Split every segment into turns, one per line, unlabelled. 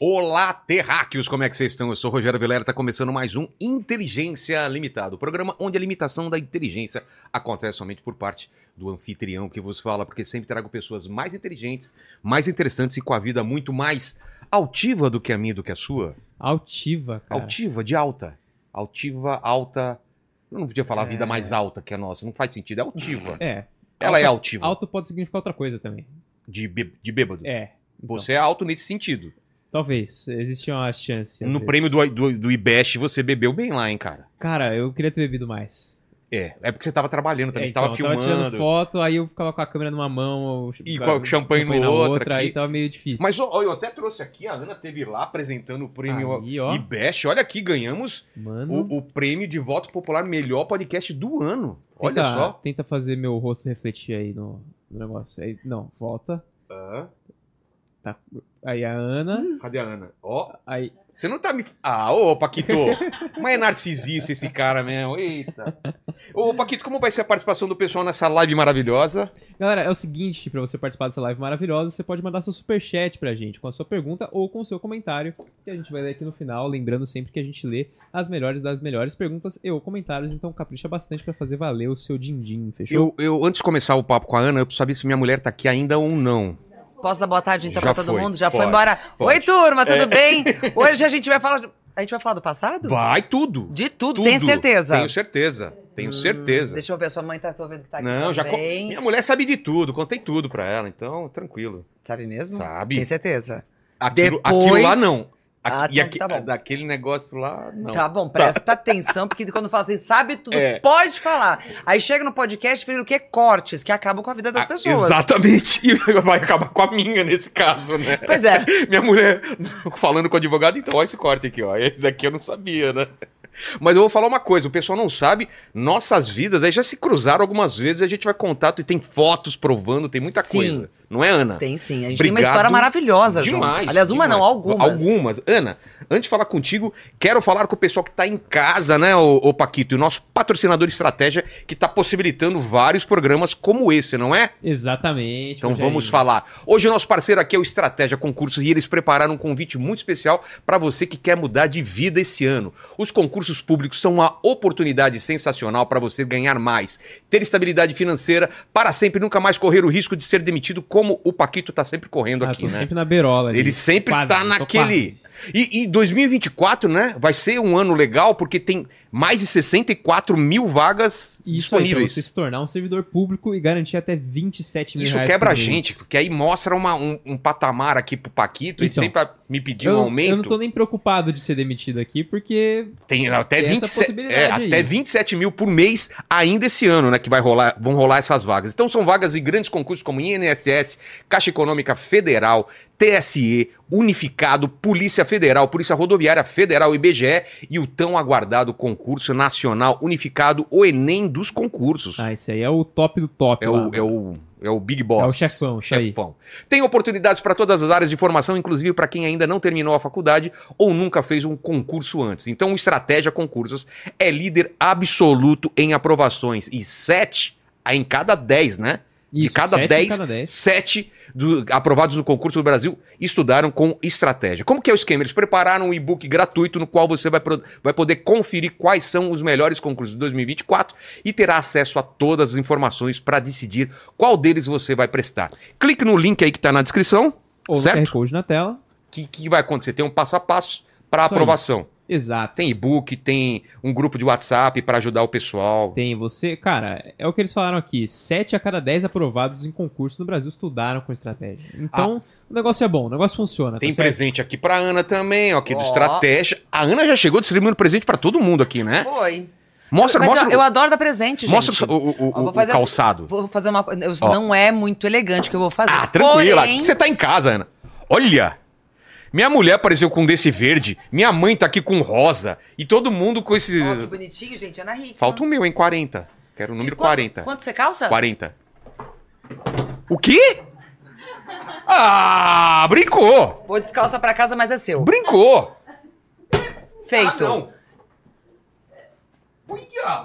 Olá, terráqueos, como é que vocês estão? Eu sou o Rogério Velera, tá começando mais um Inteligência Limitada, o programa onde a limitação da inteligência acontece somente por parte do anfitrião que vos fala, porque sempre trago pessoas mais inteligentes, mais interessantes e com a vida muito mais altiva do que a minha, do que a sua.
Altiva, cara.
Altiva, de alta. Altiva, alta. Eu não podia falar a vida mais alta que a nossa, não faz sentido, é altiva.
É.
Ela é altiva,
Alto pode significar outra coisa também.
de, bê- de bêbado.
É. então,
Você é alto nesse sentido.
Talvez. Existe uma chance. às
no
vezes.
prêmio do, do, do IBEST você bebeu bem lá, hein, cara?
Cara, eu queria ter bebido mais.
É, é porque você tava trabalhando também,
É,
você tava
então, eu Tava tirando
filmando.
foto, aí eu ficava com a câmera numa mão. eu-
E com o champanhe no
na
outra aqui.
aí tava meio difícil.
Mas ó, eu até trouxe aqui, a Ana teve lá apresentando o prêmio
Aí, ó.
IBEST. Olha aqui, ganhamos
Mano,
o, o prêmio de voto popular melhor podcast do ano. Olha
tenta,
só.
Tenta fazer meu rosto refletir aí no, no negócio. Aí, não, volta.
Ah,
Aí a Ana.
cadê a Ana? Ó,
Aí.
você não tá me... Ah, ô Paquito, mas é narcisista esse cara mesmo, eita. Ô Paquito, como vai ser a participação do pessoal nessa live maravilhosa?
Galera, é o seguinte, pra você participar dessa live maravilhosa, você pode mandar seu superchat pra gente com a sua pergunta ou com o seu comentário, que a gente vai ler aqui no final, lembrando sempre que a gente lê as melhores das melhores perguntas e ou comentários, então capricha bastante pra fazer valer o seu din-din, fechou?
Eu, eu, antes de começar o papo com a Ana, eu preciso saber se minha mulher tá aqui ainda ou não.
Posso dar boa tarde então
Já
pra todo
foi,
mundo? Já
pode,
foi embora?
pode. É.
Oi, turma, tudo bem? Hoje a gente vai falar. A gente vai falar do passado?
Vai tudo.
De tudo,
Tudo.
tem certeza.
Tenho certeza. Tenho
Hum,
certeza.
Deixa eu ver, sua mãe tá tô vendo que tá aqui.
Não, já con-
também.
Minha mulher sabe de tudo, contei tudo pra ela, então tranquilo.
Sabe mesmo?
Sabe.
Tem certeza.
Aquilo,
Depois-
aquilo lá não. Aqui-
Ah,
e
então
aqui-
tá bom.
daquele negócio lá não.
Tá bom, presta atenção, porque quando fala assim, sabe tudo,
É.
pode falar. Aí chega no podcast e o quê? Cortes, que acabam com a vida das
Ah,
pessoas.
Exatamente. E vai acabar com a minha nesse caso, né?
Pois é.
Minha mulher falando com o advogado, então, ó, esse corte aqui, ó. Esse daqui eu não sabia, né? Mas eu vou falar uma coisa, o pessoal não sabe, nossas vidas aí já se cruzaram algumas vezes, a gente vai contato e tem fotos provando, tem muita
Sim.
coisa. Não é, Ana?
Tem sim, a gente tem uma
Obrigado
história maravilhosa
Demais.
junto. Aliás, uma
demais.
não, algumas.
Algumas. Ana, antes de falar contigo, quero falar com o pessoal que tá em casa, né, ô, ô Paquito? E o nosso patrocinador estratégia que tá possibilitando vários programas como esse, não é?
Exatamente. é
Então
Rogerinho.
vamos falar. Hoje o nosso parceiro aqui é o Estratégia Concursos e eles prepararam um convite muito especial para você que quer mudar de vida esse ano. Os concursos públicos são uma oportunidade sensacional para você ganhar mais, ter estabilidade financeira para sempre, nunca mais correr o risco de ser demitido como o Paquito tá sempre correndo
Ah,
aqui,
tô
né?
sempre na berola. ali.
Ele sempre
Quase,
tá
tô
naquele.
quase.
E, e 2024, né? Vai ser um ano legal porque tem mais de 64 mil vagas
Isso aí, pra
disponíveis.
você se tornar um servidor público e garantir até 27 mil
Isso
reais
quebra
por
a gente,
mês.
porque aí mostra uma- um, um patamar aqui pro Paquito. ele
Então.
sempre me pediu um
Eu, eu não
aumento.
tô nem preocupado de ser demitido aqui, porque
Tem até,
Tem essa
27,
possibilidade
é,
aí.
até 27 mil por mês ainda esse ano, né? Que vai rolar, vão rolar essas vagas. Então são vagas e grandes concursos como INSS, Caixa Econômica Federal, TSE, Unificado, Polícia Federal, Polícia Rodoviária Federal, IBGE e o tão aguardado concurso nacional unificado, o Enem dos concursos.
Ah, esse aí é o top do top.
É
lá.
o, é, o, é o Big Boss.
É o chefão, isso aí.
chefão. Tem oportunidades para todas as áreas de formação, inclusive para quem ainda não terminou a faculdade ou nunca fez um concurso antes. Então, o Estratégia Concursos é líder absoluto em aprovações e sete em cada dez, né? de
Isso,
cada
sete
10,
cada dez.
sete do- aprovados no concurso do Brasil estudaram com estratégia. Como que é o esquema? Eles prepararam um e-book gratuito no qual você vai, pro- vai poder conferir quais são os melhores concursos de 2024 e terá acesso a todas as informações para decidir qual deles você vai prestar. Clique no link aí que está na descrição,
Ou no
certo?
QR Code na tela.
que, que vai acontecer? Tem um passo a passo para
Isso aí.
aprovação.
Exato.
Tem e-book, tem um grupo de WhatsApp para ajudar o pessoal.
Tem você, cara, é o que eles falaram aqui. 7 a cada 10 aprovados em concurso no Brasil estudaram com estratégia. Então, o negócio é bom, o negócio funciona. tá
Ah. Tem
certo?
presente aqui pra Ana também, ó, aqui do
Ó.
Estratégia. A Ana já chegou distribuindo presente pra todo mundo aqui, né?
Foi.
Mostra,
Mas
mostra,
eu, eu adoro dar presente,
mostra
gente.
o, o- o-
Ó, vou
o
fazer assim.
calçado.
Vou fazer uma coisa. eu-
Ó.
Não é muito elegante o que eu vou fazer.
Ah, tranquila.
Porém,
Você tá em casa, Ana. Olha! Minha mulher apareceu com um desse verde, minha mãe tá aqui com rosa, e todo mundo com esse...
ó, que bonitinho, gente. Ana Rica.
Falta o meu, hein? 40. Quero o número
Quanto-
40.
Quanto você calça?
40. O quê? Ah, brincou!
Vou descalça pra casa, mas é seu.
Brincou!
Feito.
Ah, não. Olha!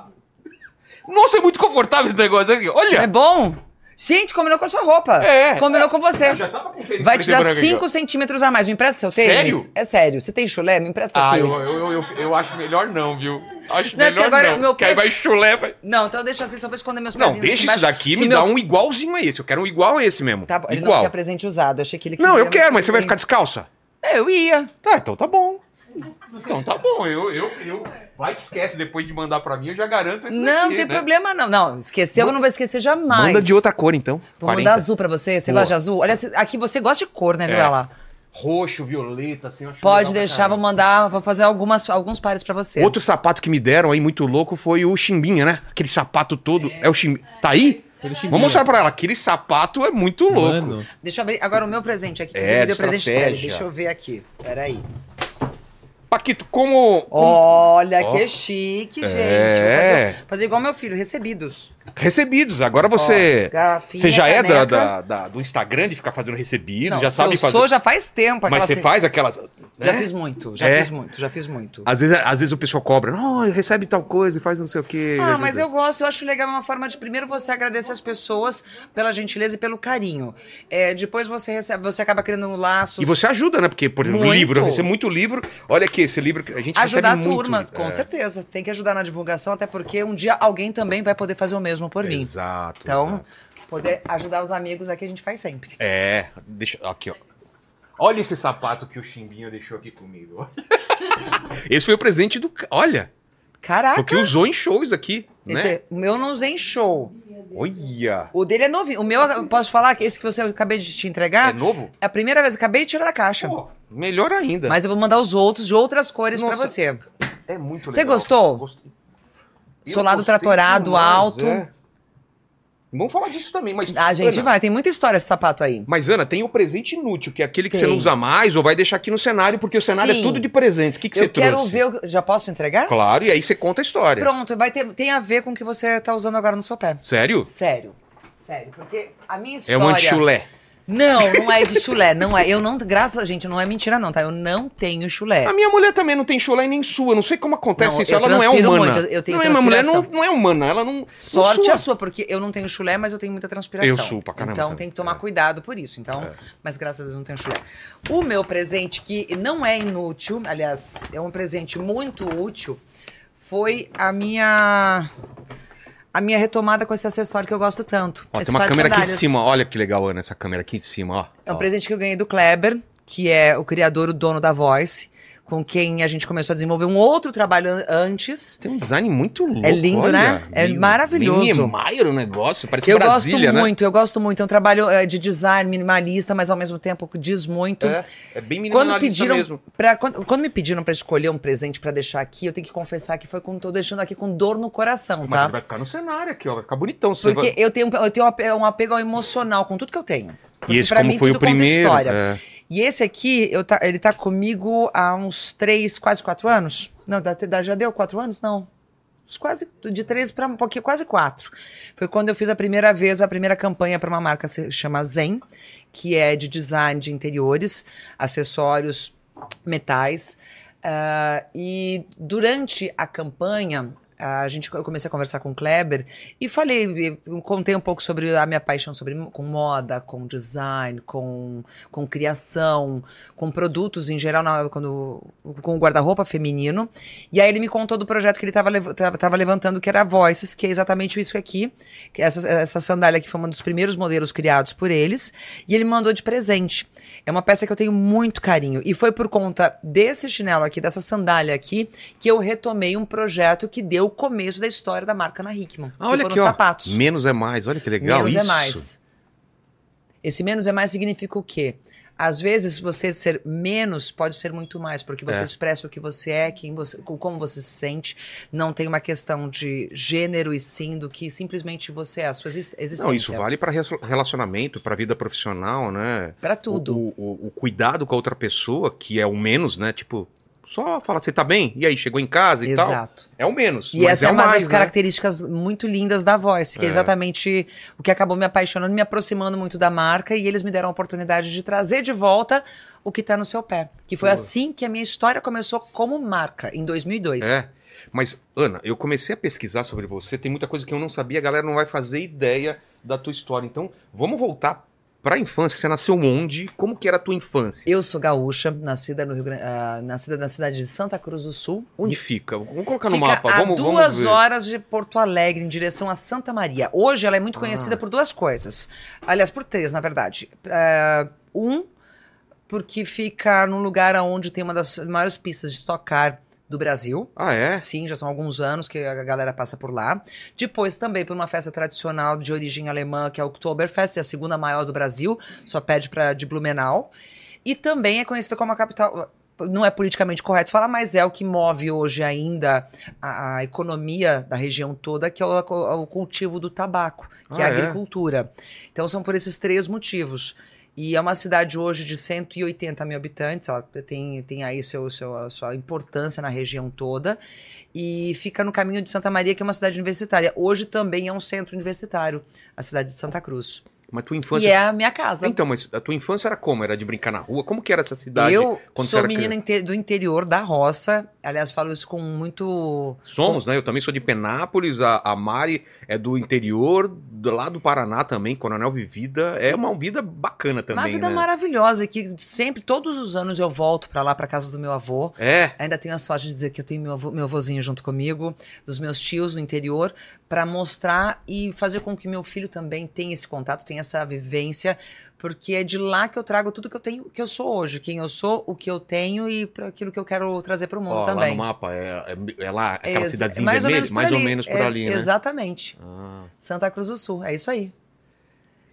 Nossa, é muito confortável esse negócio aqui.
É
Olha!
bom? Gente, combinou com a sua roupa.
É.
Combinou com você.
já tava com o tênis
Vai
preto
te
e
dar
branco aqui, ó.
5 centímetros a mais. Me empresta seu tênis?
Sério?
É sério. Você tem chulé? Me empresta
Ah,
aqui.
eu, eu, eu, eu acho melhor não, viu? Acho
Não, é porque
melhor
agora
não.
meu
Que aí
pé-
vai chulé, vai...
Não, então deixa assim, só pra esconder meus
Não,
pezinhos aqui
deixa isso
embaixo,
daqui,
que
me
meu-
dá um igualzinho a esse. Eu quero um igual a esse mesmo.
Tá bom, ele não
igual.
quer presente usado. Achei que ele
não, eu
queria,
quero, mas você vai
tudo
ficar
bem.
descalça?
É, eu ia.
Tá, então tá bom. Então tá bom, eu, eu, eu... Vai que esquece depois de mandar pra mim, eu já garanto esse
Não,
daqui,
não
né?
tem problema, não. Não, esqueceu, eu não vou esquecer jamais.
Manda de outra cor, então.
Vou mandar azul pra você. Você
Boa. É.
gosta de azul? Olha, se- aqui você gosta de cor, né, Vilela?
Roxo, violeta, assim, eu acho
Pode
legal pra
deixar,
caralho.
vou mandar, vou fazer algumas, alguns pares pra você.
Outro sapato que me deram aí muito louco foi o chimbinha, né? Aquele sapato todo. É, o chimbinha. Tá aí?
Aquele chimbinha.
Vamos mostrar pra ela. Aquele sapato é muito louco.
Mano,
Deixa eu abrir. Agora o meu presente aqui. que
É,
você me
de
deu presente
estratégia.
Peraí, Deixa eu ver aqui. Peraí.
Paquito, como.
Olha
Ó.
que chique, gente.
É.
Vou fazer, fazer igual meu filho, recebidos.
Recebidos. Agora você.
Ó, garrafinha,
você já é da,
caneca.
da- da- do Instagram de ficar fazendo recebidos,
Não,
já
se
sabe
eu
fazer.
sou assim. já faz tempo.
Mas
aquela
você
se-
faz aquelas.
Já
né?
fiz muito, já
É.
fiz muito, já fiz muito.
Às vezes, às vezes o pessoal cobra, não, recebe tal coisa e faz não sei o quê.
Ah, mas eu gosto, eu acho legal é uma forma de primeiro você agradecer as pessoas pela gentileza e pelo carinho. É, depois você recebe, você acaba criando um laço.
E você ajuda, né? Porque, por exemplo,
Muito.
livro, eu recebo muito livro. Olha aqui, esse livro que a gente
ajudar a
recebe muito.
turma,
livro.
com
É.
certeza. Tem que ajudar na divulgação, até porque um dia alguém também vai poder fazer o mesmo por mim.
Exato.
Então,
exato.
poder ajudar os amigos aqui a gente faz sempre.
É, deixa. Aqui, ó. Olha esse sapato que o Chimbinha deixou aqui comigo. esse foi o presente do. ca- Olha,
Caraca!
o que usou em shows aqui, né?
esse- é- o meu não usei em show.
Olha.
O dele é novinho. O meu, eu posso falar que esse que você eu acabei de te
É
entregar, é,
novo?
a primeira vez que eu acabei de tirar da caixa.
Pô, melhor ainda.
Mas eu vou mandar os outros de outras cores pra
Nossa,
você.
É muito legal.
Você gostou?
Gostei. Eu
Solado
gostei
tratorado,
demais,
alto.
é. Vamos falar disso também, mas.
A gente
Ana,
vai, tem muita história esse sapato aí.
Mas, Ana, tem é. o presente inútil, que é aquele que você
Tem.
não usa mais ou vai deixar aqui no cenário, porque o cenário é
Sim.
tudo de presentes. O que, que você
eu quero
trouxe?
ver, o que- já posso entregar?
Claro, e aí você conta a história.
Pronto, vai ter, tem a ver com o que você tá usando agora no seu pé.
Sério?
Sério. Sério, porque a minha
É
história...
um anti-chulé.
Não, não é de chulé, não é. Eu não, graças, gente, não é mentira não, tá? Eu não tenho chulé.
A minha mulher também não tem chulé e nem sua. Não sei como acontece
É. Não,
isso.
eu
Ela não é
transpiro
humana.
muito, eu tenho
não é, minha mulher não,
transpiração.
não é humana. Ela não. não
Sorte
sua.
é a sua, porque eu não tenho chulé, mas eu tenho muita transpiração.
Eu suo pra caramba
Então
também,
tem que tomar
é.
cuidado por isso. Então, mas graças a Deus não tenho chulé. O meu presente que não é inútil, aliás, é um presente muito útil, foi a minha a minha retomada com esse acessório que eu gosto tanto.
Ó,
esse
tem uma
par de
câmera aqui de
sandálias.
cima. Olha que legal, Ana, essa câmera aqui de cima, ó.
É um
Ó.
presente que eu ganhei do Kleber, que é o criador, o dono da Voice, com quem a gente começou a desenvolver um outro trabalho an- antes.
Tem um design muito louco.
É lindo,
olha.
né? É maravilhoso.
Meio Niemeyer o negócio. Parece
Eu
Brasília,
gosto
né?
muito, eu gosto muito. É um trabalho eh, de design minimalista, mas ao mesmo tempo diz muito.
É, é bem
Quando
minimalista
pediram Tá.
mesmo.
para quando, quando me pediram pra escolher um presente pra deixar aqui, eu tenho que confessar que foi com tô deixando aqui com dor no coração,
Mas ele
tá?
vai ficar no cenário aqui, ó. Vai ficar bonitão. Você
Porque eu tenho eu tenho um ape- um apego ao emocional com tudo que eu tenho.
vai... E
Porque
esse,
pra
como
mim,
foi o
tudo conta
primeiro.
história.
é.
E esse aqui, eu tá- ele tá comigo há uns três, quase quatro anos. Não, dá- dá- já deu quatro anos? Não. Uns Quase de três para um pouquinho, quase quatro. Foi quando eu fiz a primeira vez a primeira campanha para uma marca que se chama Zen, que é de design de interiores, acessórios, metais. Ah, e durante a campanha, a gente, eu comecei a conversar com o Kleber e falei, e contei um pouco sobre a minha paixão sobre, com moda, com design, com, com criação, com produtos em geral, na, quando, com o guarda-roupa feminino. E aí ele me contou do projeto que ele estava levantando, que era Voices, que é exatamente isso aqui. que Essa, essa sandália aqui foi um dos primeiros modelos criados por eles. E ele me mandou de presente. É uma peça que eu tenho muito carinho. E foi por conta desse chinelo aqui, dessa sandália aqui, que eu retomei um projeto que deu o começo da história da marca na Hickman.
Ah, olha
que foram
aqui, ó.
sapatos.
Menos é mais. Olha que legal
Menos
isso.
é mais. Esse menos é mais significa o quê? Às vezes você ser menos pode ser muito mais, porque você
É.
expressa o que você é, quem você, co- como você se sente. Não tem uma questão de gênero e sim do que simplesmente você é, a sua exis- existência.
Não, isso vale para relacionamento, para vida profissional, né?
Pra tudo.
O, o- o cuidado com a outra pessoa, que é o menos, né? Tipo, só fala, você tá bem? E aí, chegou em casa e tal?
Exato.
É o menos.
E
mas
essa é
o
uma
mais,
das
né?
características muito lindas da Voice, que é.
É.
exatamente o que acabou me apaixonando, me aproximando muito da marca, e eles me deram a oportunidade de trazer de volta o que tá no seu pé. Que foi
Boa.
assim que a minha história começou como marca, em 2002.
É. Mas, Ana, eu comecei a pesquisar sobre você, tem muita coisa que eu não sabia, a galera não vai fazer ideia da tua história. Então, vamos voltar pra infância. Você nasceu onde? Como que era a tua infância?
Eu sou gaúcha, nascida, no Rio Grande, ah, nascida na cidade de Santa Cruz do Sul.
Onde fica? Vamos colocar no
Fica
mapa.
a
Vamos,
duas
vamos ver.
horas de Porto Alegre, em direção a Santa Maria. Hoje ela é muito
Ah.
conhecida por duas coisas. Aliás, por três, na verdade. É, um, porque fica num lugar onde tem uma das maiores pistas de Stock Car do Brasil.
Ah, é?
Sim, já são alguns anos que a galera passa por lá. Depois também por uma festa tradicional de origem alemã, que é o Oktoberfest, é a segunda maior do Brasil, só pede para de Blumenau. E também é conhecida como a capital. Não é politicamente correto falar, mas é o que move hoje ainda a, a economia da região toda, que é o, o cultivo do tabaco, que é
Ah,
a
é?
agricultura. Então são por esses três motivos. E é uma cidade hoje de 180 mil habitantes, ela tem, tem aí seu, seu, a sua importância na região toda, e fica no caminho de Santa Maria, que é uma cidade universitária. Hoje também é um centro universitário, a cidade de Santa Cruz.
Mas tua
E
infância.
é a minha casa.
Então, mas a tua infância era como? Era de brincar na rua? Como que era essa cidade?
Eu
quando você
sou
era
menina inte- do interior da roça, aliás, falo isso com muito
Somos, né? Eu também sou de Penápolis, a, a Mari é do interior, do, lá do Paraná também, Coronel Vivida. É uma vida bacana também,
uma vida
né?
maravilhosa que sempre todos os anos eu volto pra lá pra casa do meu avô.
É,
Ainda tenho a sorte de dizer que eu tenho meu, avô, meu avôzinho junto comigo, dos meus tios no interior, pra mostrar e fazer com que meu filho também tenha esse contato, tenha essa vivência, porque é de lá que eu trago tudo que eu tenho, que eu sou hoje, quem eu sou, o que eu tenho e pra aquilo que eu quero trazer pro mundo
ó, lá no
também.
mapa, é, é- é lá,
É
aquela
exa-
cidadezinha
mais ou
vermelha,
menos por
mais ou
ali,
menos por
é,
ali, né?
Exatamente.
Ah,
Santa Cruz do Sul, é isso aí.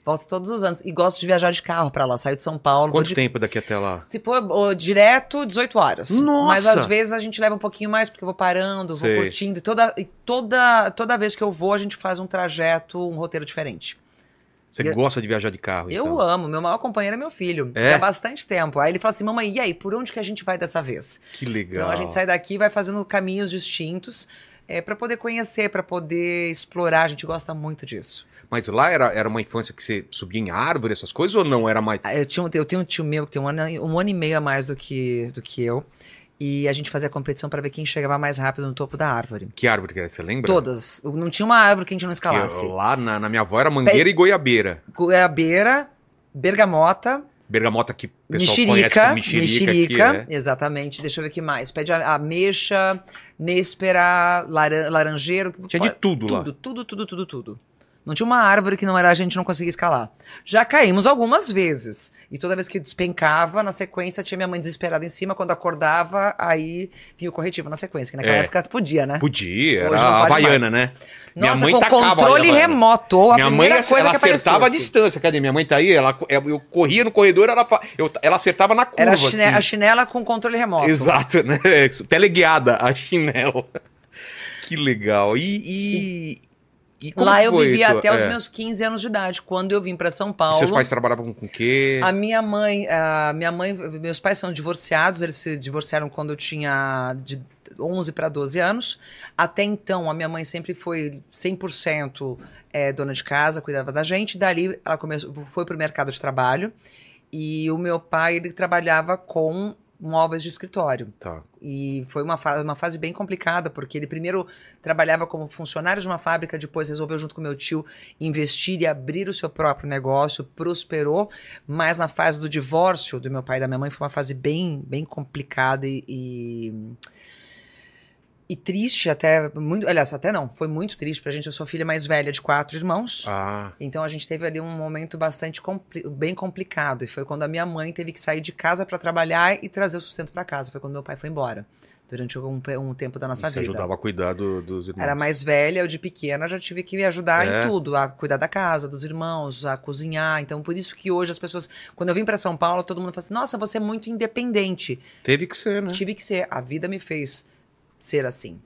Volto todos os anos. E gosto de viajar de carro pra lá. Saio de São Paulo. vou
quanto
de...
tempo é daqui até lá?
Se for ô, direto, 18 horas.
Nossa!
Mas às vezes a gente leva um pouquinho mais, porque eu vou parando, vou
Sei.
curtindo. E toda, e toda, toda vez que eu vou, a gente faz um trajeto, um roteiro diferente.
Você
Eu-
gosta de viajar de carro, então?
Eu amo. Meu maior companheiro é meu filho.
É?
que Há bastante tempo. Aí ele fala assim, mamãe, e aí, por onde que a gente vai dessa vez?
Que legal.
Então a gente sai daqui e vai fazendo caminhos distintos. É, para poder conhecer, pra poder explorar, a gente gosta muito disso.
Mas lá era, era uma infância que você subia em árvore, essas coisas, ou não era mais...
Ah, Eu, tinha, um- eu tenho um tio meu que tem um ano, um ano e meio a mais do que, do que eu. E a gente fazia competição pra ver quem chegava mais rápido no topo da árvore.
Que árvore que era, você lembra?
Todas. Não tinha uma árvore que a gente não
Que
escalasse.
lá na, na minha avó era mangueira e goiabeira.
Goiabeira, bergamota,
Bergamota que o pessoal conhece
mexerica.
como mexerica, mexerica. Aqui, né?
Exatamente. Deixa eu ver o que mais. Pede a- ameixa, néspera, laran- laranjeiro.
Tinha de tudo, lá.
Tudo, né? tudo, tudo, tudo, tudo. Não tinha uma árvore que não era a gente não conseguia escalar. Já caímos algumas vezes. E toda vez que despencava, na sequência, tinha minha mãe desesperada em cima. Quando acordava, aí vinha o corretivo na sequência. Que naquela
É.
época podia, né?
Podia, era
Hoje não
a
pode
Havaiana, né? minha
Nossa,
mãe
com
tacava a
controle
Havaiana.
remoto. A
minha mãe assim,
primeira coisa
ela
que assim,
acertava a
aparecesse.
distância. Cadê? Minha mãe tá aí, ela, eu corria no corredor, ela, fa- eu, ela acertava na curva.
Era a chine- a
assim.
chinela com controle remoto.
Exato, né? Teleguiada, a chinelo. Que legal. E. e, e como
Lá
que
eu
foi
vivia
tua-
até os
é.
meus 15 anos de idade, quando eu vim pra São
E
Paulo.
Seus pais trabalhavam com o quê?
A minha mãe, a minha mãe, meus pais são divorciados, eles se divorciaram quando eu tinha de 11 para 12 anos. Até então, a minha mãe sempre foi 100% eh, dona de casa, cuidava da gente. Dali ela começou, foi pro mercado de trabalho. E o meu pai, ele trabalhava com móveis de escritório.
Tá.
E foi uma, fa- uma fase bem complicada, porque ele primeiro trabalhava como funcionário de uma fábrica, depois resolveu, junto com meu tio, investir e abrir o seu próprio negócio, prosperou. Mas na fase do divórcio do meu pai e da minha mãe foi uma fase bem, bem complicada e. e... e triste até, muito, aliás, até não, foi muito triste pra gente. Eu sou filha mais velha de quatro irmãos.
Ah,
Então a gente teve ali um momento bastante compli- bem complicado e foi quando a minha mãe teve que sair de casa para trabalhar e trazer o sustento para casa. Foi quando meu pai foi embora durante um, pe- um tempo da nossa
você
vida.
ajudava a cuidar do- dos irmãos.
Era mais velha, eu de pequena já tive que me ajudar
É.
em tudo, a cuidar da casa, dos irmãos, a cozinhar. Então por isso que hoje as pessoas, quando eu vim para São Paulo, todo mundo fala assim: "Nossa, você é muito independente".
Teve que ser, né?
Tive que ser, a vida me fez ser assim.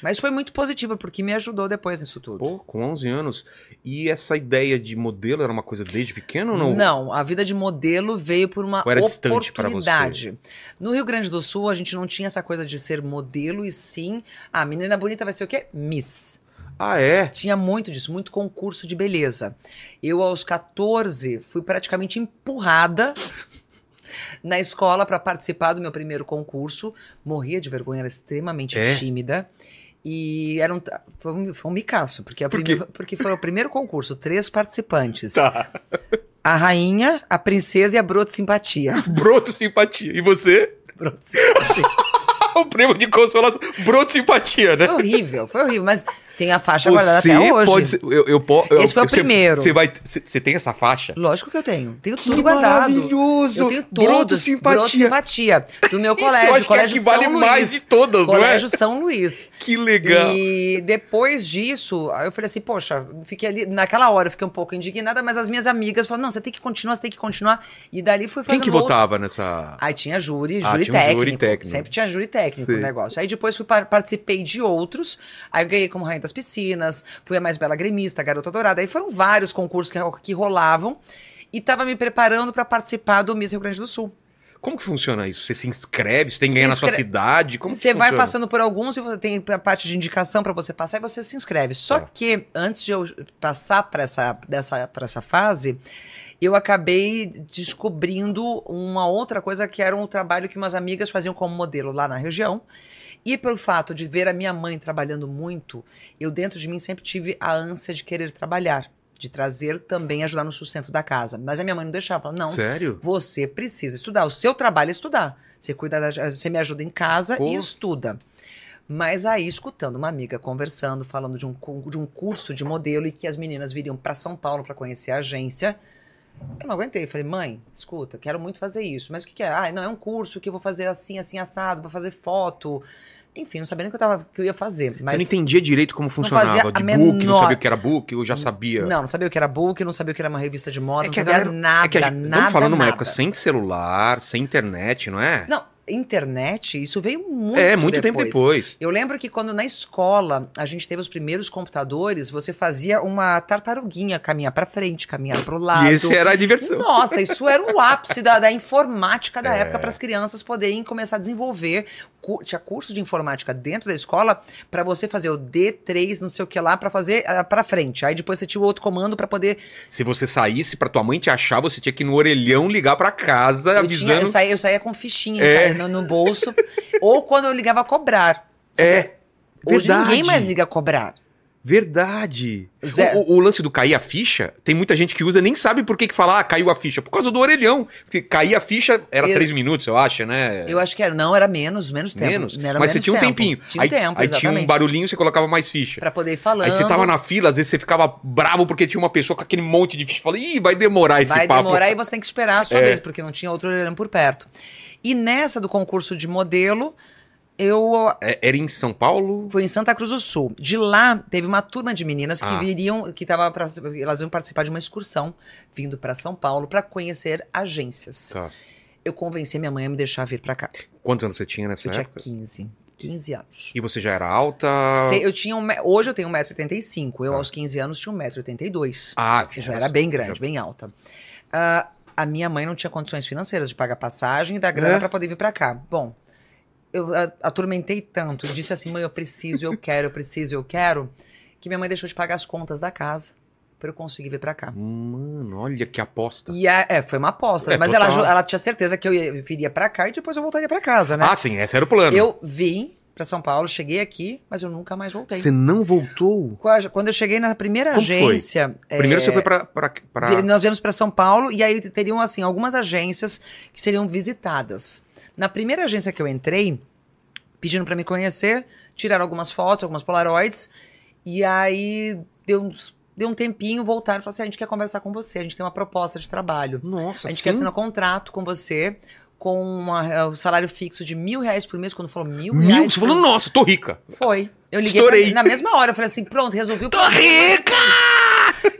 Mas foi muito positivo porque me ajudou depois nisso tudo.
Pô, com 11 anos. E essa ideia de modelo era uma coisa desde pequeno ou não?
a vida de modelo veio por uma
Ou era distante pra você?
oportunidade. No Rio Grande do Sul, a gente não tinha essa coisa de ser modelo e sim, a menina bonita vai ser o quê? Miss.
Ah, é?
Tinha muito disso, muito concurso de beleza. Eu, aos 14, fui praticamente empurrada na escola para participar do meu primeiro concurso. Morria de vergonha, era extremamente
É?
tímida. E era um, ta- foi, um, foi um micaço, porque, a
Por
primeira- porque foi o primeiro concurso, três participantes.
Tá.
A rainha, a princesa e a broto simpatia.
Broto simpatia. E você? Ah,
Broto simpatia.
o prêmio de consolação. Broto simpatia, né?
Foi horrível, foi horrível, mas tem a faixa guardada
Você
até hoje.
pode ser. Eu, eu, po- eu,
Esse foi o
você-
primeiro.
Você, vai, você, você tem essa faixa?
Lógico que eu tenho, tenho
Que
tudo guardado.
Maravilhoso!
Eu tenho todos.
Broto simpatia.
Broto simpatia. Do meu
Isso eu acho
colégio,
que é a
colégio
que vale
São Luís.
mais de todas, não é?
colégio São Luís.
Que legal.
E depois disso, aí eu falei assim, poxa, fiquei ali, naquela hora eu fiquei um pouco indignada, mas as minhas amigas falaram, não, você tem que continuar, você tem que continuar. E dali fui
Quem
fazendo
que
outro-
votava nessa.
Aí tinha júri,
Ah,
júri,
tinha um
técnico,
júri técnico.
Sempre tinha júri técnico
Sei.
no negócio. Aí depois fui par- participei de outros. Aí eu ganhei como Rainha das Piscinas, fui a mais bela gremista, garota dourada. Aí foram vários concursos que, que rolavam. E tava me preparando para participar do Miss Rio Grande do Sul.
Como que funciona isso? Você se inscreve? Você tem que
Se
ganhar na sua
inscreve-
cidade? Como que
Você vai
funciona?
passando por alguns e você tem a parte de indicação para você passar e você se inscreve. Só
Tá.
que antes de eu passar para essa, dessa, pra essa fase, eu acabei descobrindo uma outra coisa que era um trabalho que umas amigas faziam como modelo lá na região. E pelo fato de ver a minha mãe trabalhando muito, eu dentro de mim sempre tive a ânsia de querer trabalhar, de trazer também ajudar no sustento da casa. Mas a minha mãe não deixava, falava, não,
Sério?
você precisa estudar. O seu trabalho é estudar. Você cuida da, você me ajuda em casa
Pô.
e estuda. Mas aí, escutando uma amiga conversando, falando de um, cu- de um curso de modelo e que as meninas viriam para São Paulo para conhecer a agência, eu não aguentei. Falei, mãe, escuta, quero muito fazer isso. Mas o que, que é? Ah, não, é um curso que eu vou fazer assim, assim, assado, vou fazer foto. Enfim, não sabia nem o que eu, tava, que eu ia fazer.
Você
Mas
não entendia direito como funcionava.
fazia a
De book, não
menor-
sabia o que era book, eu já sabia.
não, não sabia o que era book, não sabia o que era uma revista de moda,
É
não
que a
sabia
galera-
nada,
é que a gente,
nada,
estamos falando numa
nada.
época sem celular, sem internet, não é?
Não, internet, isso veio muito
é, muito tempo depois.
Eu lembro que quando na escola a gente teve os primeiros computadores, você fazia uma tartaruguinha caminhar pra frente, caminhar pro lado.
E esse era a diversão.
Nossa, isso era o ápice da, da informática da
É.
época para as crianças poderem começar a desenvolver. Cu- Tinha curso de informática dentro da escola para você fazer o D3, não sei o que lá, para fazer ah, pra frente. Aí depois você tinha o outro comando para poder
Se você saísse pra tua mãe te achar, você tinha que ir no orelhão ligar pra casa
Eu,
avisando.
tinha- eu, saía, eu saía com fichinha
É.
cara, no, no bolso. ou quando eu ligava a cobrar.
É.
Hoje
Verdade.
ninguém mais liga a cobrar.
Verdade.
Zé-
O, o- o lance do cair a ficha, tem muita gente que usa e nem sabe por que, que fala, ah, caiu a ficha. Por causa do orelhão. Porque cair a ficha era
Eu-
três minutos, eu acho, né?
Eu acho que era, não, era menos, menos tempo.
menos.
Era
Mas você
menos
tinha um
tempo.
tempinho.
Tinha um
aí
tempo,
aí tinha
exatamente.
um barulhinho, você colocava mais ficha.
Pra poder ir falando.
Aí você tava na fila, às vezes você ficava bravo porque tinha uma pessoa com aquele monte de ficha. Fala, ih, vai demorar esse
Vai
papo.
demorar e você tem que esperar a sua
É.
vez, porque não tinha outro olhando por perto. E nessa do concurso de modelo, eu
É- era em São Paulo?
Foi em Santa Cruz do Sul. De lá, teve uma turma de meninas que
Ah.
viriam, que tava pra, elas iam participar de uma excursão vindo para São Paulo para conhecer agências.
Tá.
Eu convenci minha mãe a me deixar vir para cá.
Quantos anos você tinha nessa
Eu tinha
época?
15. 15 anos.
E você já era alta?
Se- eu tinha um me- hoje eu tenho 1,85m. Eu,
Ah. Tá.
aos 15 anos, tinha 1,82m.
Ah,
Eu já era bem grande, bem alta. Ah, a minha mãe não tinha condições financeiras de pagar passagem e dar grana
É.
pra poder vir pra cá. Bom, eu a- atormentei tanto, disse assim, mãe, eu preciso, eu quero, eu preciso, eu quero, que minha mãe deixou de pagar as contas da casa pra eu conseguir vir pra cá.
Mano, olha que aposta.
E a- é, foi uma aposta,
É,
mas ela,
total.
ju- ela tinha certeza que eu ia- viria pra cá e depois eu voltaria pra casa, né?
Ah, sim, esse era o plano.
eu vim pra São Paulo, cheguei aqui, mas eu nunca mais voltei.
Você não voltou?
Quando- Quando eu cheguei na primeira
Como foi?
agência.
Primeiro
é,
você foi pra. pra, pra-
Vi- Nós viemos para São Paulo e aí teriam assim algumas agências que seriam visitadas. Na primeira agência que eu entrei, pedindo para me conhecer, tiraram algumas fotos, algumas polaroids e aí deu, uns- deu um tempinho, voltaram e falaram assim, a gente quer conversar com você, a gente tem uma proposta de trabalho.
Nossa,
A gente
sim?
quer assinar um contrato com você com uma- eh, um salário fixo de mil reais por mês. Quando falou mil,
Mil?
reais
Você
por-
falou, nossa, tô rica.
Foi. Eu liguei
Estourei.
pra- na mesma hora, eu falei assim, pronto, resolvi o
Tô rica!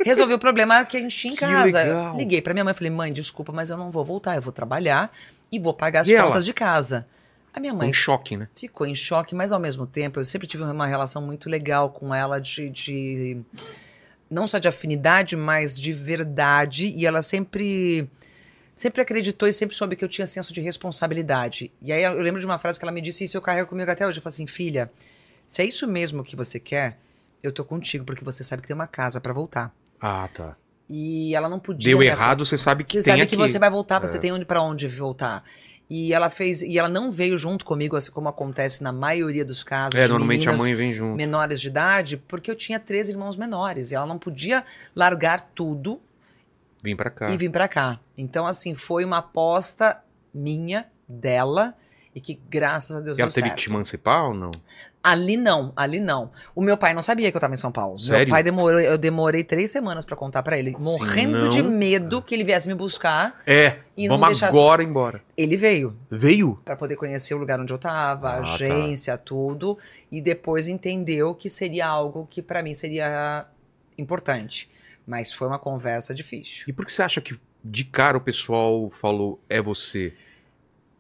Resolvi o problema que a gente tinha em
Que
casa.
legal.
Liguei pra minha mãe e falei, mãe, desculpa, mas eu não vou voltar. Eu vou trabalhar e vou pagar as
E
contas
ela?
de casa. A minha mãe
Um choque, né?
ficou em choque, mas ao mesmo tempo eu sempre tive uma relação muito legal com ela de. de- não só de afinidade, mas de verdade. E ela sempre. Sempre acreditou e sempre soube que eu tinha senso de responsabilidade. E aí eu lembro de uma frase que ela me disse, e isso eu carrego comigo até hoje. Eu falo assim, filha, se é isso mesmo que você quer, eu tô contigo, porque você sabe que tem uma casa pra voltar.
Ah, tá.
E ela não podia.
Deu
né,
errado, você sabe que
você
tem
sabe
aqui.
que você vai voltar, você
É.
tem onde para onde voltar. E ela fez, e ela não veio junto comigo, assim como acontece na maioria dos casos.
É,
de
normalmente a
meninas
mãe vem junto.
menores de idade, porque eu tinha três irmãos menores e ela não podia largar tudo
Vem pra cá.
e vir pra cá. Então assim, foi uma aposta minha, dela, e que graças a Deus
E ela
deu
teve que
certo.
te emancipar ou não?
Ali não, ali não. O meu pai não sabia que eu tava em São Paulo.
Sério?
Meu pai demorou, eu demorei três semanas pra contar pra ele, morrendo de
não- Ah.
medo que ele viesse me buscar.
É.
E não
vamos
deixasse-
agora embora.
Ele veio
Veio?
Pra poder conhecer o lugar onde eu tava,
Ah,
a
tá.
agência, tudo, e depois entendeu que seria algo que pra mim seria importante. Mas foi uma conversa difícil.
E por que você acha que de cara o pessoal falou é você?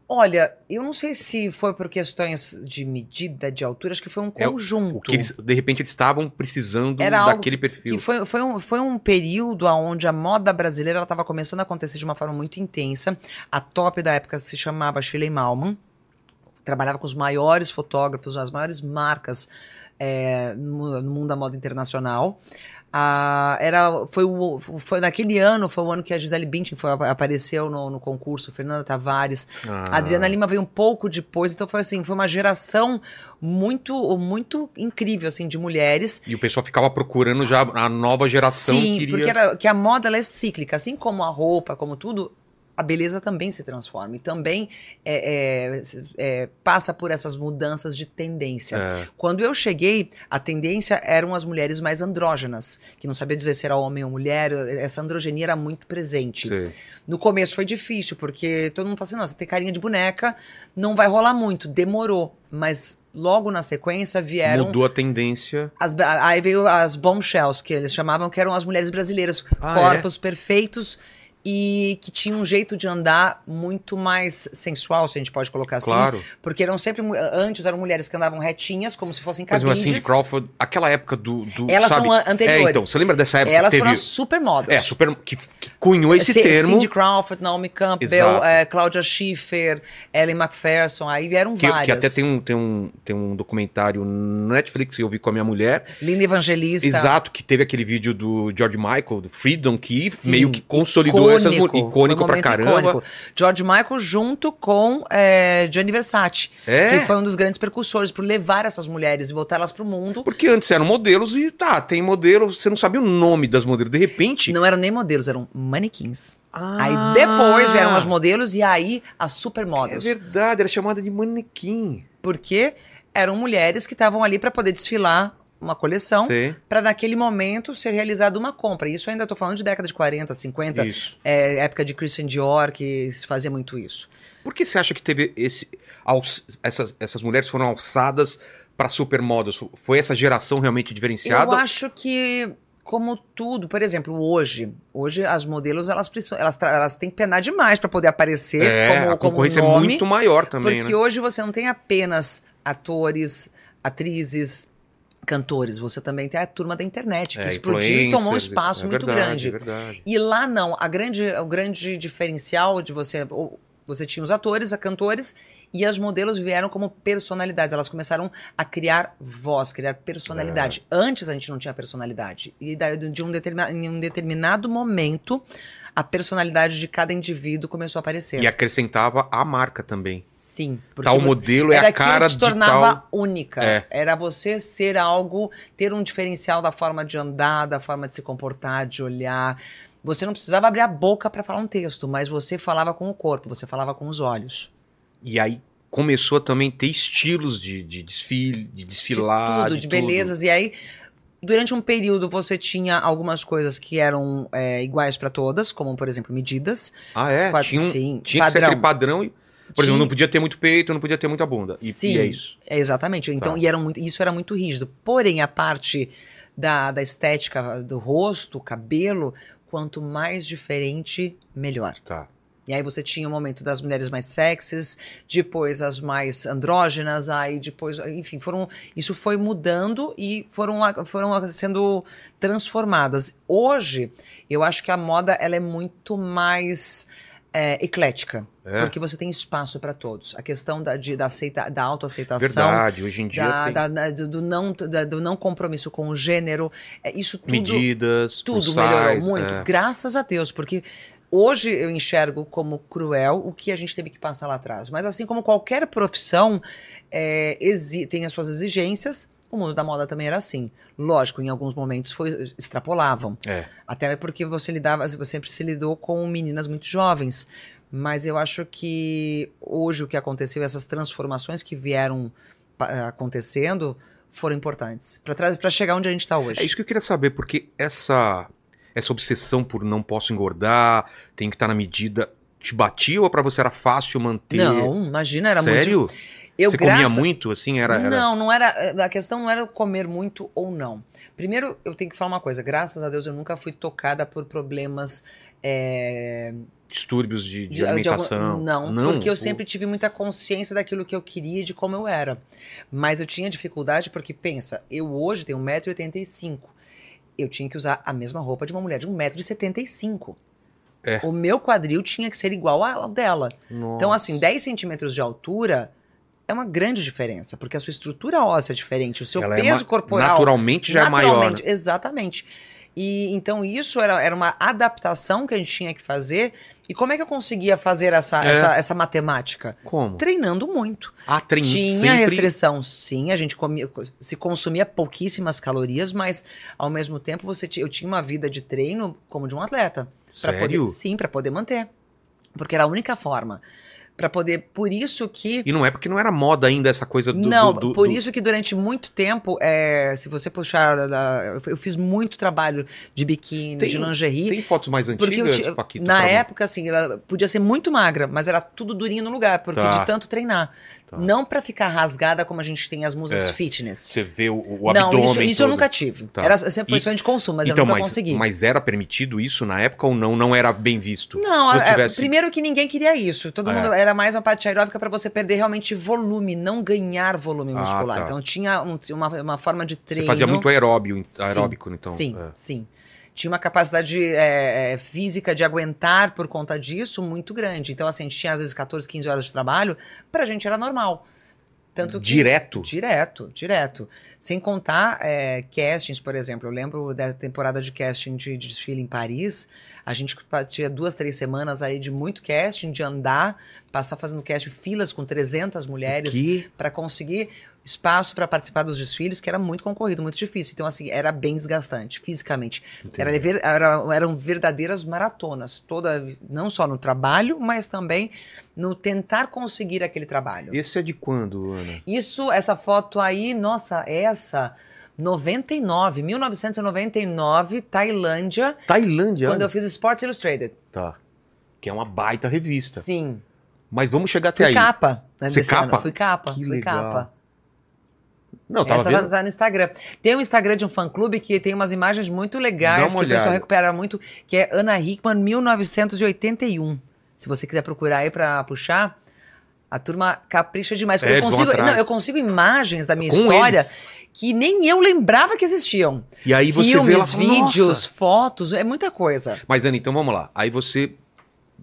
Olha, eu não sei se foi por questões de medida, de altura, acho que foi um
É, o
conjunto.
O que eles, de repente eles estavam precisando
Era algo
daquele perfil.
Que foi, foi, um, foi um período onde a moda brasileira estava começando a acontecer de uma forma muito intensa. A top da época se chamava Shirley Malman. Trabalhava com os maiores fotógrafos, as maiores marcas eh, no no mundo da moda internacional. Ah, era, foi, o, foi naquele ano, foi o ano que a Gisele Bündchen foi, apareceu no, no concurso, Fernanda Tavares. A
Ah,
Adriana Lima veio um pouco depois, então foi assim, foi uma geração muito muito incrível assim de mulheres.
E o pessoal ficava procurando já a nova geração
Sim,
queria.
porque era, que a moda ela é cíclica, assim como a roupa, como tudo, a beleza também se transforma e também é, é, é, passa por essas mudanças de tendência.
É.
Quando eu cheguei, a tendência eram as mulheres mais andrógenas, que não sabia dizer se era homem ou mulher, essa androgenia era muito presente.
Sei.
No começo foi difícil, porque todo mundo fala assim: não, você tem carinha de boneca, não vai rolar muito. Demorou, mas logo na sequência vieram.
Mudou a tendência.
As, aí veio as bombshells, que eles chamavam que eram as mulheres brasileiras.
Ah,
corpos perfeitos e que tinham um jeito de andar muito mais sensual, se a gente pode colocar assim.
Claro.
Porque eram sempre. mu- Antes eram mulheres que andavam retinhas, como se fossem
Mas uma
cabindes.
Cindy Crawford, aquela época do. do
Elas
sabe?
são an- anteriores.
É, então, você lembra dessa época
Elas
que teve.
foram as supermodels.
É, super. Que, que cunhou esse
C-
termo.
Cindy Crawford, Naomi Campbell,
Exato.
eh, Claudia Schiffer, Ellen McPherson, aí vieram
Que,
várias.
que até tem um, tem, um, tem um documentário no Netflix que eu vi com a minha mulher.
Linda Evangelista.
um Exato, que teve aquele vídeo do George Michael, do Freedom, que
Sim,
meio que consolidou essas
Icônico,
mulheres. Icônico
foi um
pra
momento
caramba.
icônico. George Michael junto com eh, Gianni Versace,
É.
que foi um dos grandes precursores por levar essas mulheres e botá-las pro mundo.
Porque antes eram modelos e tá, tem modelo, você não sabia o nome das modelos. De repente.
Não eram nem modelos, eram manequins.
Ah,
Aí depois vieram as modelos e aí as supermodels.
É verdade, era chamada de manequim.
porque eram mulheres que estavam ali para poder desfilar uma coleção.
Sei.
para naquele momento ser realizada uma compra. Isso ainda estou falando de década de 40, 50,
Isso.
é, época de Christian Dior, que se fazia muito isso.
Por que você acha que teve esse. alç- essas, essas mulheres foram alçadas para supermodels? Foi essa geração realmente diferenciada?
Eu acho que, como tudo, por exemplo, hoje, hoje as modelos elas precisam, elas, tra- elas têm que penar demais para poder aparecer
é,
como,
a
como
concorrência
nome,
é muito maior também,
porque
né?
hoje você não tem apenas atores, atrizes, cantores, você também tem a turma da internet que
É,
explodiu e tomou um
influencers,
espaço
é
muito
verdade,
grande.
É verdade.
E lá não, a grande, o grande diferencial de você, ou- você tinha os atores, a cantores e as modelos vieram como personalidades. Elas começaram a criar voz, criar personalidade.
É.
Antes a gente não tinha personalidade e daí de um determina- em um determinado momento a personalidade de cada indivíduo começou a aparecer.
E acrescentava a marca também.
Sim,
tal modelo é
era
a
aquilo
cara
que te
de
tornava
tal.
única.
É.
Era você ser algo, ter um diferencial da forma de andar, da forma de se comportar, de olhar. Você não precisava abrir a boca para falar um texto, mas você falava com o corpo, você falava com os olhos.
E aí começou a também ter estilos de, de desfile, de desfilar.
de tudo, de, belezas. E aí, durante um período, você tinha algumas coisas que eram é, iguais para todas, como, por exemplo, medidas.
Ah, é?
Quatro-
tinha um,
sim,
tinha que ser
padrão.
aquele padrão. e- Por exemplo,
Tinha-
não podia ter muito peito, não podia ter muita bunda. E, e
Sim.
é isso.
É, exatamente. Então,
Tá.
e era muito, isso era muito rígido. Porém, a parte da, da estética do rosto, cabelo, quanto mais diferente, melhor.
Tá.
E aí você tinha o momento das mulheres mais sexys, depois as mais andrógenas, aí depois, enfim, foram isso foi mudando e foram a- foram a- sendo transformadas. Hoje, eu acho que a moda ela é muito mais é, eclética.
É.
Porque você tem espaço para todos. A questão da, de- da, aceita, da autoaceitação,
Verdade, hoje em dia
da,
tem
da- da- do, do não, da- do não compromisso com o gênero, é, isso tudo,
medidas,
tudo
plus
melhorou
size,
muito,
é.
graças a Deus, porque hoje eu enxergo como cruel o que a gente teve que passar lá atrás. Mas assim como qualquer profissão é, exi- tem as suas exigências, o mundo da moda também era assim. Lógico, em alguns momentos foi, extrapolavam.
É.
Até porque você lidava, você sempre se lidou com meninas muito jovens. Mas eu acho que hoje o que aconteceu, essas transformações que vieram pa- acontecendo, foram importantes para chegar onde a gente está hoje.
É isso que eu queria saber, porque essa essa obsessão por não posso engordar, tenho que estar na medida, te batia ou pra você era fácil manter?
Não, imagina, era muito.
Sério?
Eu
você comia
graças-
muito, assim? Era, era...
Não, não era. A questão não era comer muito ou não. Primeiro, eu tenho que falar uma coisa. Graças a Deus, eu nunca fui tocada por problemas é,
distúrbios de, de
de- de algum-
alimentação?
não, porque
Pô,
eu sempre tive muita consciência daquilo que eu queria e de como eu era. Mas eu tinha dificuldade porque, pensa, eu hoje tenho 1,85m. Eu tinha que usar a mesma roupa de uma mulher de 1,75m.
É.
O meu quadril tinha que ser igual ao ao dela.
nossa.
Então, assim, 10 centímetros de altura é uma grande diferença, porque a sua estrutura óssea é diferente, o seu
Ela é
peso
ma-
corporal.
Naturalmente já é maior. né?
naturalmente, Exatamente. E então isso era, era uma adaptação que a gente tinha que fazer. E como é que eu conseguia fazer essa,
É.
essa, essa matemática?
Como?
Treinando muito.
Ah, trein...
Tinha
sempre...
restrição, sim, a gente comia, se consumia pouquíssimas calorias, mas ao mesmo tempo você ti- eu tinha uma vida de treino como de um atleta. Pra
Sério?
Poder, sim, para poder manter. Porque era a única forma. Para poder. Por isso que.
E não é porque não era moda ainda essa coisa do...
não,
do- do-
por
do-
isso que durante muito tempo, é, se você puxar. da- da- eu f- eu fiz muito trabalho de biquíni,
Tem-
de lingerie.
Tem fotos mais
porque eu
antigas,
ti-
Paquito?
na
pra-
época, assim, ela podia ser muito magra, mas era tudo durinho no lugar, porque
Tá.
de tanto treinar.
Tá.
Não para ficar rasgada como a gente tem as musas fitness.
Você vê o, o
não,
abdômen
isso, isso eu
todo.
nunca tive.
Tá.
Era, sempre foi
E-
sonho de consumo, mas
então,
eu nunca
mas,
consegui.
mas era permitido isso na época ou não? Não era bem visto?
Não,
Se eu
é,
tivesse-
primeiro que ninguém queria isso. Todo
É.
mundo era mais uma parte aeróbica para você perder realmente volume, não ganhar volume
Ah,
muscular.
tá.
Então tinha um- uma, uma forma de treino.
Você fazia muito aeróbio,
Sim,
aeróbico, então.
Sim,
é.
sim. Tinha uma capacidade é, é, física de aguentar por conta disso muito grande. Então, assim, a gente tinha às vezes 14, 15 horas de trabalho, pra gente era normal. Tanto que-
Direto?
Direto, direto. Sem contar é, castings, por exemplo. Eu lembro da temporada de casting de, de desfile em Paris. A gente tinha duas, três semanas aí de muito casting, de andar, passar fazendo casting, filas com 300 mulheres
Que?
para conseguir espaço para participar dos desfiles, que era muito concorrido, muito difícil. Então, assim, era bem desgastante fisicamente. Era ver- era- eram verdadeiras maratonas, toda, não só no trabalho, mas também no tentar conseguir aquele trabalho.
Esse é de quando, Ana?
Isso, essa foto aí, nossa, é essa 99, 1999, Tailândia,
Tailândia?
quando eu
Ana?
fiz Sports Illustrated.
Tá. Que é uma baita revista.
Sim.
Mas vamos chegar Tá. até
Fui
aí.
capa. né,
Você
desse
capa?
ano. Fui capa.
Que
fui
legal.
capa.
Não, eu tava
Essa
vendo.
tá no Instagram. Tem um Instagram de um fã clube que tem umas imagens muito
Dá
legais
uma
que o pessoal
olhada.
recupera muito, que é Ana Hickman 1981. Se você quiser procurar aí pra puxar, a turma capricha demais.
É,
eu
eles vão
consigo,
atrás.
não, eu consigo imagens da minha
Com
história
eles.
que nem eu lembrava que existiam.
E aí você
Filmes,
vê ela e fala,
vídeos,
"Nossa."
fotos, é muita coisa.
Mas, Ana, então vamos lá. Aí você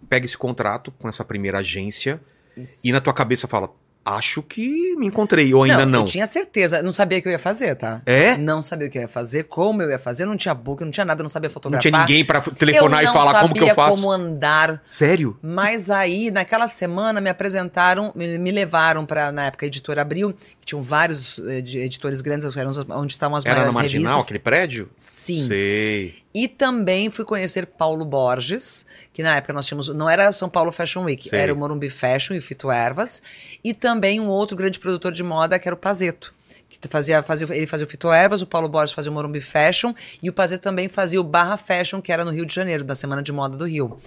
pega esse contrato com essa primeira agência
Isso.
e na tua cabeça fala, acho que me encontrei, ou ainda não.
Eu tinha certeza, não sabia o que eu ia fazer, tá?
É?
Não sabia o que eu ia fazer, como eu ia fazer, não tinha book, não tinha nada, não sabia
Não
fotografar.
tinha ninguém pra telefonar
eu
e
não
falar como que eu
sabia
faço.
como andar.
Sério?
Mas aí, naquela semana, me apresentaram, me, me levaram para na época, a Editora Abril, que tinham vários eh, de- editores grandes, eram os- onde estavam as
Era na
maiores
marginal,
revistas.
aquele prédio?
Sim.
Sei.
E também fui conhecer Paulo Borges, que na época nós tínhamos. Não era São Paulo Fashion Week,
Sei.
era o Morumbi Fashion e o Fito Ervas. E também um outro grande produtor de moda, que era o Pazeto. Que fazia, fazia, ele fazia o Fito Ervas, o Paulo Borges fazia o Morumbi Fashion e o Pazeto também fazia o Barra Fashion, que era no Rio de Janeiro, da Semana de Moda do Rio.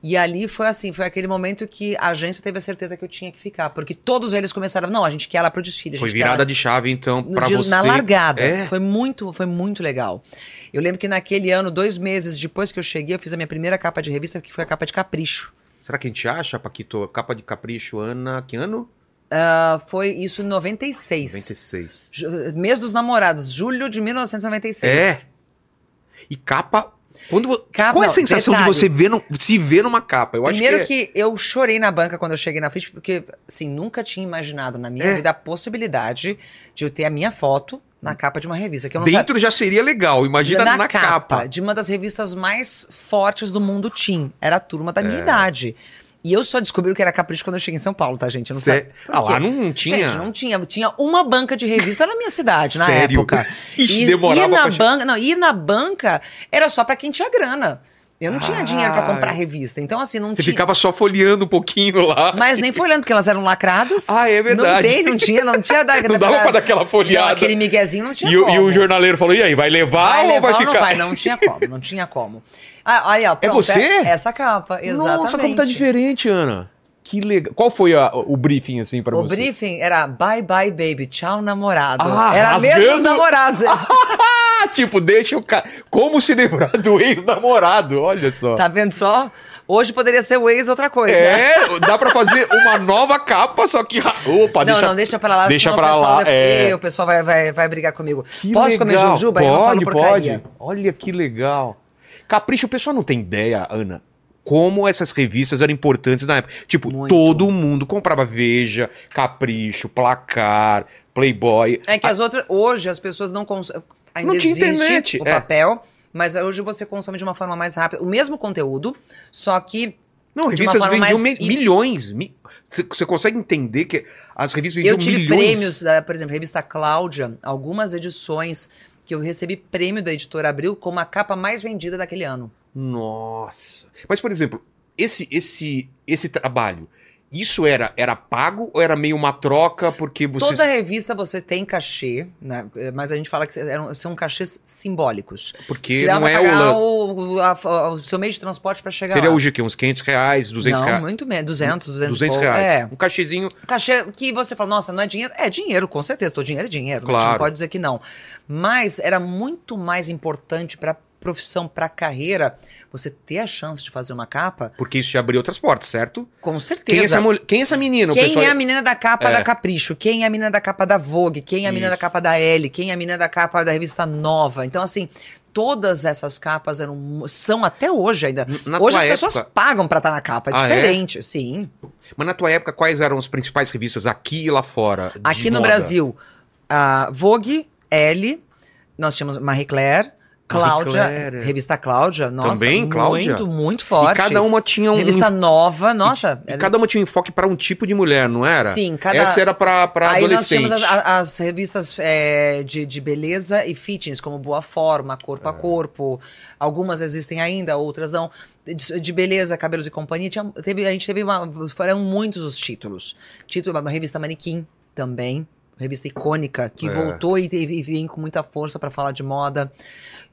E ali foi assim, foi aquele momento que a agência teve a certeza que eu tinha que ficar, porque todos eles começaram, não, a gente quer ela pro desfile, a gente
Foi
quer ela
virada de chave, então,
no
pra
dia-
você.
Na largada.
É?
Foi muito, foi muito legal. Eu lembro que naquele ano, dois meses depois que eu cheguei, eu fiz a minha primeira capa de revista, que foi a capa de Capricho.
Será que a gente acha, Paquito? Capa de Capricho, Ana, que ano?
Ah, foi isso em 96.
96. É,
Ju- Mês dos namorados, julho de 1996.
E capa Quando, vo-
Capa,
qual é a
não,
sensação
detalhe.
de você ver no- se ver numa capa? Eu acho
Primeiro
que, é-
que, eu chorei na banca quando eu cheguei na frente, porque, assim, nunca tinha imaginado na minha
É.
vida a possibilidade de eu ter a minha foto
Hum.
na capa de uma revista. Que eu não sabia.
dentro já seria legal. Imagina na, capa.
de uma das revistas mais fortes do mundo teen. Era a turma da minha
É.
idade. E eu só descobri o que era capricho quando eu cheguei em São Paulo, tá, gente? Eu não
Cê-
sabia.
Ah, lá
Por quê?
não tinha.
Gente, não tinha. Tinha uma banca de revista na minha cidade, na
Sério?
época.
Ixi,
E-
demorava
ir na
pra chegar.
banca, não, ir na banca era só pra quem tinha grana. Eu não tinha dinheiro pra
Ah.
comprar revista. Então, assim, não
Você
tinha.
ficava só folheando um pouquinho lá.
Mas nem foi olhando, porque elas eram lacradas.
Ah, é verdade.
Não tem, não tinha, não tinha da,
Não dava pra dar aquela
Não,
folheada.
aquele miguezinho não tinha
e, o-
como.
e o jornaleiro falou: e aí, vai levar
vai
ou vai
levar ou
ficar? É
não vai? Não tinha como, não tinha como. Ah, aí, ó, pronto,
você?
essa capa, exatamente.
Nossa, como tá diferente, Ana. Que legal. Qual foi a- o briefing, assim, pra
O
você?
briefing era bye bye baby, tchau namorado.
Ah,
era mesmo os
rasgando.
namorados.
Ah, tipo, deixa o cara. Como se livrar do ex-namorado? Olha só.
tá vendo só? Hoje poderia ser o ex outra coisa. né?
É, dá pra fazer uma nova capa, só que. ra- Opa,
Não,
deixa.
não, deixa pra lá.
Deixa
senão o
pra
pessoal
lá.
vai-
É.
Ih, O pessoal vai, vai, vai brigar comigo.
Que
Posso comer
legal.
jujuba?
Pode,
eu não falo porcaria.
pode. Olha que legal. Capricho, o pessoal não tem ideia, Ana. Como essas revistas eram importantes na época. Tipo,
Muito.
todo mundo comprava Veja, Capricho, Placar, Playboy.
É que as outras. Hoje as pessoas não consomem. Ainda
Ah. Não tinha
existe
internet,
o
é.
papel, mas hoje você consome de uma forma mais rápida. O mesmo conteúdo, só que
Não,
De uma
revistas
forma
vendiam
mais-
mi- milhões. Você consegue entender que as revistas vendiam
eu tive
milhões?
prêmios, da, por exemplo, revista Cláudia, algumas edições que eu recebi prêmio da editora Abril como a capa mais vendida daquele ano.
Nossa. Mas, por exemplo, esse esse esse trabalho, isso era era pago ou era meio uma troca porque vocês...
Toda revista você tem cachê, né? mas a gente fala que eram- são cachês simbólicos.
Porque
que dá
não
pra
é o...
pagar
lan-
o, o- a- o seu meio de transporte para chegar
Seria
lá.
hoje o quê? Uns 500 reais, 200
não,
reais?
muito menos. 200, 200, e
200
pouco.
reais.
É.
Um cachezinho.
Cachê que você fala, nossa, não é dinheiro? É dinheiro, com certeza. Todo dinheiro é dinheiro. né? A gente
Claro.
não pode dizer que não. Mas era muito mais importante para profissão, para carreira, você ter a chance de fazer uma capa,
Porque isso te abriu outras portas, certo?
com
Quem é,
certeza.
essa mulher- quem é essa menina? O
Quem
pessoal-
é a menina da capa
É.
da Capricho? Quem é a menina da capa da Vogue? Quem é a menina da
Isso.
capa da Elle? Quem é a menina da capa da revista Nova? Então, assim, todas essas capas eram, mu- são até hoje ainda.
Na
hoje
tua
as pessoas
época-
pagam pra estar na capa, é
Ah, é?
diferente, sim.
Mas na tua época, quais eram as principais revistas aqui e lá fora? de
Aqui no
moda?
Brasil, a Vogue, Elle, nós tínhamos Marie Claire, Cláudia,
Claire.
revista Cláudia, nossa,
Também, Cláudia?
muito, muito
E
forte.
cada uma tinha um.
Revista Nova,
e-
nossa.
E,
ela-
cada uma tinha um enfoque para um tipo de mulher, não era?
Sim, cada-
Essa era para para
Aí nós
adolescente.
tínhamos as, a- as revistas é, de, de beleza e fitness, como Boa Forma,
É.
Corpo a Corpo. Algumas existem ainda, outras não. De, de beleza, cabelos e companhia. tinha- teve, a gente teve uma. Foram muitos os títulos. Título, uma revista Manequim também. Revista icônica, que
É.
voltou e, e, e vem com muita força para falar de moda.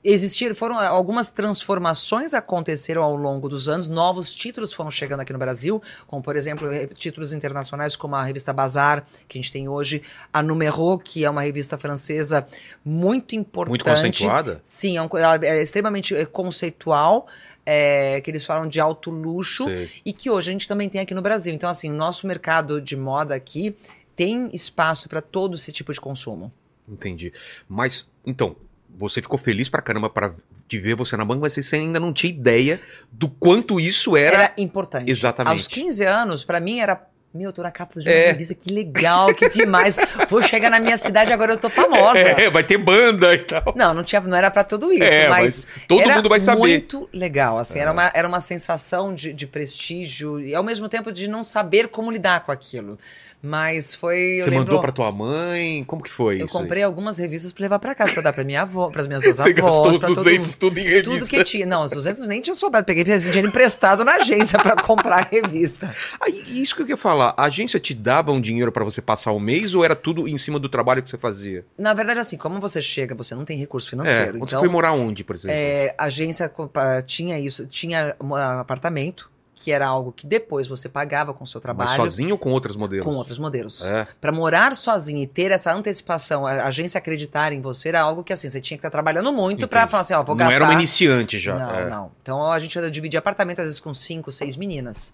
Existiram, foram ah, algumas transformações aconteceram ao longo dos anos, novos títulos foram chegando aqui no Brasil, como por exemplo eh, títulos internacionais como a revista Bazar que a gente tem hoje, a Numero que é uma revista francesa muito importante,
Muito conceituada?
Sim, é um co- ela é extremamente eh, conceitual, eh, que eles falam de alto luxo
Sei.
e que hoje a gente também tem aqui no Brasil. Então assim, o nosso mercado de moda aqui tem espaço para todo esse tipo de consumo.
Entendi. Mas, então, você ficou feliz pra caramba pra, de ver você na banca, mas você ainda não tinha ideia do quanto isso era.
Era, importante.
Exatamente.
Aos 15 anos, pra mim era. Meu, eu tô na capa de uma
É.
revista, que legal, que demais. Vou chegar na minha cidade, agora eu tô famosa.
É, vai ter banda e tal.
Não, não, tinha, não era pra tudo isso,
É,
mas.
todo
era
mundo vai saber. É.
Muito legal, assim, era, uma, era uma sensação de, de prestígio e ao mesmo tempo de não saber como lidar com aquilo. Mas foi. eu
Você
lembro-
mandou pra tua mãe? Como que foi
Eu
isso? aí?
comprei algumas revistas pra levar pra casa, pra dar pra minha avó, pras minhas duas
Você
avós.
gastou os
pra todo
200
mundo.
tudo em revista.
Tudo que tinha. Não, os 200 nem tinha sobrado. Peguei esse dinheiro emprestado na agência pra comprar a revista.
Ah, e isso que eu ia falar. A agência te dava um dinheiro pra você passar o mês ou era tudo em cima do trabalho que você fazia?
Na verdade, assim, como você chega, você não tem recurso
É,
financeiro.
quando você
então,
foi morar onde, por exemplo?
é, a agência compa- tinha isso, tinha um apartamento, que era algo que depois você pagava com o seu
Mas
trabalho,
sozinho ou com outros modelos?
com outros modelos. Pra
É.
morar sozinho e ter essa antecipação, a agência acreditar em você era algo que, assim, você tinha que estar trabalhando muito pra
Entendi.
falar assim, ó, vou
não
gastar...
era uma iniciante já.
Não,
é.
não. Então a gente dividia apartamento, às vezes, com cinco, seis meninas.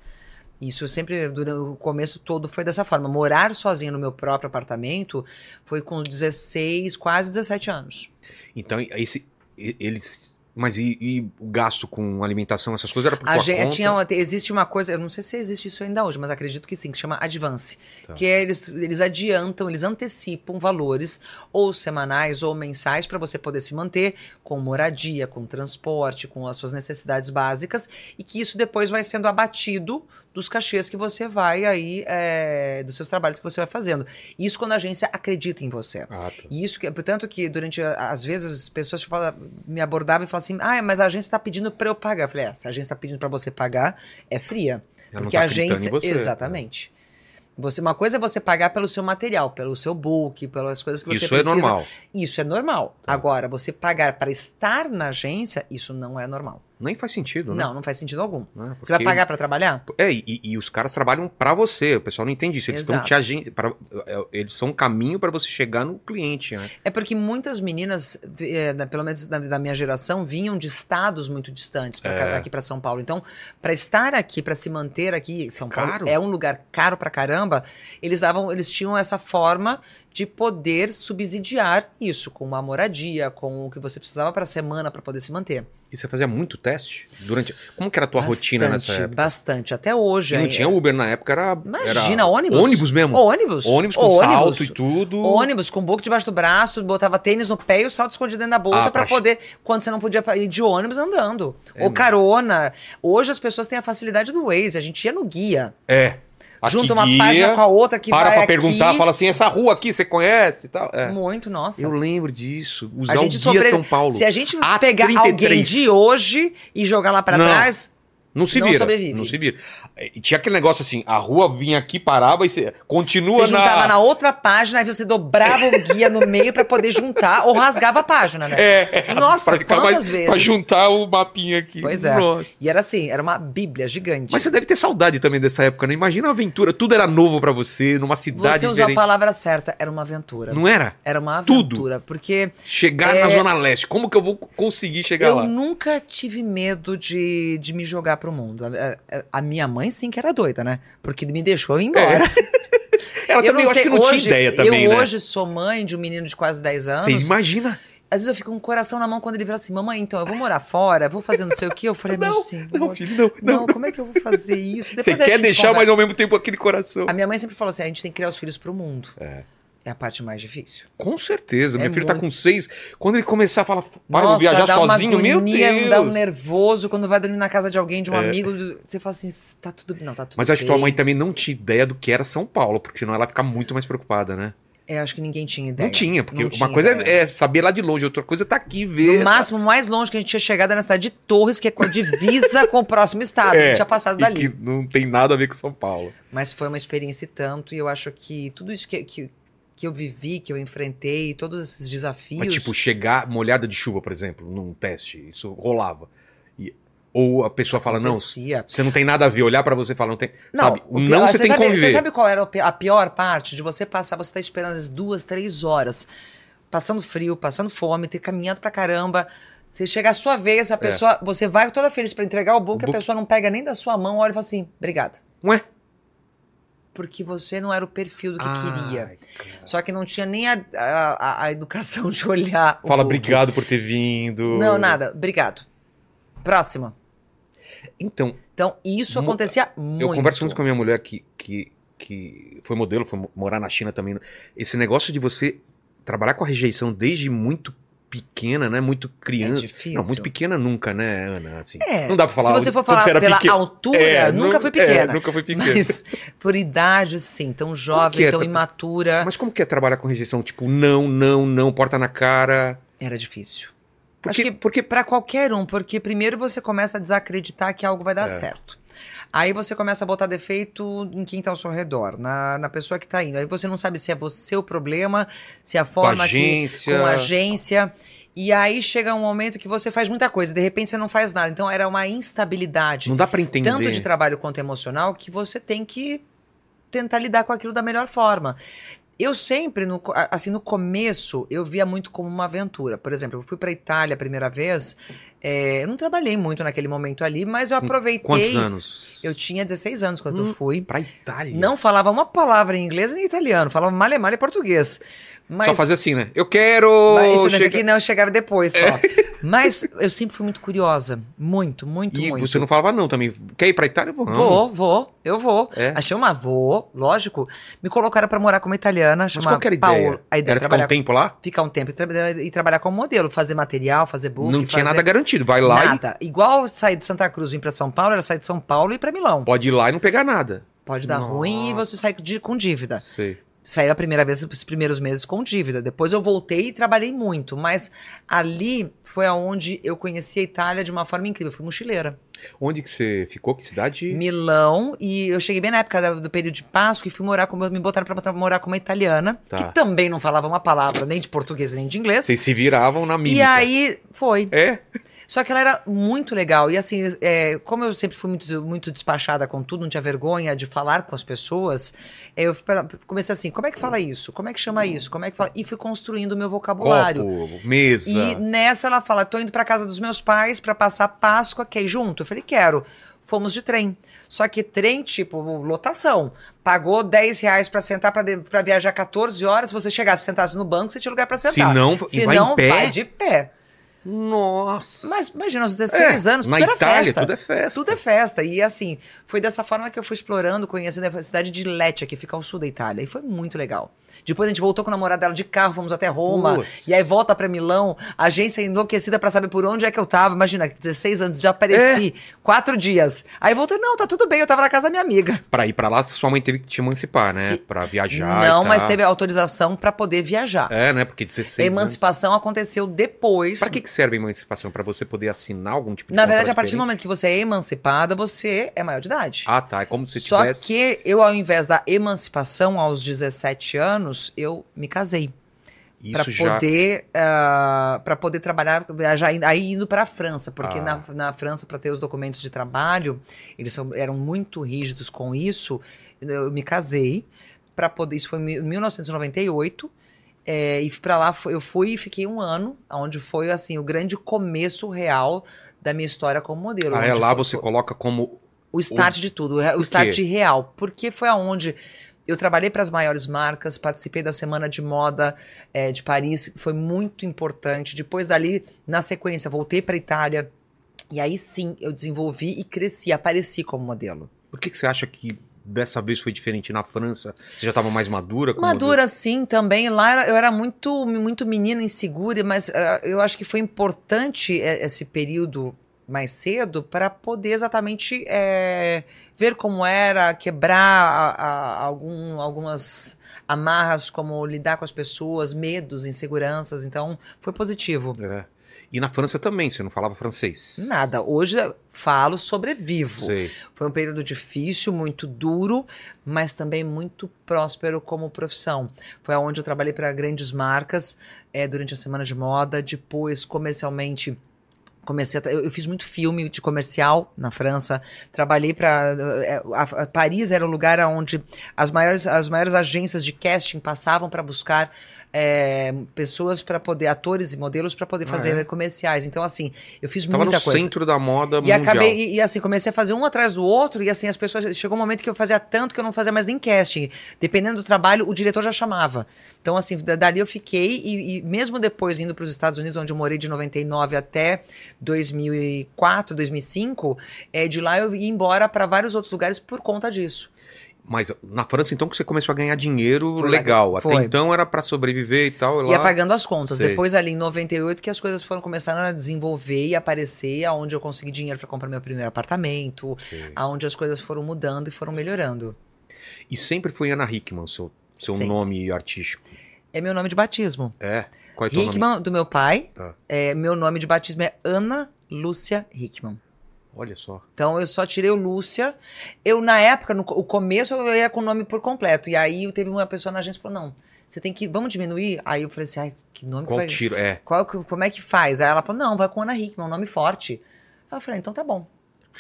Isso sempre, durante o começo todo, foi dessa forma. Morar sozinho no meu próprio apartamento foi com 16, quase 17 anos.
Então, esse, e- eles Mas e, e o gasto com alimentação, essas coisas, era por
A
tua
gente,
conta?
tinha um uma- existe uma coisa, eu não sei se existe isso ainda hoje, mas acredito que sim, que chama advance.
Tá.
Que é, eles, eles adiantam, eles antecipam valores, ou semanais ou mensais, para você poder se manter com moradia, com transporte, com as suas necessidades básicas, e que isso depois vai sendo abatido dos cachês que você vai aí, é, dos seus trabalhos que você vai fazendo. Isso quando a agência acredita em você.
Ah, tá.
E isso, que, portanto, que durante, a- às vezes, as pessoas fala- me abordavam e falavam assim, ah, mas a agência está pedindo para eu pagar. Eu falei, é, se a agência está pedindo para você pagar, é fria.
Ela não
porque
tá
a
acreditando em
agência...
você, né?
Exatamente. Você, uma coisa é você pagar pelo seu material, pelo seu book, pelas coisas que você
Isso
precisa.
é normal. Tá.
Isso é normal. Agora, você pagar para estar na agência, isso não é normal.
Nem faz sentido, né?
Não, não faz sentido algum.
Né?
Você vai
Porque-
pagar para trabalhar?
É, e, e os caras trabalham pra você, o pessoal não entende isso. Eles estão
Exato.
te agen... pra- é, Eles são um caminho pra você chegar no cliente, né?
É porque muitas meninas, eh, na- pelo menos da, da minha geração, vinham de estados muito distantes pra cá-
É.
aqui para São Paulo. Então, para estar aqui, para se manter aqui, São
Caro.
Paulo é um lugar caro pra caramba. Eles davam, eles tinham essa forma de poder subsidiar isso com uma moradia, com o que você precisava para semana para poder se manter.
E você fazia muito teste durante. Como que era a tua rotina nessa época?
Bastante, até hoje. é.
E não
aí-
tinha Uber na época, era.
Imagina,
era
ônibus.
Ônibus mesmo.
Ônibus.
Ônibus com salto e tudo.
Ônibus com boca debaixo do braço, botava tênis no pé e o salto escondido dentro da bolsa
Ah,
pra
pra che-
poder, quando você não podia ir de ônibus andando.
É
Ou
mesmo.
carona. Hoje as pessoas têm a facilidade do Waze, a gente ia no guia.
É. Aqui
junta uma
guia,
página com a outra que
Para
vai
pra
aqui.
perguntar, fala assim: essa rua aqui você conhece e tal. É.
Muito, nossa.
Eu lembro disso. Usar
A
o
gente
Guia
sobre-
São Paulo.
Se a gente
A
pegar
33.
alguém de hoje e jogar lá pra
Não.
trás,
Não se
não
vira.
sobrevive.
Não se vira. E tinha aquele negócio assim: a rua vinha aqui, parava e você. Continua
você juntava
na.
na outra página, aí você dobrava o guia no meio pra poder juntar, ou rasgava a página, né?
É,
Nossa,
pra ficar
quantas
mais-
vezes?
Pra juntar o mapinha aqui.
Pois é.
Nossa.
E era assim, era uma bíblia gigante.
Mas você deve ter saudade também dessa época, né? Imagina a aventura, tudo era novo pra você, numa cidade
Você usou a
diferente.
palavra certa, era uma aventura.
Não era?
Era uma
Tudo.
aventura, porque
Chegar na Zona Leste, como que eu vou conseguir chegar
É. eu
lá?
nunca tive medo de, de me jogar pro mundo. A, a- a minha mãe sim que era doida, né? Porque me deixou eu ir embora.
É, Ela também, eu acho
sei,
que não tinha
hoje-
ideia também,
Eu
né?
hoje sou mãe de um menino de quase 10 anos.
Você imagina?
Às vezes eu fico com o coração na mão quando ele vira assim, mamãe, então, eu vou morar fora, vou fazer não sei o quê. Eu falei,
Não,
meu senhor,
Não, filho, não, não.
não, como é que eu vou fazer isso?
Você
Depois a
quer
gente
deixar,
conversa.
mas ao mesmo tempo aquele coração.
A minha mãe sempre falou assim, a gente tem que criar os filhos pro mundo.
É.
É a parte mais difícil.
Com certeza, meu
É
filho tá
muito.
com seis. Quando ele começar a falar, pai, eu vou
Nossa,
viajar
dá uma
sozinho, meu
agonia,
Deus. É.
Dá um nervoso quando vai dormir na casa de alguém, de um amigo. Você fala assim, tá tudo bem. Não, tá tudo
Mas eu acho que tua
bem.
mãe também não tinha ideia do que era São Paulo, porque senão ela ia ficar muito mais preocupada, né?
É, acho que ninguém tinha ideia.
Não tinha, porque
Não
uma
tinha
coisa
ideia.
é, é saber lá de longe, outra coisa tá aqui ver.
No
essa-
máximo, o mais longe que a gente tinha chegado era na cidade de Torres, que é com a divisa com o próximo estado.
É,
a gente tinha passado
e
dali.
que não tem nada a ver com São Paulo.
Mas foi uma experiência e tanto, e eu acho que tudo isso que, que, que eu vivi, que eu enfrentei, todos esses desafios.
Mas, tipo, chegar molhada de chuva, por exemplo, num teste, isso rolava. E- ou a pessoa fala, não,
acontecia.
você não tem nada a ver, olhar pra você e falar, não tem. sabe, o
pi-
não
ah,
você tem que
sabe-
conviver.
Você sabe qual era o pi- a pior parte? De você passar, você tá esperando as duas, três horas, passando frio, passando fome, ter caminhado pra caramba. Você chega a sua vez, a pessoa, você vai toda feliz pra entregar o book,
O É. book.
a pessoa não pega nem da sua mão, olha e fala assim, obrigado.
Ué?
Porque você não era o perfil do que
Ah,
queria.
Ai, cara.
Só que não tinha nem a, a- a- a educação de olhar. o
Fala,
book.
obrigado por ter vindo.
Não, nada. Obrigado. Próxima.
Então,
Então, isso
Mu-
acontecia muito.
eu converso muito com a minha mulher que, que, que foi modelo, foi mo- morar na China também. Esse negócio de você trabalhar com a rejeição desde muito pequena, né? Muito
É
criança.
difícil.
Não, muito pequena nunca, né, Ana? Assim,
É.
Não dá pra falar.
Se você for
quando você
falar
era
pela
pequeno.
altura,
É,
nunca
nu-
fui pequena.
é, nunca fui pequena. Mas...
Mas por idade, sim. Tão
que
jovem,
é
tão
tra-
imatura.
como que é trabalhar com rejeição? Tipo, não, não, não, porta na cara.
Era difícil.
Porque,
Acho que-
porque
Pra qualquer um, porque primeiro você começa a desacreditar que algo vai dar
É.
certo. Aí você começa a botar defeito em quem tá ao seu redor, na, na pessoa que tá indo. Aí você não sabe se é você o problema, se é a
com a
forma que,
agência.
com a agência. E aí chega um momento que você faz muita coisa, de repente você não faz nada. Então era uma instabilidade,
Não dá pra entender.
tanto de trabalho quanto emocional, que você tem que tentar lidar com aquilo da melhor forma. Eu sempre, no, co- a- assim, no começo, eu via muito como uma aventura. Por exemplo, eu fui para Itália a primeira vez, É, eu não trabalhei muito naquele momento ali, mas eu
Com
aproveitei.
Quantos anos?
Eu tinha 16 anos quando
Hum.
eu fui.
Pra Itália.
Não falava uma palavra em inglês nem italiano, falava malemar e português. Mas,
Só fazer assim, É. né? Eu quero.
mas isso nesse
chegar-
aqui não chegaram depois só. Mas eu sempre fui muito curiosa, muito, é muito,
E
muito.
você não falava não também. Quer ir pra Itália? Vou.
Vou, vou, eu vou.
É.
Achei uma vou, lógico. Me colocaram pra morar com uma italiana,
Mas
chamada
qual que era a
Paola.
ideia?
A
era
ideia
ficar
era trabalhar,
um tempo lá?
ficar um tempo e, tra- e trabalhar como modelo, fazer material, fazer book,
não tinha
fazer
nada garantido. Vai lá
nada. Igual sair de Santa Cruz e ir pra São Paulo, era sair de São Paulo e ir pra Milão.
e pode ir lá e não pegar nada.
Pode dar
Nossa.
ruim e você sai de- com dívida.
Sei.
Saí a primeira vez, os primeiros meses com dívida. Depois eu voltei e trabalhei muito. Mas ali foi aonde eu conheci a Itália de uma forma incrível. Eu fui mochileira.
Onde que você ficou? Que cidade?
Milão. E eu cheguei bem na época da- do período de Páscoa e fui morar com... Me botaram pra, pra morar com uma italiana.
Tá.
Que também não falava uma palavra, nem de português, nem de inglês.
Vocês se viravam na mímica.
E aí, foi.
É?
Só que ela era muito legal. E assim, é, como eu sempre fui muito, muito despachada com tudo, não tinha vergonha de falar com as pessoas, é, eu pra- comecei assim: como é que fala isso? Como é que chama isso? Como é que fala? E fui construindo o meu vocabulário.
Copo, mesa.
E nessa ela fala: tô indo pra casa dos meus pais pra passar Páscoa, quer ir junto? Eu falei: quero. Fomos de trem. Só que trem, tipo, lotação. Pagou 10 reais pra sentar, pra, de- pra viajar 14 horas. Se você chegasse, sentasse no banco, você tinha lugar pra sentar.
Se não, e
Se
vai
não,
em pé.
vai de pé.
Nossa.
Mas imagina, aos 16 anos,
É, na
tudo era
Itália,
festa.
tudo é festa.
Tudo é festa. E assim, foi dessa forma que eu fui explorando, conhecendo a cidade de Lecce, que fica ao sul da Itália. E foi muito legal. Depois a gente voltou com o namorado dela de carro, fomos até Roma.
Putz.
E aí volta pra Milão, a agência é enlouquecida pra saber por onde é que eu tava. Imagina, 16 anos, já apareci.
É.
Quatro dias. Aí voltei, não, tá tudo bem, eu tava na casa da minha amiga.
Pra ir pra lá, sua mãe teve que te emancipar, né?
Se-
Pra viajar.
não,
e
mas
tal.
teve autorização pra poder viajar.
É, né? Porque 16
a
anos.
emancipação aconteceu depois.
Pra que que serve a emancipação? Pra você poder assinar algum tipo de
Na verdade, a
contrato
partir do
diferente?
momento que você é emancipada, você é maior de idade.
Ah, tá. É como se você
Só
tivesse.
que eu, ao invés da emancipação aos 17 anos, eu me casei. Pra
Isso já.
poder, para poder trabalhar, viajar, ainda- aí indo pra França. Porque
Ah.
na, na França, para ter os documentos de trabalho, eles são- eram muito rígidos com isso. Eu me casei para poder. Isso foi em mil- 1998. é, e pra lá fu- eu fui e fiquei um ano, onde foi assim o grande começo real da minha história como modelo.
Ah, é
onde
lá
foi-
você coloca como.
o start de tudo, o start
quê?
real. Porque foi aonde eu trabalhei para as maiores marcas, participei da semana de moda eh, de Paris, foi muito importante. Depois dali, na sequência, voltei para Itália. E aí sim, eu desenvolvi e cresci, apareci como modelo.
Por que, que você acha que dessa vez foi diferente na França? Você já tava mais madura? como-
Madura, sim, também. Lá era- eu era muito, muito menina, insegura, mas eh, eu acho que foi importante eh, esse período mais cedo para poder exatamente eh, ver como era, quebrar a- a- algum- algumas amarras, como lidar com as pessoas, medos, inseguranças. Então, foi positivo.
É. E na França também, você não falava francês?
Nada. Hoje eu falo, sobrevivo.
Sei.
Foi um período difícil, muito duro, mas também muito próspero como profissão. Foi onde eu trabalhei para grandes marcas eh, durante a semana de moda, depois comercialmente. Comecei a tra- eu, eu fiz muito filme de comercial na França. Trabalhei para Paris era o lugar onde as maiores, as maiores agências de casting passavam para buscar eh, pessoas para poder atores e modelos para poder
Ah,
fazer
é?
comerciais. Então assim, eu fiz
Tava
muita
no
coisa.
centro da moda
E
mundial.
acabei, e, e assim, comecei a fazer um atrás do outro, e assim, as pessoas. Chegou um momento que eu fazia tanto que eu não fazia mais nem casting. Dependendo do trabalho, o diretor já chamava. Então, assim, da- dali eu fiquei, e, e mesmo depois indo para os Estados Unidos, onde eu morei de 99 até 2004, 2005, é, de lá eu ia embora para vários outros lugares por conta disso.
Mas na França, então, que você começou a ganhar dinheiro
Foi
legal. Até
Foi.
então era pra sobreviver e tal. e
Ia
lá-
pagando as contas.
Sei.
Depois, ali em 98, que as coisas foram começando a desenvolver e aparecer, aonde eu consegui dinheiro para comprar meu primeiro apartamento,
Sei.
aonde as coisas foram mudando e foram melhorando.
E sempre foi Ana Hickman, seu, seu
Sempre.
nome artístico.
É meu nome de batismo.
É? Qual é teu nome?
Hickman, do meu pai.
Tá.
É, meu nome de batismo é Ana Lúcia Hickman.
Olha só.
Então eu só tirei o Lúcia. Eu, na época, no co- o começo, eu era com o nome por completo. E aí teve uma pessoa na agência que falou: não, você tem que. Vamos diminuir? Aí eu falei assim: ai, que nome
Qual
que vai.
tiro? É.
Qual, que- como é que faz? Aí ela falou: não, vai com Ana Hickman, um nome forte. Aí eu falei: então tá bom.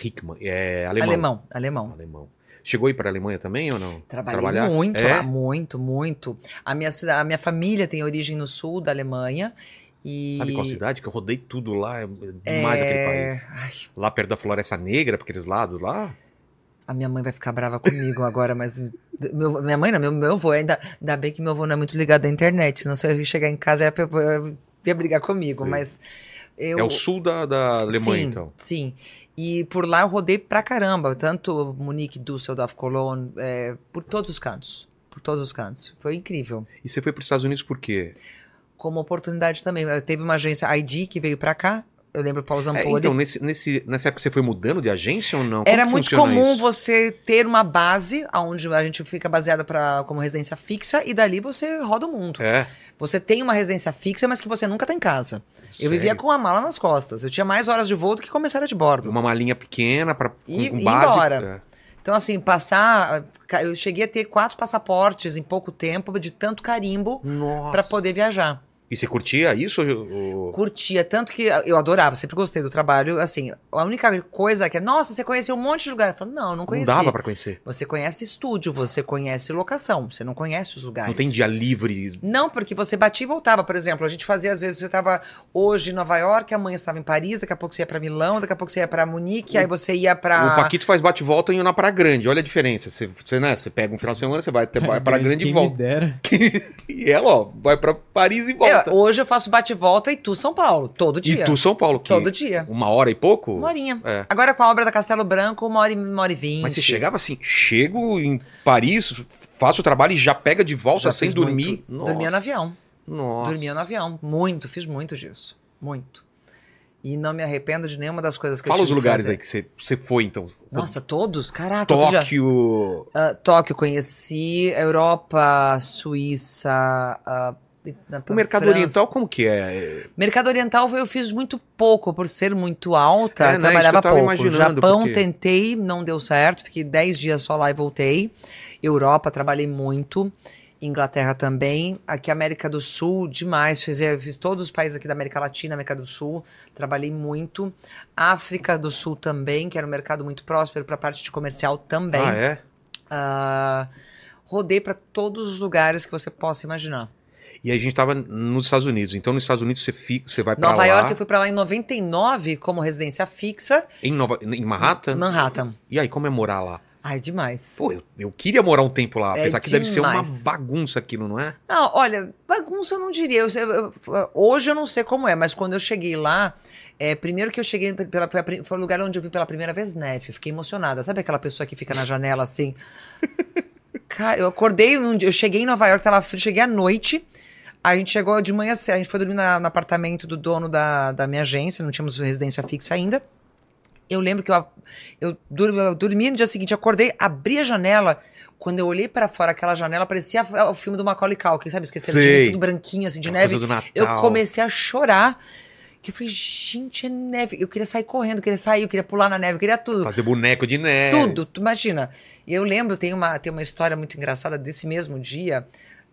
Hickman. É alemão.
Alemão, alemão.
Alemão. Chegou aí pra Alemanha também ou não?
Trabalhei
Trabalhar?
muito
É?
lá, muito, muito. A minha, cida- a minha família tem origem no sul da Alemanha. E...
Sabe qual cidade? Que eu rodei tudo lá. É demais aquele país.
Ai,
Lá perto da Floresta Negra, pra aqueles lados lá.
a minha mãe vai ficar brava comigo agora, mas. meu- minha mãe não, meu, meu avô. Ainda, ainda bem que meu avô não é muito ligado à internet, não sei eu ia chegar em casa ia, ia, ia brigar comigo,
Sim.
mas. Eu,
É o sul da, da Alemanha,
sim,
então.
Sim. E por lá eu rodei pra caramba, tanto Munique, Düsseldorf, Cologne, é, por todos os cantos. Por todos os cantos. Foi incrível.
E você foi pros Estados Unidos por quê?
Como oportunidade também. Eu teve uma agência ID que veio pra cá. Eu lembro Paulo
É,
Zampoli.
então, nesse, nesse, nessa época você foi mudando de agência ou não? Como
Era
que
muito
funciona
comum
isso?
você ter uma base onde a gente fica baseada pra, como residência fixa e dali você roda o mundo.
É.
Você tem uma residência fixa, mas que você nunca tá em casa. Eu vivia
sério?
com a mala nas costas. Eu tinha mais horas de voo do que comissária de bordo.
Uma malinha pequena pra, com,
E-
com
e
base.
embora.
É.
Então, assim, passar. ca- Eu cheguei a ter quatro passaportes em pouco tempo, de tanto carimbo,
Nossa.
pra poder viajar.
E você curtia isso? ô- ô?
Curtia, tanto que eu adorava, sempre gostei do trabalho. Assim, a única coisa que é, nossa, você conheceu um monte de lugar. Eu falo, não, não
Não
conheci.
dava pra conhecer.
Você conhece estúdio, você conhece locação, você não conhece os lugares.
Não tem dia livre.
Não, porque você batia e voltava. Por exemplo, a gente fazia, às vezes, você estava hoje em Nova York, amanhã estava em Paris, daqui a pouco você ia pra Milão, daqui a pouco você ia pra Munique, aí você ia pra.
O Paquito faz bate-volta e na Praia Grande. Olha a diferença. Você, você, né, você pega um final de semana, você vai até pra Praia Grande e
quem
volta.
Me dera.
E ela, ó, vai pra Paris e
É,
volta.
hoje eu faço bate-volta e tu São Paulo, todo dia.
e tu, São Paulo, que
Todo dia.
uma hora e pouco?
Uma horinha.
É.
Agora com a obra da Castelo Branco, uma hora e, uma hora e vinte.
Mas você chegava assim, chego em Paris, faço o trabalho e já pega de volta
Já
sem
fiz
dormir.
muito. Dormia no avião.
Nossa.
Dormia no avião. Muito, fiz muito disso. Muito. E não me arrependo de nenhuma das coisas que eu
Fala
tive
os lugares
que fazer. Ah,
aí que você, você foi, então.
Nossa, todos? Caraca, outro dia-
Tóquio.
Ah, Tóquio conheci, Europa, Suíça. ah, na-
O mercado
França.
oriental, como que é?
Mercado Oriental eu fiz muito pouco, por ser muito alta,
É, né? Isso que
trabalhava
eu tava
pouco.
imaginando,
Japão
porque-
tentei, não deu certo, fiquei 10 dias só lá e voltei. Europa trabalhei muito, Inglaterra também, aqui América do Sul demais, fiz, eu fiz todos os países aqui da América Latina, América do Sul, trabalhei muito. África do Sul também, que era um mercado muito próspero para a parte de comercial também.
Ah, é?
Ah, rodei para todos os lugares que você possa imaginar.
E aí a gente tava nos Estados Unidos. Então nos Estados Unidos você, fica, você vai pra
Nova
lá.
York eu fui para lá em 99 como residência fixa.
Em, Nova, em Manhattan?
Manhattan.
E aí, como é morar lá?
Ai, demais.
Uhum. Pô, eu, eu queria morar um tempo lá,
É
apesar que deve ser uma
demais.
bagunça aquilo, não é?
Não, olha, bagunça eu não diria. Eu- eu- eu- hoje eu não sei como é, mas quando eu cheguei lá, é, primeiro que eu cheguei, pela, foi, a pri- foi o lugar onde eu vi pela primeira vez neve. Eu fiquei emocionada. Sabe aquela pessoa que fica na janela assim? Cara, eu acordei, num dia- eu cheguei em Nova York, tava frio, cheguei à noite. A gente chegou de manhã cedo, a gente foi dormir na- no apartamento do dono da, da minha agência, não tínhamos residência fixa ainda. Eu lembro que eu, eu, dur- eu dormi no dia seguinte, acordei, abri a janela. Quando eu olhei pra fora, aquela janela parecia f- o filme do Macaulay Culkin, sabe? Esquecendo de
Sei.
tudo branquinho, assim, de
Aquela
neve.
coisa do Natal.
Eu comecei a chorar. Que eu falei, gente, é neve. Eu queria sair correndo, eu queria sair, eu queria pular na neve, eu queria tudo.
Fazer boneco de neve.
Tudo, tu imagina. E eu lembro, tem uma, tem uma história muito engraçada desse mesmo dia.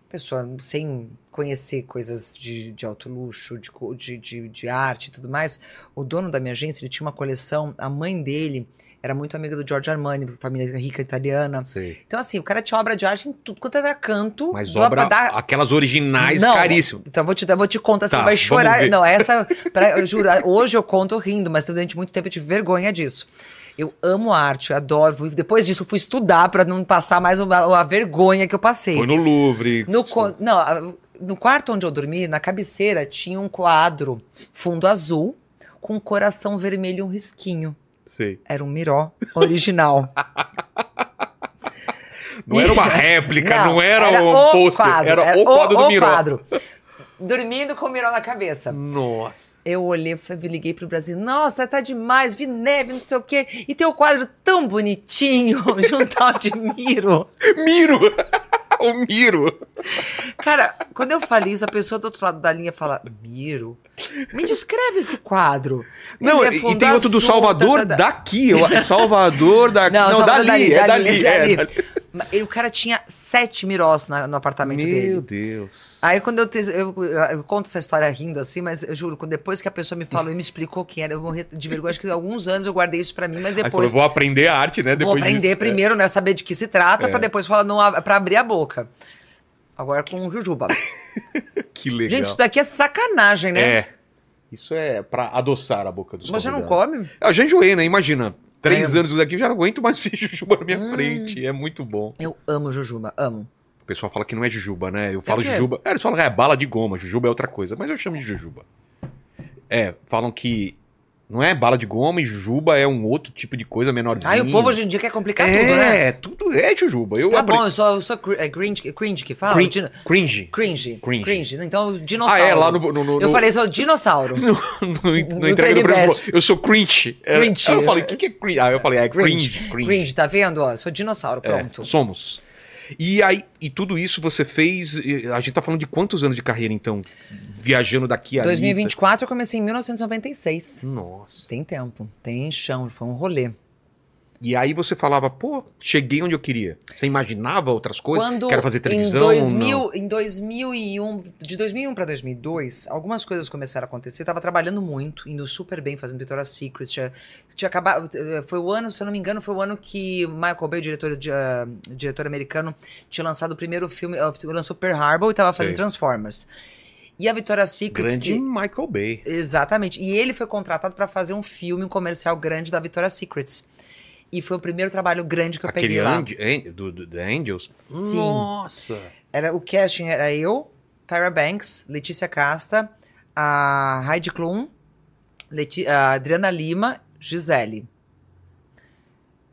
Pessoa, sem conhecer coisas de, de alto luxo, de, co- de, de, de arte e tudo mais, o dono da minha agência, ele tinha uma coleção, a mãe dele era muito amiga do Giorgio Armani, família rica italiana.
Sei.
Então, assim, o cara tinha obra de arte em tudo quanto era canto.
Mas
do-
obra,
da-
aquelas originais,
não,
caríssimas.
Então vou te, dar- vou te contar,
Tá,
você vai
vamos
chorar.
ver.
Não, essa. pra- eu juro, hoje eu conto rindo, mas durante muito tempo eu tive vergonha disso. Eu amo arte, eu adoro. fui- Depois disso, eu fui estudar pra não passar mais uma- a vergonha que eu passei.
Foi no né? Louvre.
No, co- não, a- no quarto onde eu dormi, na cabeceira, tinha um quadro fundo azul com um coração vermelho e um risquinho.
Sei.
Era um miró original.
Não era uma réplica, não, era,
o
um pôster.
quadro,
Era, o quadro do Miró.
quadro. Dormindo com o miró na cabeça.
Nossa.
Eu olhei, fui- liguei pro Brasil, nossa, tá demais, vi neve, não sei o quê, e tem um quadro tão bonitinho de um tal de Miro.
Miro! o Miro.
Cara, quando eu falei isso, a pessoa do outro lado da linha fala, Miro, me descreve esse quadro. Ele
Não,
é
e- e,
fundo
tem outro do
azul,
Salvador
tá, tá, tá.
daqui. eu- Salvador daqui. Não,
Salvador
dali, é dali. é dali.
Mas ele- O cara tinha sete Mirós na- no apartamento dele.
Meu Deus.
Aí quando eu, te- eu, eu conto essa história rindo assim, mas eu juro, quando- depois que a pessoa me falou e me explicou quem era, eu morri de vergonha. Acho que alguns anos eu guardei isso pra mim, mas
Aí você falou,
depois
vou aprender a arte, né?
Vou
Depois
aprender
disso. É.
primeiro, né? Saber de que se trata, pra depois falar, não, ab- pra abrir a boca. Agora com Jujuba.
Que legal.
Gente, isso daqui é sacanagem, né?
É. Isso é pra adoçar a boca dos
Mas Você não
convidados.
come?
Eu já enjoei, né? Imagina. Três
É.
anos daqui eu já não aguento mais ver jujuba na minha
Hum.
frente. É muito bom.
Eu amo Jujuba, amo.
O pessoal fala que não é jujuba, né? Eu falo
o quê?
jujuba. É, eles falam que é bala de goma, jujuba é outra coisa, mas eu chamo de jujuba. É, falam que não é bala de goma e jujuba é um outro tipo de coisa menorzinho.
Ai, o povo hoje em dia quer complicar tudo, né?
é, tudo, é jujuba. Eu
Tá
abri-
bom, eu sou, eu sou cri- é cringe, cringe que fala?
Crin-
Dino-
Cringe.
Cringe.
Cringe.
Cringe. Então,
Ah,
dinossauro.
é, lá no. no, no-
Eu
no-
falei, sou dinossauro.
No, no, na
no
entrega do
Prêmio
prêmio,
Best.
falou, eu sou cringe. É,
Cringe.
aí Eu falei, o que, que é cringe? Ah, eu falei, é cringe. Cringe.
Cringe, tá vendo? Ó, sou dinossauro,
É,
pronto.
somos. E aí, e tudo isso você fez. e A gente tá falando de quantos anos de carreira, então? Viajando daqui a. tá?
2024 eu comecei em 1996.
Nossa.
Tem tempo, tem chão, foi um rolê.
E aí você falava, pô, cheguei onde eu queria. Você imaginava outras coisas?
Quando
Quero fazer televisão?
Em,
Não.
2000, em 2001, de 2001 para 2002, algumas coisas começaram a acontecer. Eu tava trabalhando muito, indo super bem, fazendo Victoria's Secret. Tinha, tinha acabado, eh, foi o ano, se eu não me engano, foi o ano que Michael Bay, o diretor, de, ah, diretor americano, tinha lançado o primeiro filme, ah, lançou Pearl Harbor e tava fazendo
Sei.
Transformers. E a Victoria's Secret
Grande
que-
Michael Bay.
Exatamente. E ele foi contratado para fazer um filme, um comercial grande da Victoria's Secret. E foi o primeiro trabalho grande que eu
Aquele
peguei lá.
Ange- An- do, do, The Angels.
Sim.
Nossa.
Era, o casting era eu, Tyra Banks, Letícia Casta, a Heidi Klum, Leti- a Adriana Lima, Gisele.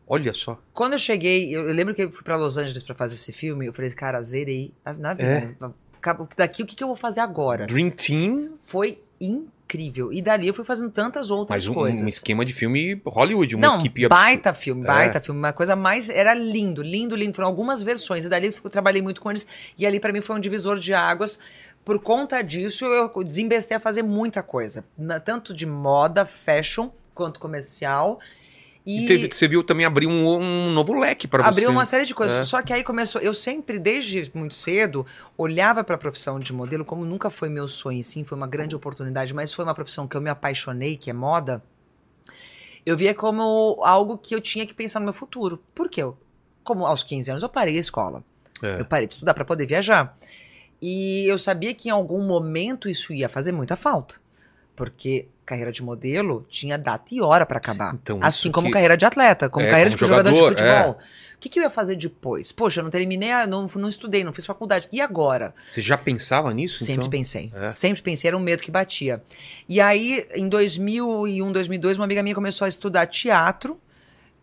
Olha só.
Quando eu cheguei, eu, eu lembro que eu fui pra Los Angeles pra fazer esse filme, eu falei, cara, zerei a- na
É.
vida. Acabou- Daqui, o que, que eu vou fazer agora?
Dream Team,
Foi incrível. E dali eu fui fazendo tantas outras
mas um, um
coisas.
esquema de filme Hollywood, uma
Não,
equipe abs-
baita filme,
É.
baita filme. Uma coisa mais. Era lindo, lindo, lindo. Foram algumas versões. E dali eu trabalhei muito com eles. E ali, pra mim, foi um divisor de águas. Por conta disso, eu desembestei a fazer muita coisa. na- tanto de moda, fashion, quanto comercial.
E,
E,
teve- você viu também abrir um, um novo leque pra você.
abriu uma série de coisas.
É.
Só que aí começou. Eu sempre, desde muito cedo, olhava pra profissão de modelo como nunca foi meu sonho, sim, foi uma grande oportunidade, mas foi uma profissão que eu me apaixonei, que é moda. Eu via como algo que eu tinha que pensar no meu futuro. Por quê? Eu- Como aos 15 anos eu parei a escola.
É.
Eu parei de estudar pra poder viajar. E eu sabia que em algum momento isso ia fazer muita falta. Porque carreira de modelo tinha data e hora pra acabar.
Então,
assim
isso
como
que-
carreira de atleta, como
É,
carreira
como
de jogador,
jogador, é.
de futebol. O que, que eu ia fazer depois? Poxa, eu não terminei, a- não, não estudei, não fiz faculdade. E agora?
Você já pensava nisso?
Sempre
então?
pensei.
É.
Sempre pensei, era um medo que batia. E aí, em 2001, 2002, uma amiga minha começou a estudar teatro.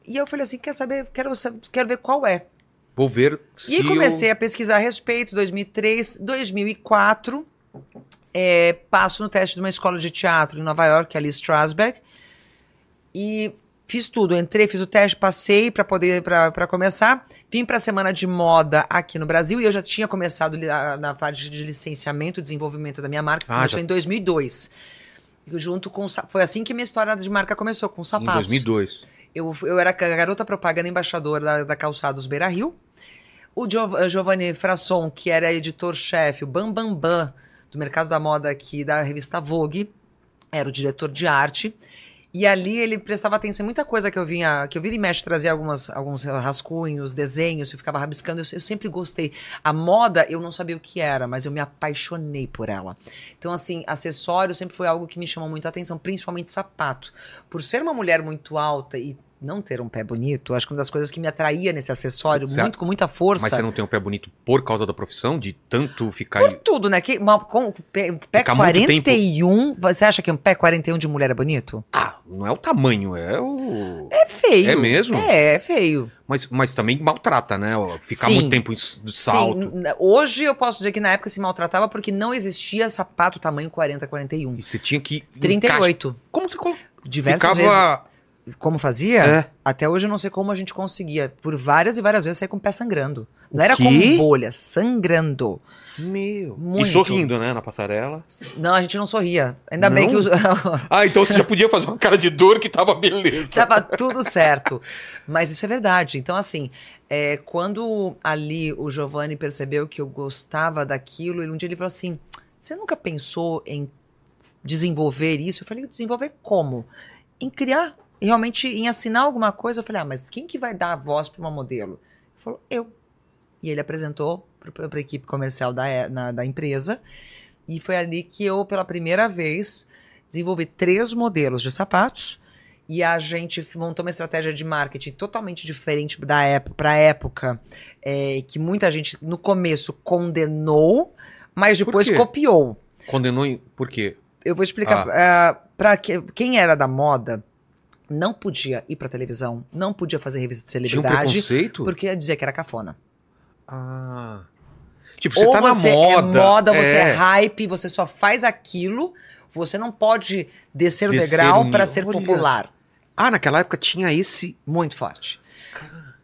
E eu falei assim, quer saber, quero, sa- quero ver qual é.
Vou ver
E aí comecei a pesquisar a respeito, 2003, 2004, é, passo no teste de uma escola de teatro em Nova York, é ali em Strasberg, e fiz tudo, entrei, fiz o teste, passei para poder, para começar, vim para a semana de moda aqui no Brasil, e eu já tinha começado li- a- na parte de licenciamento e desenvolvimento da minha marca, que
Ah,
começou
já-
em 2002. Eu Junto com. o sa- Foi assim que minha história de marca começou, com
Em
sapatos.
2002.
Eu, eu era a garota propaganda embaixadora da, da Calçados Beira Rio. O Gio- eh, Giovanni Frasson, que era editor-chefe, o Bambambam Bam Bam, do mercado da moda aqui da revista Vogue, era o diretor de arte. E ali ele prestava atenção em muita coisa que eu vinha, que eu vira e mexe trazer algumas, alguns rascunhos, desenhos, eu ficava rabiscando, eu, se- eu sempre gostei. A moda, eu não sabia o que era, mas eu me apaixonei por ela. Então, assim, acessório sempre foi algo que me chamou muito a atenção, principalmente sapato. Por ser uma mulher muito alta e não ter um pé bonito, acho que uma das coisas que me atraía nesse acessório,
Cê- cê-
muito com muita força.
Mas você não tem um pé bonito por causa da profissão? De tanto ficar.
Por tudo, né? Que, uma, com, o pé, o pé
Fica muito tempo.
41. Você acha que um pé 41 de mulher é bonito?
Ah, não é o tamanho, é o.
É feio.
É mesmo?
É, é feio.
Mas, mas também maltrata, né? Ficar
Sim.
muito tempo em s- do salto.
Sim, n- hoje eu posso dizer que na época se maltratava porque não existia sapato tamanho 40, 41.
E você tinha que. encaixar-
38.
Como você colo-
Diversas vezes.
ficava.
Como fazia?
É.
Até hoje eu não sei como a gente conseguia. Por várias e várias vezes sair com o pé sangrando. Não era
quê?
como bolha, sangrando.
Meu.
Muito.
E sorrindo, né? Na passarela.
Não, a gente não sorria. Ainda bem
Não?
que os,
Ah, então você já podia fazer uma cara de dor que tava beleza.
Tava tudo certo. Mas isso é verdade. Então, assim, é, quando ali o Giovanni percebeu que eu gostava daquilo, ele um dia ele falou assim: Você nunca pensou em desenvolver isso? Eu falei: Desenvolver como? Em criar, realmente, em assinar alguma coisa. Eu falei: Ah, mas quem que vai dar a voz para uma modelo? Ele falou: Eu. E ele apresentou para a equipe comercial da, e- na- da empresa. E foi ali que eu, pela primeira vez, desenvolvi três modelos de sapatos. E a gente montou uma estratégia de marketing totalmente diferente da época para época, é, que muita gente no começo condenou, mas
Por
depois
quê?
copiou.
Condenou em... Por quê?
Eu vou explicar.
Ah.
para quem era da moda, não podia ir pra televisão, não podia fazer revista de
Tinha um
celebridade,
preconceito?
porque ia dizer que era cafona.
Ah. Tipo, você tá
você
na moda.
é moda, você é.
é.
hype, você só faz aquilo, você não pode descer
Descer o
o degrau
nível.
pra ser
Olha.
popular.
Ah, naquela época tinha esse.
Muito forte.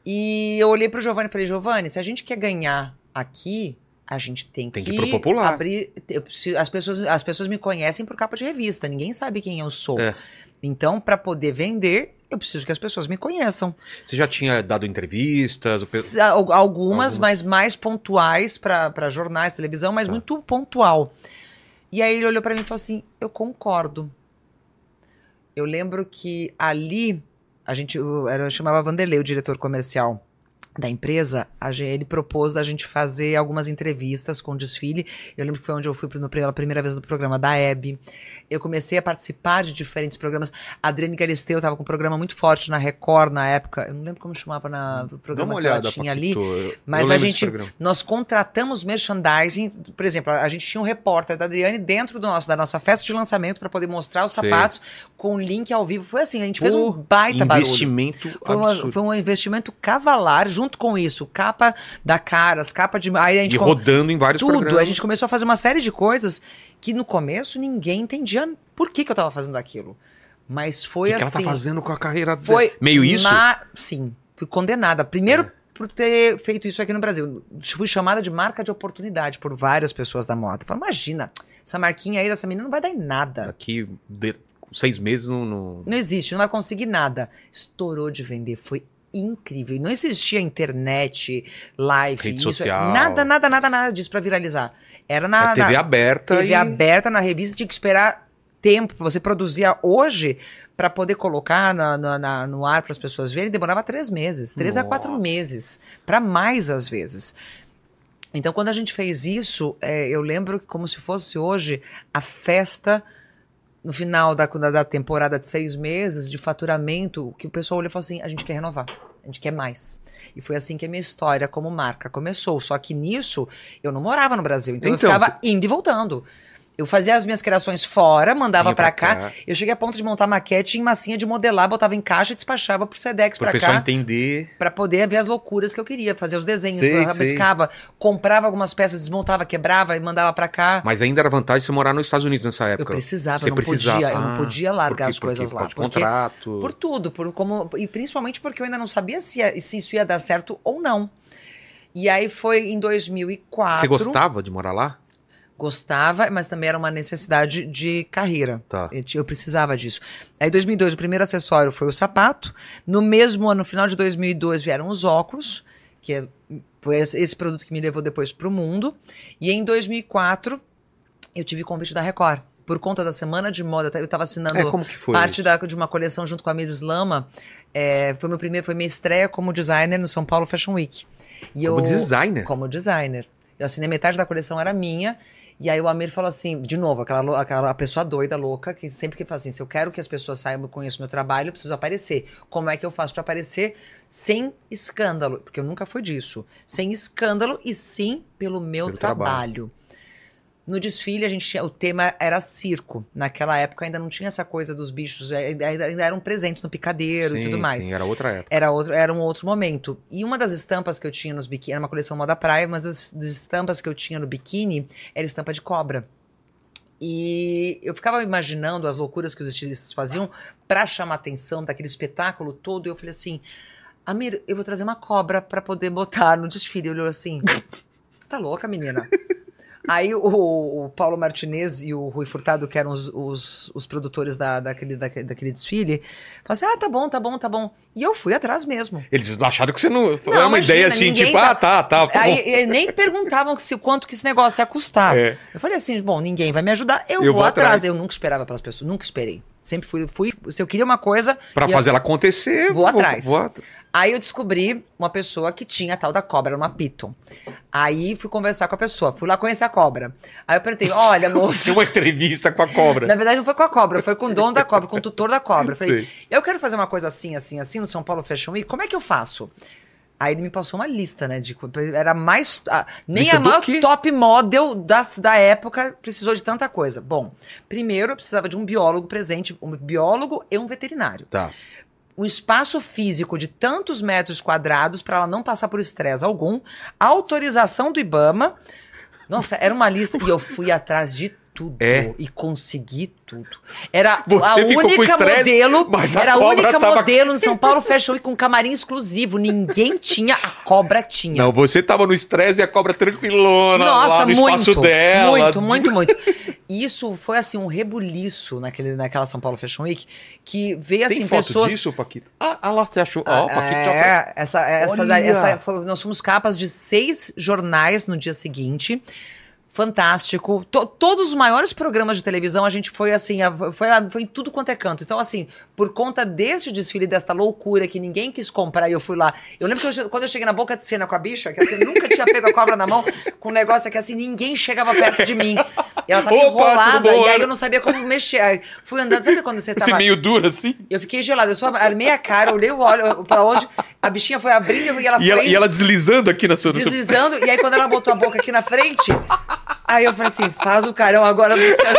E eu olhei pro Giovanni e falei, Giovanni, se a gente quer ganhar aqui, a gente tem,
Tem que ir pro popular.
abrir. eu preciso- as, pessoas, as pessoas me conhecem por capa de revista, ninguém sabe quem eu sou.
É.
Então, pra poder vender, eu preciso que as pessoas me conheçam.
Você já tinha dado entrevistas? o pe-
S- al- Algumas,
Algumas.
mas mais pontuais para jornais, televisão, mas
Tá.
muito pontual. E aí ele olhou para mim e falou assim: Eu concordo. Eu lembro que ali a gente o- era, chamava Vanderlei, o diretor comercial da empresa, a gen- ele propôs a gente fazer algumas entrevistas com desfile. Eu lembro que foi onde eu fui pro- no- pela primeira vez no programa da Hebe. Eu comecei a participar de diferentes programas. A Adriane Galisteu estava com um programa muito forte na Record na época. Eu não lembro como chamava na, o
Hum, Dá
programa
uma
que ela
olhada.
tinha ali.
Paquito, eu-
mas
eu
a
lembro desse
gente-
programa.
Nós contratamos merchandising, por exemplo, a a gente tinha um repórter da Adriane dentro do nosso, da nossa festa de lançamento para poder mostrar os
Sei.
sapatos com link ao vivo. Foi assim, a gente fez
Pô,
um baita barulho.
Investimento
Foi, uma-
absurdo.
foi um investimento cavalar, junto com isso, capa da Caras, capa de. Aí a gente
E
com-
rodando em vários
tudo.
programas.
A gente começou a fazer uma série de coisas que no começo ninguém entendia por que, que eu tava fazendo aquilo. Mas
O
foi
que, que ela
assim.
tá fazendo com a carreira dela?
Foi
Meio isso? É.
ma- Sim, fui condenada. Primeiro por ter feito isso aqui no Brasil. Fui chamada de marca de oportunidade por várias pessoas da moda. Falei, imagina, essa marquinha aí dessa menina não vai dar em nada.
Daqui de- seis meses não. não-
Não existe, não vai conseguir nada. Estourou de vender, foi incrível. E Não existia internet, live,
Rede
isso,
social.
nada, nada, nada, nada disso pra viralizar. Era na,
é TV
na-
aberta.
TV
e...
aberta na revista, tinha que esperar tempo. Você produzia hoje para poder colocar na- na- na- no ar para as pessoas verem, demorava três meses, três a quatro
Nossa.
meses, para mais às vezes. Então, quando a gente fez isso, é, eu lembro que, como se fosse hoje, a festa no final da, da- da temporada de seis meses de faturamento, que o pessoal olhou e falou assim: a gente quer renovar, a gente quer mais. E foi assim que a minha história como marca começou. Só que nisso, eu não morava no Brasil, então,
Então,
eu ficava indo e voltando. Eu fazia as minhas criações fora, mandava
Vinha pra
pra cá.
cá.
Eu cheguei a ponto de montar maquete em massinha de modelar, botava em caixa e despachava pro Sedex
Pro
pra
pessoal
cá,
entender.
pra poder ver as loucuras que eu queria, fazer os desenhos,
Sei,
eu
sei.
rabiscava, comprava algumas peças, desmontava, quebrava e mandava pra cá.
Mas ainda era vantagem você morar nos Estados Unidos nessa
Eu
época.
precisava,
É Você
eu não
precisava.
podia, eu não
Ah,
podia
Por
largar
quê?
as coisas
porque,
lá,
Por causa de
porque
contrato.
por tudo, por como e principalmente porque eu ainda não sabia se, ia- se isso ia dar certo ou não. E aí foi em 2004.
Você gostava de morar lá?
Gostava, mas também era uma necessidade de carreira.
Tá.
Eu, ti- eu precisava disso. Aí, em 2002, o primeiro acessório foi o sapato. No mesmo ano, no final de 2002, vieram os óculos, que é, foi esse esse produto que me levou depois para o mundo. E em 2004, eu tive convite da Record. Por conta da semana de moda, eu ta- eu estava assinando
É, como que foi?
parte da- de uma coleção junto com a Miris Lama. É, foi meu primeiro, foi minha estreia como designer no São Paulo Fashion Week. E
Como
eu-
designer.
como designer. Eu assinei metade da coleção, era minha. E aí o Amir falou assim, de novo, aquela, lou- aquela pessoa doida, louca, que sempre que fala assim, se eu quero que as pessoas saibam, eu conheço meu trabalho, eu preciso aparecer. Como é que eu faço pra aparecer sem escândalo? Porque eu nunca fui disso. Sem escândalo e sim pelo meu
Pelo trabalho.
trabalho. No desfile, a gente tinha, o tema era circo. Naquela época ainda não tinha essa coisa dos bichos, eh, ainda, ainda eram presentes no picadeiro e
Sim,
tudo mais.
Sim, era outra época.
Era, outro, era um outro momento. E uma das estampas que eu tinha nos biquíni, era uma coleção moda praia, uma das, das estampas que eu tinha no biquíni era estampa de cobra. E eu ficava imaginando as loucuras que os estilistas faziam pra chamar a atenção daquele espetáculo todo. E eu falei assim: Amir, eu vou trazer uma cobra pra poder botar no desfile. Ele olhou assim: Você tá louca, menina? Aí o, o Paulo Martinez e o Rui Furtado, que eram os, os, os produtores da, daquele, daquele, daquele desfile, falaram assim: ah, tá bom, tá bom, tá bom. E eu fui atrás mesmo.
Eles acharam que você não. é uma
imagina,
ideia assim,
ninguém
tipo,
tá-
ah, tá, tá. tá
Aí ah,
bom.
e nem perguntavam se, quanto que esse negócio ia custar.
É.
Eu falei assim: bom, ninguém vai me ajudar, eu, vou, atrás. Eu nunca esperava pelas pessoas, nunca esperei. Sempre fui, fui. Se eu queria uma coisa.
Pra
e
fazer ela acontecer,
Vou atrás.
at-
Aí eu descobri uma pessoa que tinha a tal da cobra, uma piton. Aí fui conversar com a pessoa, fui lá conhecer a cobra. Aí eu perguntei, olha, moço.
Tem uma entrevista com a cobra.
Na verdade, não foi com a cobra, foi com o dono da cobra, com o tutor da cobra. Eu Falei,
Sim.
eu quero fazer uma coisa assim, assim, assim, no São Paulo Fashion Week, como é que eu faço? Aí ele me passou uma lista, né? De, co- era mais. a- nem
Lista
a
do
maior
quê?
top model da, da época precisou de tanta coisa. Bom, primeiro eu precisava de um biólogo presente, um biólogo e um veterinário
Tá.
um espaço físico de tantos metros quadrados para ela não passar por estresse algum, autorização do IBAMA. Nossa, era uma lista e eu fui atrás de tudo
É.
e consegui tudo. Era
Você
a
ficou com
única
estresse,
modelo,
mas a
era a
cobra
única
tava-
modelo no São Paulo Fashion Week com camarim exclusivo, ninguém tinha, a cobra tinha.
Não, você tava no estresse e a cobra tranquilona lá
Nossa,
no espaço
muito,
dela.
muito, muito, muito. E Isso foi assim um rebuliço naquele, naquela São Paulo Fashion Week que veio
Tem
assim
foto
pessoas
disso, Paquito? Ah, ah lá, você achou. Ó,
Ah,
o Paquito já-
é, essa, essa, da-
Olha!
essa foi- nós fomos capas de seis jornais no dia seguinte. Fantástico. To- todos os maiores programas de televisão, a gente foi assim, a- foi, a- foi em tudo quanto é canto. Então, assim, por conta deste desfile, desta loucura que ninguém quis comprar, e eu fui lá. Eu lembro que eu che- quando eu cheguei na boca de cena com a bicha, que assim, eu nunca tinha pego a cobra na mão, com um negócio que assim, ninguém chegava perto de mim. E ela tava
Opa, tudo
enrolada,
bom,
e aí
Ana?
eu não sabia como mexer. Aí Fui andando, sabe quando você
Esse
tava.
meio duro assim.
Eu fiquei gelada, eu só armei a cara, olhei o óleo pra onde a bichinha foi abrindo e ela
E
foi
ela, e ela deslizando aqui na sua. no seu-
deslizando. E aí quando ela botou a boca aqui na frente, aí eu falei assim, faz o carão agora. Luciana."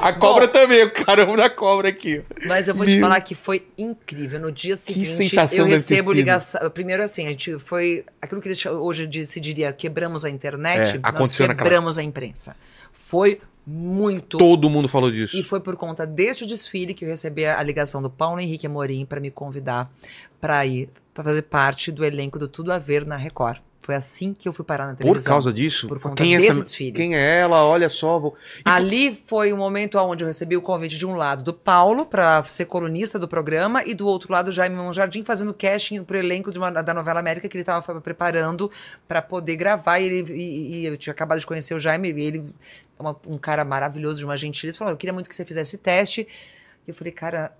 A cobra também, o caramba da cobra aqui. ó.
Mas eu vou te falar que foi incrível. No dia seguinte,
sensação
eu
deve
recebo
ter sido.
ligação. Primeiro assim, a gente foi... Aquilo que deixa- hoje de- se diria, quebramos a
É,
internet, nós
aconteceu naquela-
quebramos a imprensa. Foi muito...
Todo mundo falou disso.
E foi por conta deste desfile que eu recebi a ligação do Paulo Henrique Amorim para me convidar para ir para fazer parte do elenco do Tudo a Ver na Record. Foi assim que eu fui parar na
Por
televisão.
causa disso?
Por conta
quem, é
desse
essa-
desfile.
quem é ela? Olha só. vou-
Ali foi o momento onde eu recebi o convite de um lado do Paulo para ser colunista do programa e do outro lado o Jaime Monjardim fazendo casting pro elenco de uma- da novela América que ele estava preparando para poder gravar e, ele, e- e eu tinha acabado de conhecer o Jaime e ele é uma- um cara maravilhoso de uma gentileza falou eu queria muito que você fizesse teste e eu falei cara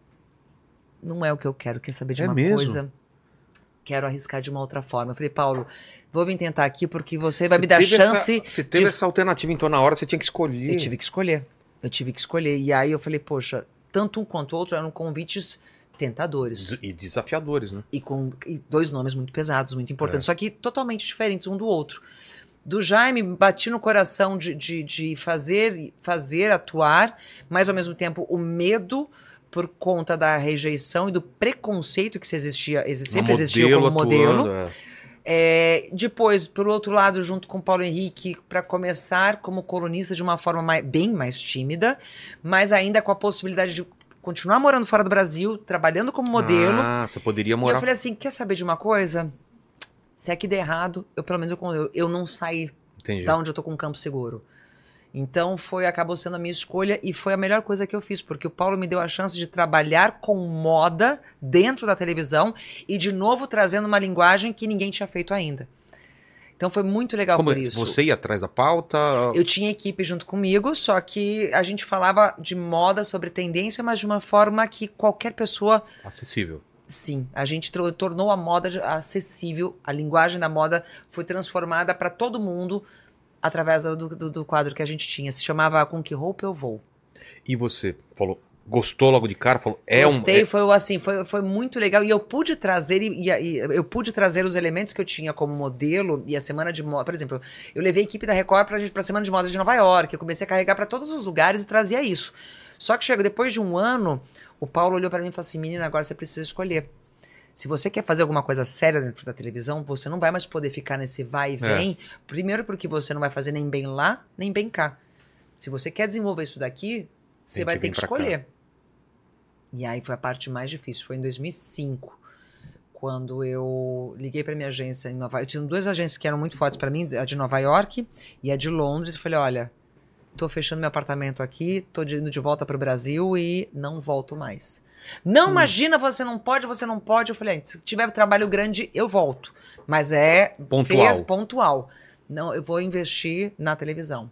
não é o que eu quero quer saber de
É
uma
mesmo?
coisa quero arriscar de uma outra forma eu falei Paulo vou vir tentar aqui porque você vai
Você
me dar
teve
chance
Essa, você teve
de-
essa alternativa, então na hora você tinha que escolher.
eu tive que escolher. Eu tive que escolher. E aí eu falei, poxa, tanto um quanto o outro eram convites tentadores.
Des- E desafiadores, né?
E com e dois nomes muito pesados, muito importantes. Só que totalmente diferentes um do outro. Do Jaime, bati no coração de, de, de fazer, fazer, atuar, mas ao mesmo tempo o medo por conta da rejeição e do preconceito que se existia, exi- sempre
Um
existiu como modelo.
atuando, é.
É, depois, por outro lado, junto com o Paulo Henrique, para começar como colunista de uma forma mai- bem mais tímida, mas ainda com a possibilidade de continuar morando fora do Brasil, trabalhando como um modelo.
Ah, você poderia
e eu
morar.
falei assim: quer saber de uma coisa? Se aqui der errado, eu pelo menos eu, con- eu, eu não saí
Entendi.
da onde eu tô com o campo seguro. Então foi acabou sendo a minha escolha e foi a melhor coisa que eu fiz, porque o Paulo me deu a chance de trabalhar com moda dentro da televisão e de novo trazendo uma linguagem que ninguém tinha feito ainda. Então foi muito legal
Como
por
é?
isso.
Você ia atrás da pauta?
Eu tinha equipe junto comigo, só que a gente falava de moda, sobre tendência, mas de uma forma que qualquer pessoa
Acessível.
Sim, a gente tro- tornou a moda de- acessível, a linguagem da moda foi transformada para todo mundo através do, do, do quadro que a gente tinha. Se chamava Com Que Roupa Eu Vou.
E você falou, gostou logo de cara? Falou, é
Gostei,
um. é-
foi assim, foi, foi muito legal. E eu pude trazer e, e- e eu pude trazer os elementos que eu tinha como modelo e a semana de moda. Por exemplo, eu levei a equipe da Record pra, gente, pra semana de moda de Nova York. Eu comecei a carregar para todos os lugares e trazia isso. Só que chega depois de um ano, o Paulo olhou para mim e falou assim: menina, agora você precisa escolher. Se você quer fazer alguma coisa séria dentro da televisão, você não vai mais poder ficar nesse vai e
É.
vem. Primeiro, porque você não vai fazer nem bem lá, nem bem cá. Se você quer desenvolver isso daqui, você
Tem
vai
que
ter
vir
que
pra cá.
escolher. E aí foi a parte mais difícil. Foi em 2005, quando eu liguei para minha agência em Nova York. Eu tinha duas agências que eram muito fortes para mim, a de Nova York e a de Londres. Eu falei: olha, tô fechando meu apartamento aqui, tô de- indo de volta para o Brasil e não volto mais. Não
Hum.
imagina, você não pode, você não pode. Eu falei: "Ah, se tiver trabalho grande, eu volto. Mas é
Pontual.
fez pontual. Não, eu vou investir na televisão.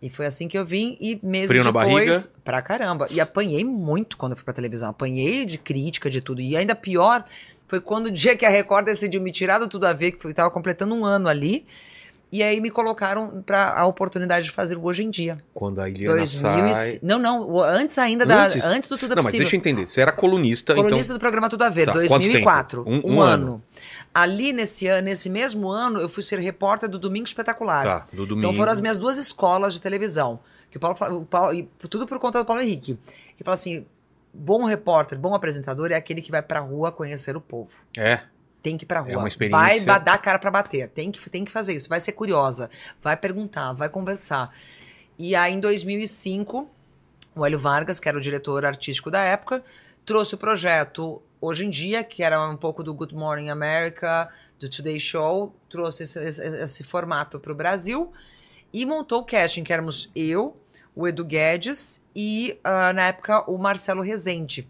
E foi assim que eu vim e meses
Frio na
depois,
barriga.
pra caramba. E apanhei muito quando eu fui pra televisão. Apanhei de crítica, de tudo. E ainda pior foi quando o dia que a Record decidiu me tirar do Tudo a Ver, que foi- eu tava completando um ano ali. E aí me colocaram pra a oportunidade de fazer o Hoje em Dia.
Quando a Eliana
2000 e...
sai...
ci- Não, não, o- antes ainda da,
Antes?
antes? do Tudo é
Não, mas
Possível.
deixa eu entender. Você era colunista, então
Colunista do programa Tudo a Ver,
Tá, quanto
2004.
tempo? Um-
Um,
um ano.
ano. Ali nesse ano, nesse mesmo ano, eu fui ser repórter do Domingo Espetacular.
então... Tá, do domingo.
Então foram as minhas duas escolas de televisão. Que o Paulo, fa- o Paulo- e tudo por conta do Paulo Henrique. Que fala assim: bom repórter, bom apresentador é aquele que vai pra rua conhecer o povo.
É.
Tem que ir pra
É
rua.
uma experiência.
Vai ba- dar a cara pra bater. Tem que, tem que fazer isso. Vai ser curiosa. Vai perguntar. Vai conversar. E aí, em 2005, o Hélio Vargas, que era o diretor artístico da época, trouxe o projeto Hoje em Dia, que era um pouco do Good Morning America, do Today Show, trouxe esse, esse- esse formato pro Brasil e montou o casting, que éramos eu, o Edu Guedes e, ah, na época, o Marcelo Rezende.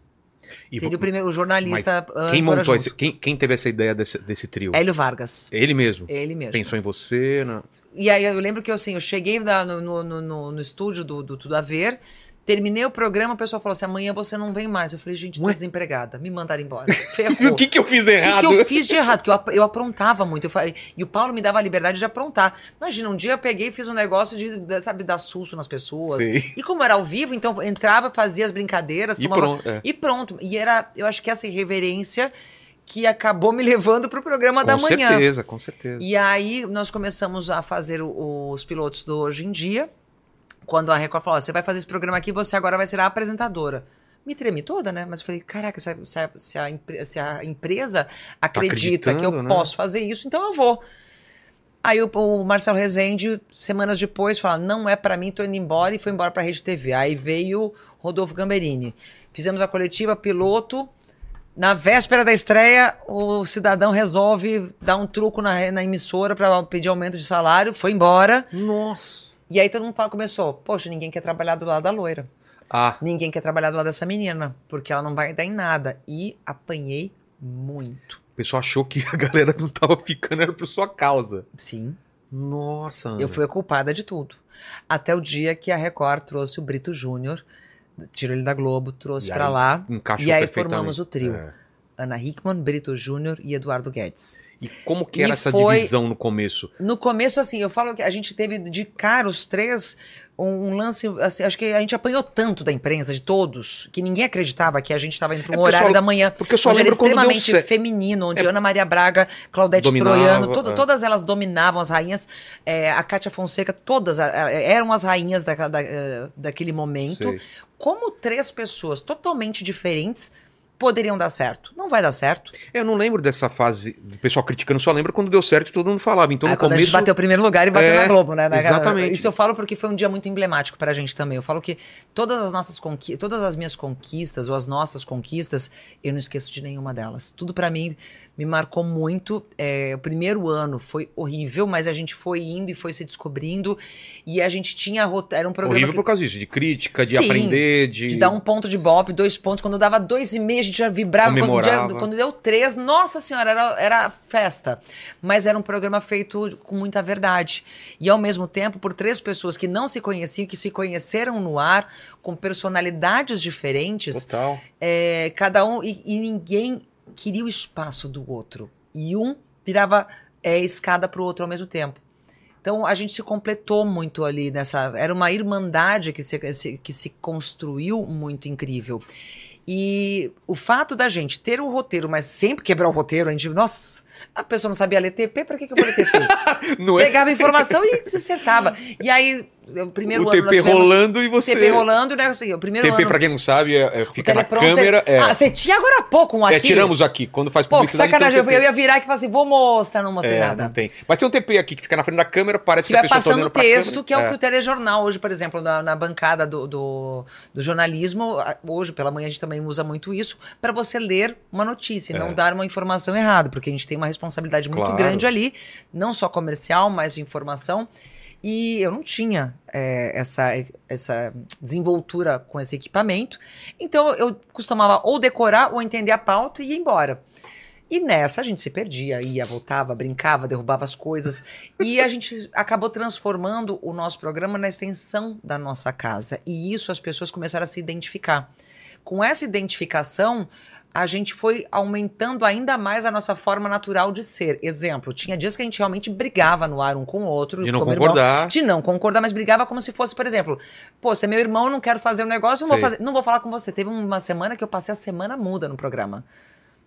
E
Seria
vo-
o primeiro o jornalista. ah,
Quem
embora
montou
junto.
esse... Quem, quem teve essa ideia desse, desse trio?
Hélio Vargas.
Ele mesmo.
É Ele mesmo.
Pensou em você, né? na...
E aí eu lembro que assim, eu cheguei na- no, no, no- no- no estúdio do, do Tudo a Ver, terminei o programa, o pessoal falou assim: amanhã você não vem mais. Eu falei, gente, tô
Ué?
desempregada, me mandaram embora. Ferrou.
O que, que eu fiz
O que
errado?
que eu fiz de errado? Porque eu, ap- eu aprontava muito. Eu falei, e o Paulo me dava a liberdade de aprontar. Imagina, um dia eu peguei e fiz um negócio de, da- sabe, dar susto nas pessoas.
Sei.
E como era ao vivo, então eu entrava, fazia as brincadeiras,
E
tomava-
pronto, é.
E pronto. E era, eu acho que essa irreverência que acabou me levando pro programa da
Com
manhã.
certeza, com certeza.
E aí nós começamos a fazer o- os pilotos do Hoje em Dia. Quando a Record falou, "Ó, você vai fazer esse programa aqui, você agora vai ser a apresentadora. Me tremi toda, né? Mas eu falei, caraca, se a, se a- se a empre- se a empresa acredita que
Tá
eu
acreditando, né?
posso fazer isso, então eu vou. Aí o, o Marcelo Rezende, semanas depois, fala, não é pra mim, tô indo embora, e foi embora pra Rede TV. Aí veio Rodolfo Gamberini. Fizemos a coletiva, piloto, na véspera da estreia, o cidadão resolve dar um truco na, na emissora para pedir aumento de salário, foi embora.
Nossa.
E aí todo mundo fala, começou, poxa, ninguém quer trabalhar do lado da loira.
Ah,
Ninguém quer trabalhar do lado dessa menina, porque ela não vai dar em nada. E apanhei muito.
o pessoal achou que a galera não tava ficando, era por sua causa.
Sim,
Nossa, Ana.
eu fui a culpada de tudo. Até o dia que a Record trouxe o Brito Júnior, tirou ele da Globo, trouxe
E
pra
aí-
lá
Encaixou
E aí
perfeitamente.
formamos o trio.
É.
Ana Hickman, Brito Júnior e Eduardo Guedes.
E como que
E
era essa
foi-
divisão no começo?
No começo, assim, eu falo que a gente teve de cara os três um, um lance. assim, acho que a gente apanhou tanto da imprensa, de todos, que ninguém acreditava que a gente estava indo para
É,
um
pessoal,
horário da manhã.
Porque eu só
onde era
lembro quando deu
um extremamente
certo. É.
feminino, onde Ana Maria Braga, Claudete
Dominava,
Troiano, todo-
é.
todas elas dominavam as rainhas, é, a Cátia Fonseca, todas a- a- eram as rainhas daquela- da- eh, daquele momento.
Sei.
Como três pessoas totalmente diferentes poderiam dar certo? Não vai dar certo.
Eu não lembro dessa fase do pessoal criticando, só lembro quando deu certo e todo mundo falava. Então
Aí
no
quando a
começo.
gente bateu o primeiro lugar e bateu
É,
na Globo, né? Na-
exatamente.
Isso eu falo porque foi um dia muito emblemático pra gente também. Eu falo que todas as nossas conquistas, todas as minhas conquistas ou as nossas conquistas, eu não esqueço de nenhuma delas. Tudo pra mim me marcou muito. É, o primeiro ano foi horrível, mas a gente foi indo e foi se descobrindo e a gente tinha rota- era um programa
horrível
que
por causa disso, de crítica, de
Sim,
aprender, de.
de dar um ponto de bope, dois pontos. Quando eu dava dois e meio, a gente já vibrava. Quando, já-
Comemorava.
quando deu três, nossa senhora, era, era festa. Mas era um programa feito com muita verdade. E ao mesmo tempo, por três pessoas que não se conheciam, que se conheceram no ar, com personalidades diferentes,
Total.
é, cada um. E, e ninguém queria o espaço do outro. E um virava é, escada para o outro ao mesmo tempo. Então a gente se completou muito ali nessa. Era uma irmandade que se, se- que se construiu muito incrível. E o fato da gente ter o roteiro, mas sempre quebrar o roteiro, a gente. Nossa, a pessoa não sabia ler TP, pra que, que eu vou ler TP?
Não é
Pegava a informação e se acertava. E aí, o primeiro
o
ano.
TP
nós tivemos-
rolando e você.
TP rolando, né? Assim, o primeiro
TP,
ano.
pra quem não sabe, é- é- fica na
teleprompter.
câmera. É,
Ah, você tinha agora há pouco um aqui.
É, tiramos aqui. Quando faz
Pô, que
publicidade. então
sacanagem.
TP.
eu ia virar aqui e falar assim, vou mostrar, não mostrei
É,
nada.
não tem. Mas tem um TP aqui que fica na frente da câmera, parece
que
que, a
vai
pessoa tá
passando
olhando
o
pra
texto,
câmera.
que é, o que o telejornal hoje, por exemplo, na, na bancada do, do, do jornalismo, a- hoje pela manhã a gente também usa muito isso, para você ler uma notícia e
É.
não dar uma informação errada, porque a gente tem uma responsabilidade muito
Claro.
grande ali, não só comercial, mas de informação. E eu não tinha é, essa, essa desenvoltura com esse equipamento, então eu costumava ou decorar ou entender a pauta e ir embora. E nessa a gente se perdia, ia, voltava, brincava, derrubava as coisas. e a gente acabou transformando o nosso programa na extensão da nossa casa. E isso as pessoas começaram a se identificar. Com essa identificação, a gente foi aumentando ainda mais a nossa forma natural de ser. Exemplo, tinha dias que a gente realmente brigava no ar um com o outro.
De não
como irmão-
concordar.
de não concordar, mas brigava como se fosse, por exemplo, pô, você é meu irmão, eu não quero fazer um negócio, eu não vou,
Sei.
fazer, não vou falar com você. Teve uma semana que eu passei a semana muda no programa.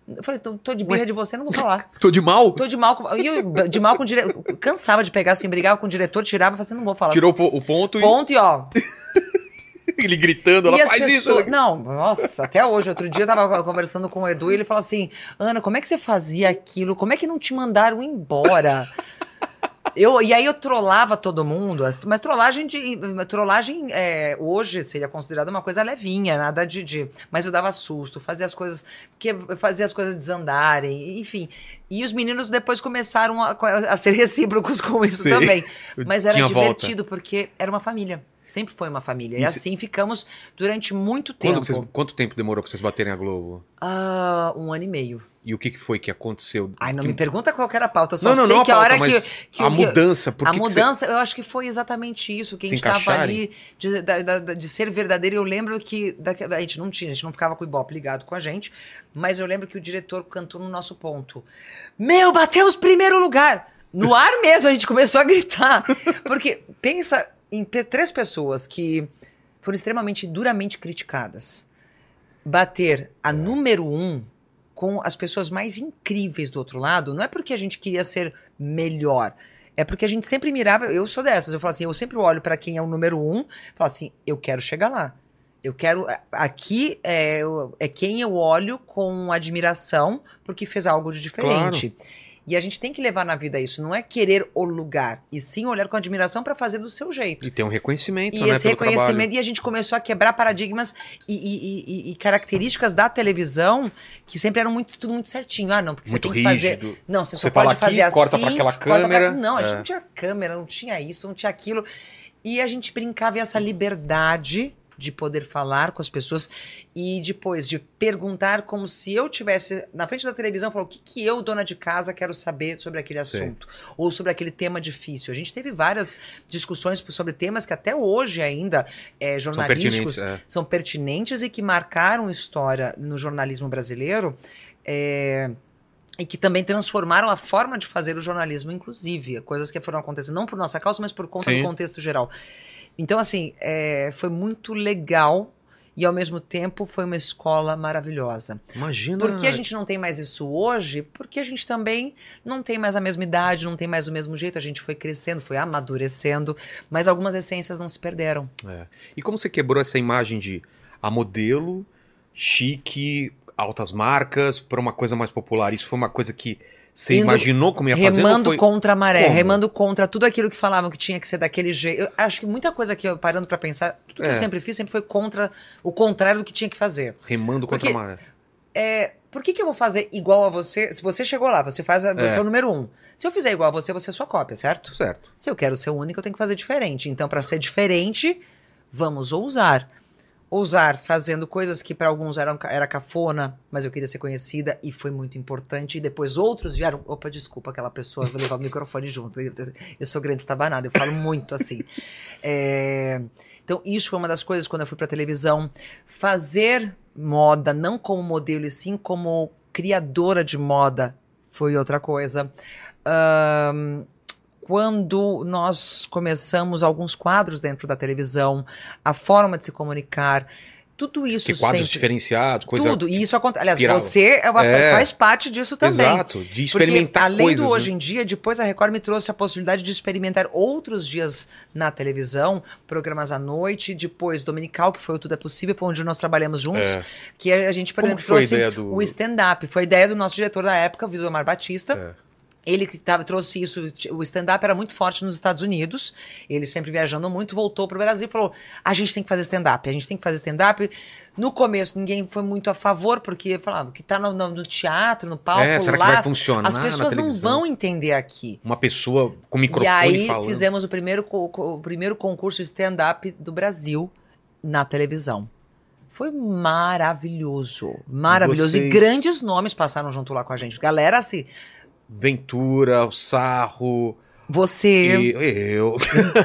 Eu falei, tô, tô de birra de você, não vou falar.
Tô de mal?
Tô de mal com. E eu, de mal com o diretor. Cansava de pegar assim, brigava com o diretor, tirava, falava assim, não vou falar.
Tirou o po- o ponto,
Ponto e ó,
e ele gritando, ela
e as
faz
pessoas-
isso. né?
Não, nossa, até hoje. Outro dia eu tava conversando com o Edu e ele falou assim: Ana, como é que você fazia aquilo? Como é que não te mandaram embora? Eu, e aí eu trollava todo mundo, as- mas trollagem de. Trollagem é, hoje seria considerada uma coisa levinha, nada de, de- Mas eu dava susto, fazia as coisas. Porque eu fazia as coisas desandarem, enfim. E os meninos depois começaram a, a ser recíprocos com isso
Sei.
também. Mas era
Tinha volta.
divertido, porque era uma família. Sempre foi uma família. E,
E se-
assim ficamos durante muito tempo.
Quando que vocês- quanto tempo demorou pra vocês baterem a Globo?
Ah, um ano e meio.
E o que, que foi que aconteceu?
Ai, não
Que-
me pergunta qual que era a pauta. Eu só
Não, não,
sei
não é a
que a
pauta,
hora que,
mas
que
a
o que-
mudança, por
a
que que você-
mudança, eu acho que foi exatamente isso, que a
Se
gente estava
encaixarem?
ali de, da- da- da- de ser verdadeiro. Eu lembro que daqui- a gente não tinha, a gente não ficava com o Ibope ligado com a gente, mas eu lembro que o diretor cantou no nosso ponto. Meu, batemos primeiro lugar! No ar mesmo a gente começou a gritar. Porque pensa em pe- três pessoas que foram extremamente duramente criticadas. Bater a número um com as pessoas mais incríveis do outro lado, não é porque a gente queria ser melhor. É porque a gente sempre mirava. Eu sou dessas. Eu falo assim, eu sempre olho para quem é o número um, falo assim, eu quero chegar lá. Eu quero. a- Aqui é, eu- é quem eu olho com admiração porque fez algo de diferente. E a gente tem que levar na vida isso. Não é querer o lugar, e sim olhar com admiração para fazer do seu jeito.
E tem um reconhecimento,
E
né?
esse
pelo trabalho.
reconhecimento, e a gente começou a quebrar paradigmas e, e- e- e características da televisão que sempre eram muito, tudo muito certinho. Ah, não, porque
Muito
você tem que fazer.
rígido.
Não, você,
Você
só pode
fala aqui,
fazer assim.
corta pra aquela
corta pra-
câmera.
Não, a gente
É.
não tinha câmera, não tinha isso, não tinha aquilo. E a gente brincava e essa liberdade de poder falar com as pessoas e depois de perguntar como se eu tivesse na frente da televisão falou o que, que eu dona de casa quero saber sobre aquele
Sim.
assunto ou sobre aquele tema difícil a gente teve várias discussões sobre temas que até hoje ainda é,
São
jornalísticos
pertinentes. é.
são pertinentes e que marcaram história no jornalismo brasileiro é, e que também transformaram a forma de fazer o jornalismo, inclusive. Coisas que foram acontecendo, não por nossa causa, mas por conta
Sim.
do contexto geral. Então, assim, é, foi muito legal e, ao mesmo tempo, foi uma escola maravilhosa.
Imagina.
Por que a gente não tem mais isso hoje? Porque a gente também não tem mais a mesma idade, não tem mais o mesmo jeito. A gente foi crescendo, foi amadurecendo, mas algumas essências não se perderam.
É. E como você quebrou essa imagem de a modelo, chique, altas marcas, pra uma coisa mais popular? Isso foi uma coisa que você
Indo-
imaginou como ia fazer?
remando
ou foi...
contra a maré,
Como?
remando contra tudo aquilo que falavam que tinha que ser daquele jeito. Eu acho que muita coisa que eu parando pra pensar, tudo que
É.
eu sempre fiz sempre foi contra o contrário do que tinha que fazer.
Remando contra
Porque-
a maré.
É, por que, que eu vou fazer igual a você? Se você chegou lá, você faz, a- você é o número um. Se eu fizer igual a você, você é sua cópia, certo?
Tudo certo.
Se eu quero ser única, eu tenho que fazer diferente. Então, para ser diferente, vamos ousar. Ousar fazendo coisas que para alguns eram, ca- era cafona, mas eu queria ser conhecida e foi muito importante. E depois outros vieram. Opa, desculpa, aquela pessoa, eu vou levar o microfone junto. Eu, eu sou grande estabanada, eu falo muito assim. É, então, isso foi uma das coisas quando eu fui para televisão. Fazer moda, não como modelo, e sim como criadora de moda, foi outra coisa. Ahn, quando nós começamos alguns quadros dentro da televisão, a forma de se comunicar, tudo isso
Que quadros
sempre-
diferenciados, coisa.
tudo e isso acontece. Aliás,
viral.
você é uma-
É.
faz parte disso também. né?
Exato, de experimentar
Porque, além
coisas.
do
né?
hoje em dia, depois a Record me trouxe a possibilidade de experimentar outros dias na televisão, programas à noite, depois dominical, que foi o Tudo é Possível, foi onde nós trabalhamos juntos,
É.
que a gente, por
Como
exemplo,
que foi a
trouxe
ideia do-
o stand-up. Foi a ideia do nosso diretor da época, o Visomar Batista.
É.
Ele que tava, trouxe isso, t- o stand-up era muito forte nos Estados Unidos, ele sempre viajando muito, voltou pro Brasil e falou: a gente tem que fazer stand-up, a gente tem que fazer stand-up. No começo, ninguém foi muito a favor, porque falava que tá no, no- no teatro, no palco,
É, será que
lá,
vai funcionar
as
na
pessoas não
televisão?
vão entender aqui.
Uma pessoa com
E
microfone
aí
falando.
fizemos o primeiro, co- co- o primeiro concurso de stand-up do Brasil na televisão. Foi maravilhoso. Maravilhoso. E
Vocês-
grandes nomes passaram junto lá com a gente. Galera, assim,
Ventura, o Sarro,
você.
e- eu.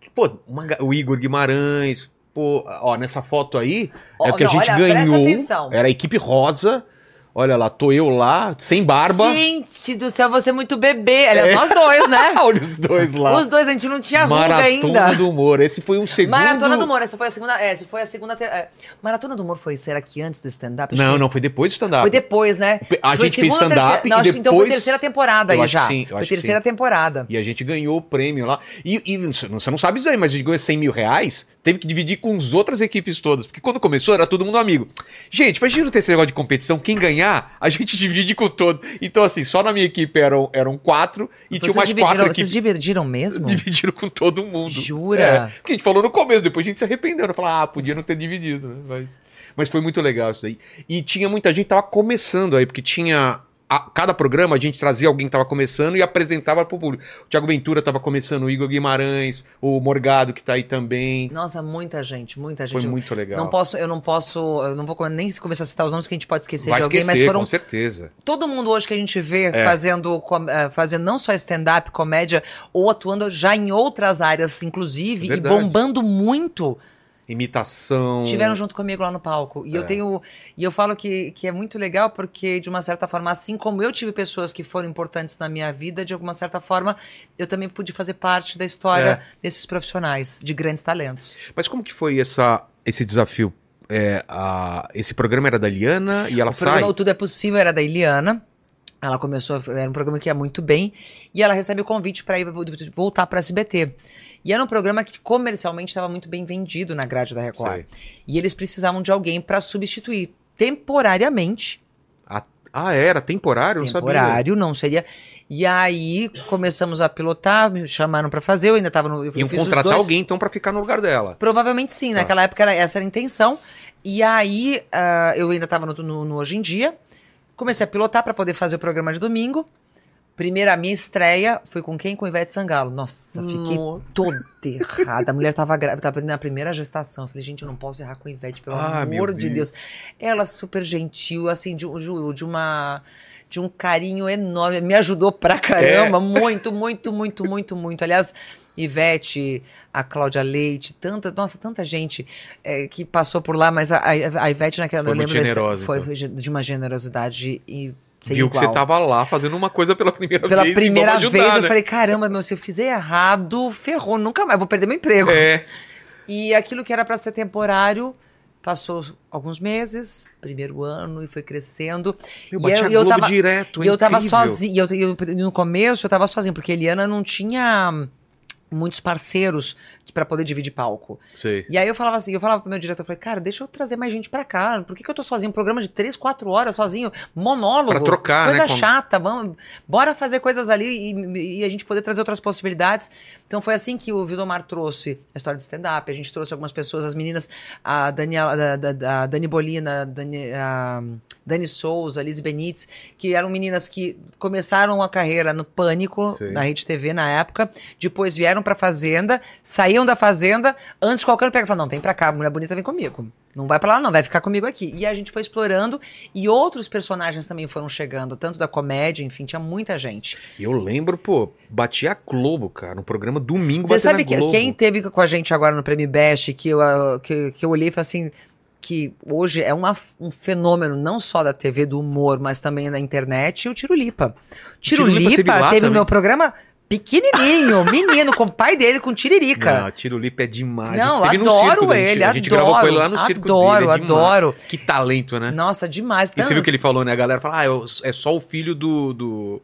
Que, pô, uma ga- o Igor Guimarães. Pô, ó, nessa foto aí, é
Ó,
o que a
não,
gente
olha,
ganhou.
Presta atenção.
Era a equipe rosa. Olha lá, tô eu lá, sem barba.
Gente do céu, você é muito bebê. Aliás, nós dois, né?
Olha os dois lá.
Os dois, a gente não tinha ruga
Maratona
ainda.
do humor. Esse foi um segundo.
Maratona do Humor, essa foi a segunda. É, essa foi a segunda. te- é. Maratona do Humor foi, será que antes do stand-up? Acho
Não,
que-
não, foi depois do stand-up.
Foi depois, né?
Ah, A
Foi
gente fez
segunda,
stand-up
terceira-
e
Não, acho que então foi
depois-
terceira temporada
Eu
aí
acho que
já.
sim, eu
Foi
acho que
terceira
sim.
temporada.
E a gente ganhou o prêmio lá. E, e você não- você não sabe isso aí, mas a gente ganhou 100 mil reais. Teve que dividir com as outras equipes todas. Porque quando começou, era todo mundo amigo. Gente, pra gente não ter esse negócio de competição, quem ganhar, a gente divide com todo. Então, assim, só na minha equipe eram, eram quatro e tinha
Vocês
mais
dividiram-
quatro
Vocês
equipes.
divertiram mesmo?
Dividiram com todo mundo.
Jura?
É, porque a gente falou no começo, depois a gente se arrependeu. né? Falou, ah, podia não ter dividido, né? Mas, mas foi muito legal isso daí. E tinha muita gente que tava começando aí, porque tinha. a- cada programa a gente trazia alguém que tava começando e apresentava pro público. O Thiago Ventura tava começando, o Igor Guimarães, o Morgado que tá aí também.
Nossa, muita gente, muita gente.
Foi
Eu-
muito legal.
Não posso, eu não posso, eu não vou nem começar a citar os nomes que a gente pode esquecer
Vai
de alguém,
esquecer,
mas foram
com certeza.
todo mundo hoje que a gente vê
É.
fazendo, com- eh, fazendo não só stand-up, comédia, ou atuando já em outras áreas, inclusive,
É Verdade.
e bombando muito,
Imitação.
tiveram junto comigo lá no palco.
É.
E eu tenho. E eu falo que, que é muito legal, porque, de uma certa forma, assim como eu tive pessoas que foram importantes na minha vida, de alguma certa forma, eu também pude fazer parte da
É.
história desses profissionais, de grandes talentos.
Mas como que foi essa, esse desafio? É, a- esse programa era da Liana e ela
O programa
sai.
O Tudo é Possível era da Iliana. Ela começou, era um programa que ia muito bem. E ela recebe o convite para ir vo- voltar para SBT. E era um programa que comercialmente estava muito bem vendido na grade da Record.
Sei.
E eles precisavam de alguém para substituir temporariamente.
A- ah, era temporário? Eu Não sabia.
temporário, não seria. E aí começamos a pilotar, me chamaram para fazer. Eu ainda estava no. Eu
Iam
fiz os
contratar
dois.
alguém, então, pra ficar no lugar dela.
Provavelmente sim,
Tá.
naquela época era, essa era a intenção. E aí ah, eu ainda estava no, no- no Hoje em Dia, comecei a pilotar para poder fazer o programa de domingo. Primeira, a minha estreia foi com quem? Com Ivete Sangalo. Nossa, fiquei toda errada. A mulher tava grávida, tava na primeira gestação. Eu falei, gente, eu não posso errar com a Ivete, pelo
Ah, meu
amor de Deus. Ela super gentil, assim, de, um- juro, de uma. De um carinho enorme. Me ajudou pra caramba.
É.
Muito, muito, muito, muito, muito. Aliás, Ivete, a Cláudia Leite, tanta, nossa, tanta gente eh, que passou por lá, mas a, a- a Ivete naquela
Foi
eu
muito
lembro desse-
generosa,
foi,
então.
foi de uma generosidade e sem
Viu que
igual
você tava lá fazendo uma coisa pela primeira
pela
vez. e
primeira
vamos
vez,
ajudar,
eu
né?
falei, caramba, meu, se eu fizer errado, ferrou, nunca mais, vou perder meu emprego.
É.
E aquilo que era pra ser temporário, passou alguns meses, primeiro ano, e foi crescendo.
Eu
E
bati
eu-
a
e eu
Globo
tava-
direto, é
e eu tava
incrível.
sozinha, e eu, e eu- no começo eu tava sozinha, porque a Eliana não tinha muitos parceiros pra poder dividir palco.
Sei.
E aí eu falava assim, eu falava pro meu diretor, eu falei, cara, deixa eu trazer mais gente pra cá. Por que, que eu tô sozinho? Um programa de três, quatro horas sozinho, monólogo.
Pra trocar,
Coisa
né, com-
chata, vamos, bora fazer coisas ali e, e a gente poder trazer outras possibilidades. Então foi assim que o Vildomar trouxe a história do stand-up, a gente trouxe algumas pessoas, as meninas, a Daniela, da- da- da- a Dani Bolina, a Dani, a Dani Souza, a Liz Benites, que eram meninas que começaram a carreira no Pânico,
Sim.
na Rede TV na época, depois vieram pra Fazenda, saíam da Fazenda, antes qualquer um pega e fala, não, vem pra cá, mulher bonita vem comigo. Não vai pra lá não, vai ficar comigo aqui. E a gente foi explorando e outros personagens também foram chegando, tanto da comédia, enfim, tinha muita gente.
E eu lembro, pô, bati a Globo, cara, no programa domingo
Você
bater
sabe
na
que,
Globo.
quem teve com a gente agora no Prêmio Best, que eu, ah, que, que eu olhei e falei assim, que hoje é uma f- um fenômeno não só da TV, do humor, mas também da internet, e o Tiro Lipa. Tiro,
Tiro Lipa
Lipa
teve
teve,
lá
no
também?
meu programa pequenininho, menino, com o pai dele, com
Não,
Tiririca.
Tiro Lipa é demais.
Não,
a gente teve no circo
adoro
dele,
ele,
A gente gravou com ele lá no
adoro,
circo
adoro,
dele. é demais.
adoro.
Que talento, né?
Nossa, demais.
E você viu
Tanto-
que ele falou, né? A galera fala, ah, eu- é só o filho do... do...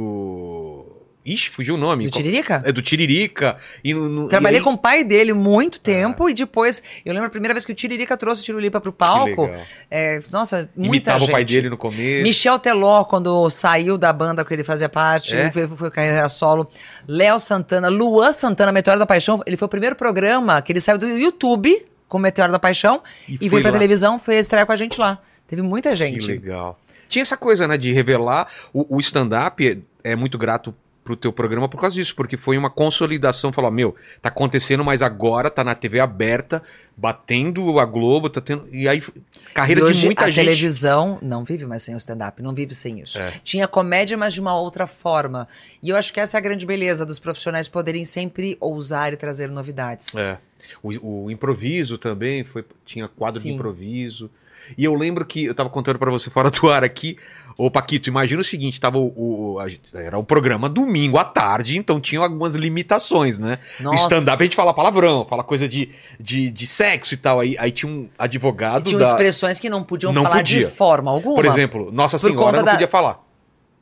do... Ixi, fugiu o nome.
Do Tiririca?
É do Tiririca. E no, no-
Trabalhei
e Ah. aí-
com o pai dele muito tempo e depois, eu lembro a primeira vez que o Tiririca trouxe o Tirulipa pro palco.
legal.
É, nossa, muita
Imitava
gente.
o pai dele no começo.
Michel Teló, quando saiu da banda que ele fazia parte,
É?
ele foi, foi carreira solo. Léo Santana, Luan Santana, Meteoro da Paixão, ele foi o primeiro programa que ele saiu do YouTube com Meteoro da Paixão
E
e,
foi
veio pra
lá.
televisão, foi estrear com a gente lá. Teve muita
Que
gente.
legal. Tinha essa coisa, né, de revelar. O, o stand-up é, é muito grato pro teu programa por causa disso, porque foi uma consolidação, falou, ó, meu, tá acontecendo, mas agora tá na TV aberta, batendo a Globo, tá tendo, e aí carreira
e hoje,
de muita
a
gente.
televisão não vive mais sem o stand-up, não vive sem isso.
É.
Tinha comédia, mas de uma outra forma. E eu acho que essa é a grande beleza dos profissionais poderem sempre ousar e trazer novidades.
É. O, o improviso também foi, tinha quadro de
Sim.
improviso. E eu lembro que eu tava contando pra você fora do ar aqui, ô Paquito, imagina o seguinte, tava o, o- a gente- era um programa domingo à tarde, então tinha algumas limitações, né? No
Nossa.
stand-up a gente fala palavrão, fala coisa de, de, de sexo e tal. Aí, aí tinha um
E
advogado
tinham
da,
expressões que não podiam
Não
falar
podia.
de forma alguma.
por exemplo, Nossa
Por
Senhora
conta
não
da-
podia falar.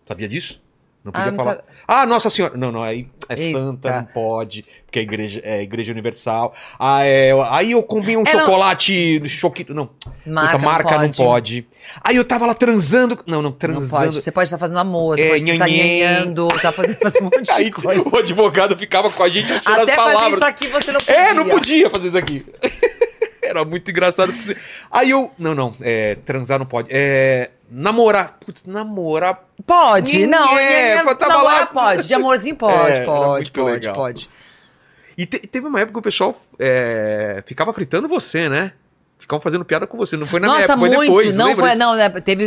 Sabia disso? Não
Ah,
podia
não
falar.
sabe-
Ah, Nossa Senhora. Não, não, aí é
Eita.
santa, não pode, porque é igreja, é igreja universal. Ah, é, aí eu comi um
É, não.
chocolate choquito. Não, marca,
marca,
puta, marca não,
não pode.
pode. Aí eu tava lá transando. Não, não,
Não pode.
transando.
Você pode estar fazendo amor, você
É,
pode estar
nhanhém.
ganhando, tá fazendo fazendo um monte
Aí
de coisa.
o advogado ficava com a gente achando
Até
as
fazer
palavras.
isso aqui você não podia.
É, não podia fazer isso aqui. Era muito engraçado. porque você- Aí eu. Não, não, é, transar não pode. É. Namorar. Putz, namorar
Pode, não.
Ninguém,
É,
foi- tava
não,
lá-
é, pode. De amorzinho pode,
É, era
pode,
muito
pode,
legal.
pode.
E te- teve uma época que o pessoal é, ficava fritando você, né? Ficavam fazendo piada com você. Não foi na minha
Nossa,
época,
muito.
foi depois.
não
lembra
foi,
disso?
não, né, teve,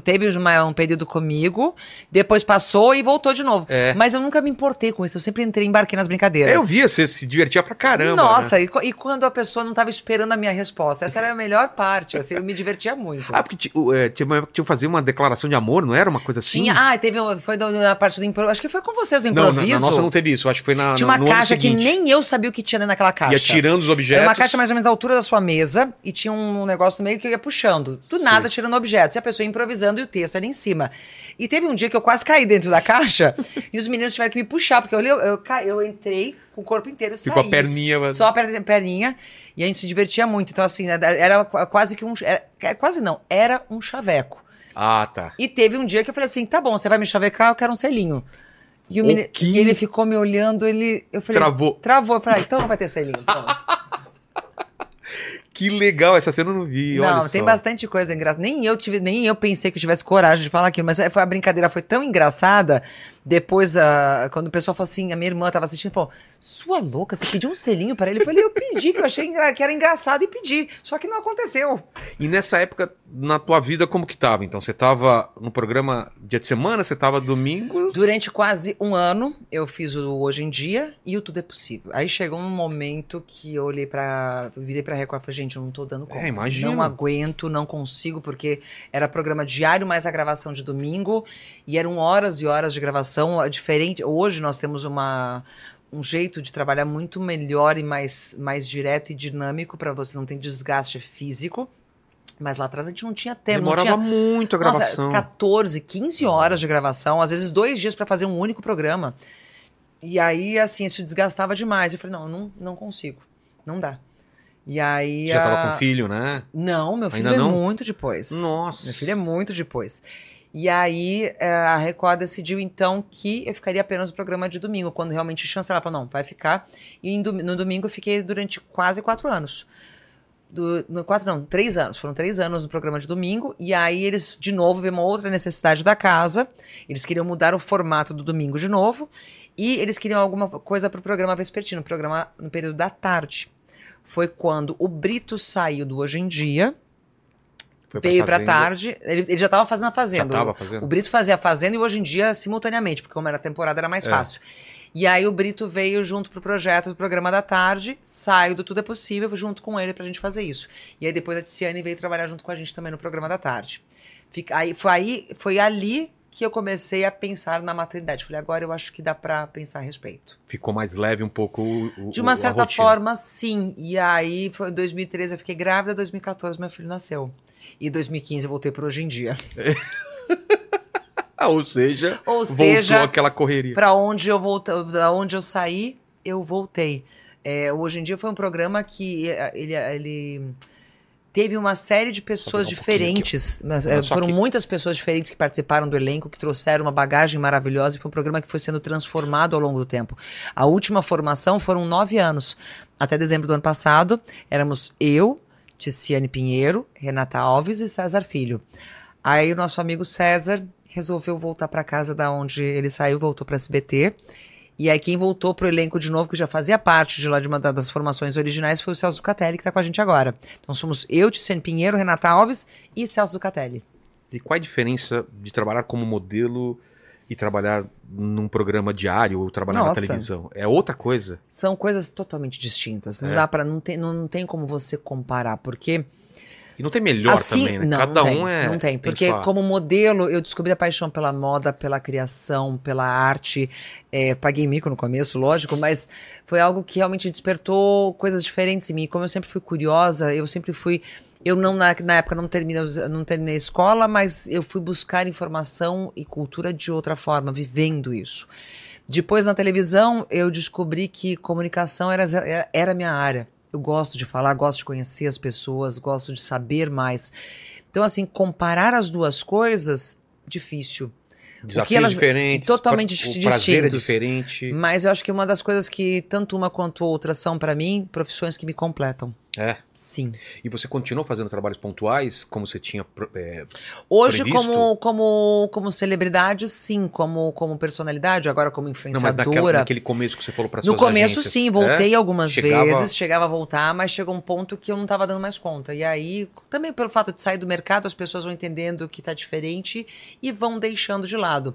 teve uma- um período comigo, depois passou e voltou de novo.
É.
Mas eu nunca me importei com isso, eu sempre entrei, embarquei nas brincadeiras.
É, Eu via, você se divertia pra caramba. né?
Nossa, e, co- e quando a pessoa não estava esperando a minha resposta? Essa era a melhor parte, assim, eu me divertia muito.
Ah, porque ti- o, é, tinha uma época que tinha que fazer uma declaração de amor, não era uma coisa assim?
Tinha, ah, teve, um- foi do- na parte do improviso, acho que foi com vocês do
não,
improviso.
na, na nossa não teve isso. Acho que foi na,
Tinha
na-
uma
no
caixa
ano
que
seguinte.
nem eu sabia o que tinha naquela caixa.
Ia tirando os objetos.
Era uma caixa mais ou menos da altura da sua mesa e tinha um negócio no meio que eu ia puxando. Do nada, tirando objetos. E a pessoa ia improvisando e o texto era em cima. E teve um dia que eu quase caí dentro da caixa e os meninos tiveram que me puxar, porque eu, olhei- eu, ca- eu entrei com o corpo inteiro e
Ficou a
saí.
perninha, mas-
Só a perna- perninha. E a gente se divertia muito. Então, assim, era- era quase que um. Era, quase não, era um chaveco.
Ah, tá.
E teve um dia que eu falei assim: tá bom, você vai me chavecar, eu quero um selinho. E, o
O
meni-
quê?
e ele ficou me olhando, ele. Eu falei,
Travou.
Travou. Eu falei, ah, então não vai ter selinho. Então.
Que legal, essa cena eu não vi. olha
não,
só.
tem bastante coisa engraçada. Nem eu tive, nem eu pensei que eu tivesse coragem de falar aquilo, mas é, foi, a brincadeira foi tão engraçada. Depois, ah, quando o pessoal falou assim, a minha irmã tava assistindo, falou: Sua louca, você pediu um selinho pra ele? Eu falei, eu pedi, que eu achei engra- que era engraçado e pedi. Só que não aconteceu.
E nessa época, na tua vida, como que tava? Então, você tava no programa dia de semana, você tava domingo.
Durante quase um ano, eu fiz o Hoje em Dia e o Tudo é Possível. Aí chegou um momento que eu olhei pra. virei pra Record e falei, gente, eu não tô dando conta.
É, imagino.
Não aguento, não consigo, porque era programa diário, mais a gravação de domingo. E eram horas e horas de gravação é diferente. Hoje nós temos uma. Um jeito de trabalhar muito melhor e mais, mais direto e dinâmico para você não ter desgaste físico. Mas lá atrás a gente não tinha tempo, não
Demorava
tinha
muito a gravação.
nossa, 14, 15 horas de gravação, às vezes dois dias pra fazer um único programa. E aí, assim, isso desgastava demais. Eu falei, não, eu não, não consigo. Não dá. E aí.
Já
a-
tava com filho, né?
Não, meu filho
Ainda
é
não?
muito depois.
Nossa.
Meu filho é muito depois. E aí eh, a Record decidiu então que eu ficaria apenas no programa de domingo, quando realmente chancelar. Ela falou, não, vai ficar. E em domi- no domingo eu fiquei durante quase quatro anos. Do, no, quatro não, três anos. Foram três anos no programa de domingo. E aí eles, de novo, vê uma outra necessidade da casa. Eles queriam mudar o formato do domingo de novo. E eles queriam alguma coisa pro programa vespertino, programa no período da tarde. Foi quando o Brito saiu do Hoje em Dia
Foi
veio pra
fazenda.
tarde. Ele, ele já tava fazendo a
Já
Fazenda.
tava
O
fazendo.
Brito fazia a Fazenda e hoje em dia simultaneamente, porque como era temporada era mais
É.
fácil. E aí o Brito veio junto pro projeto do programa da tarde, saio do Tudo é Possível junto com ele pra gente fazer isso. E aí depois a Tiziane veio trabalhar junto com a gente também no programa da tarde. Fica- aí, foi, aí, foi ali que eu comecei a pensar na maternidade. Falei, agora eu acho que dá pra pensar a respeito.
Ficou mais leve um pouco o, o-
De
o-
uma
a
certa
rotina.
forma, sim. E aí, foi em 2013 eu fiquei grávida, em 2014 meu filho nasceu. E em 2015 eu voltei para hoje em dia.
Ah, ou seja,
Ou
voltou
seja,
aquela correria.
para onde eu voltei, da onde eu saí, eu voltei. É, hoje em dia foi um programa que eh, ele, ele teve uma série de pessoas
Só pegar um pouquinho
diferentes. mas,
Olha
eh,
só
foram
aqui.
muitas pessoas diferentes que participaram do elenco, que trouxeram uma bagagem maravilhosa e foi um programa que foi sendo transformado ao longo do tempo. A última formação foram nove anos. Até dezembro do ano passado, éramos eu, Ticiane Pinheiro, Renata Alves e César Filho. Aí o nosso amigo César resolveu voltar para casa da onde ele saiu, voltou para SBT. E aí quem voltou pro elenco de novo, que já fazia parte de lá de uma da- das formações originais, foi o Celso Ducatelli, que tá com a gente agora. Então somos eu, Tiziane Pinheiro, Renata Alves e Celso Ducatelli.
E qual é a diferença de trabalhar como modelo e trabalhar num programa diário ou trabalhar
Nossa.
na televisão? É outra coisa.
São coisas totalmente distintas. Não
É.
dá para não tem, não, não tem como você comparar, porque
E não tem melhor também, né?
Assim, não,
Cada
não tem,
um é.
Não tem, porque
sua-
como modelo eu descobri a paixão pela moda, pela criação, pela arte. É, paguei mico no começo, lógico, mas foi algo que realmente despertou coisas diferentes em mim. Como eu sempre fui curiosa, eu sempre fui. Eu não na, na época não terminei, os- não terminei a escola, mas eu fui buscar informação e cultura de outra forma, vivendo isso. Depois na televisão eu descobri que comunicação era era- era a minha área. Eu gosto de falar, gosto de conhecer as pessoas, gosto de saber mais. Então assim, comparar as duas coisas difícil.
Desafios
elas-
diferentes.
totalmente
pra- o
distintos.
prazer é diferente.
Mas eu acho que uma das coisas que tanto uma quanto outra são para mim profissões que me completam.
É.
Sim.
E você continuou fazendo trabalhos pontuais, como você tinha. pro- é,
Hoje
Previsto?
como como como celebridade, sim, como como personalidade, agora como
Não, mas
influenciadora.
naquela, naquele começo que você falou para
No começo, sim, voltei algumas
É? Chegava-
vezes, chegava a voltar, mas chegou um ponto que eu não estava dando mais conta. E aí, também pelo fato de sair do mercado, as pessoas vão entendendo que está diferente e vão deixando de lado.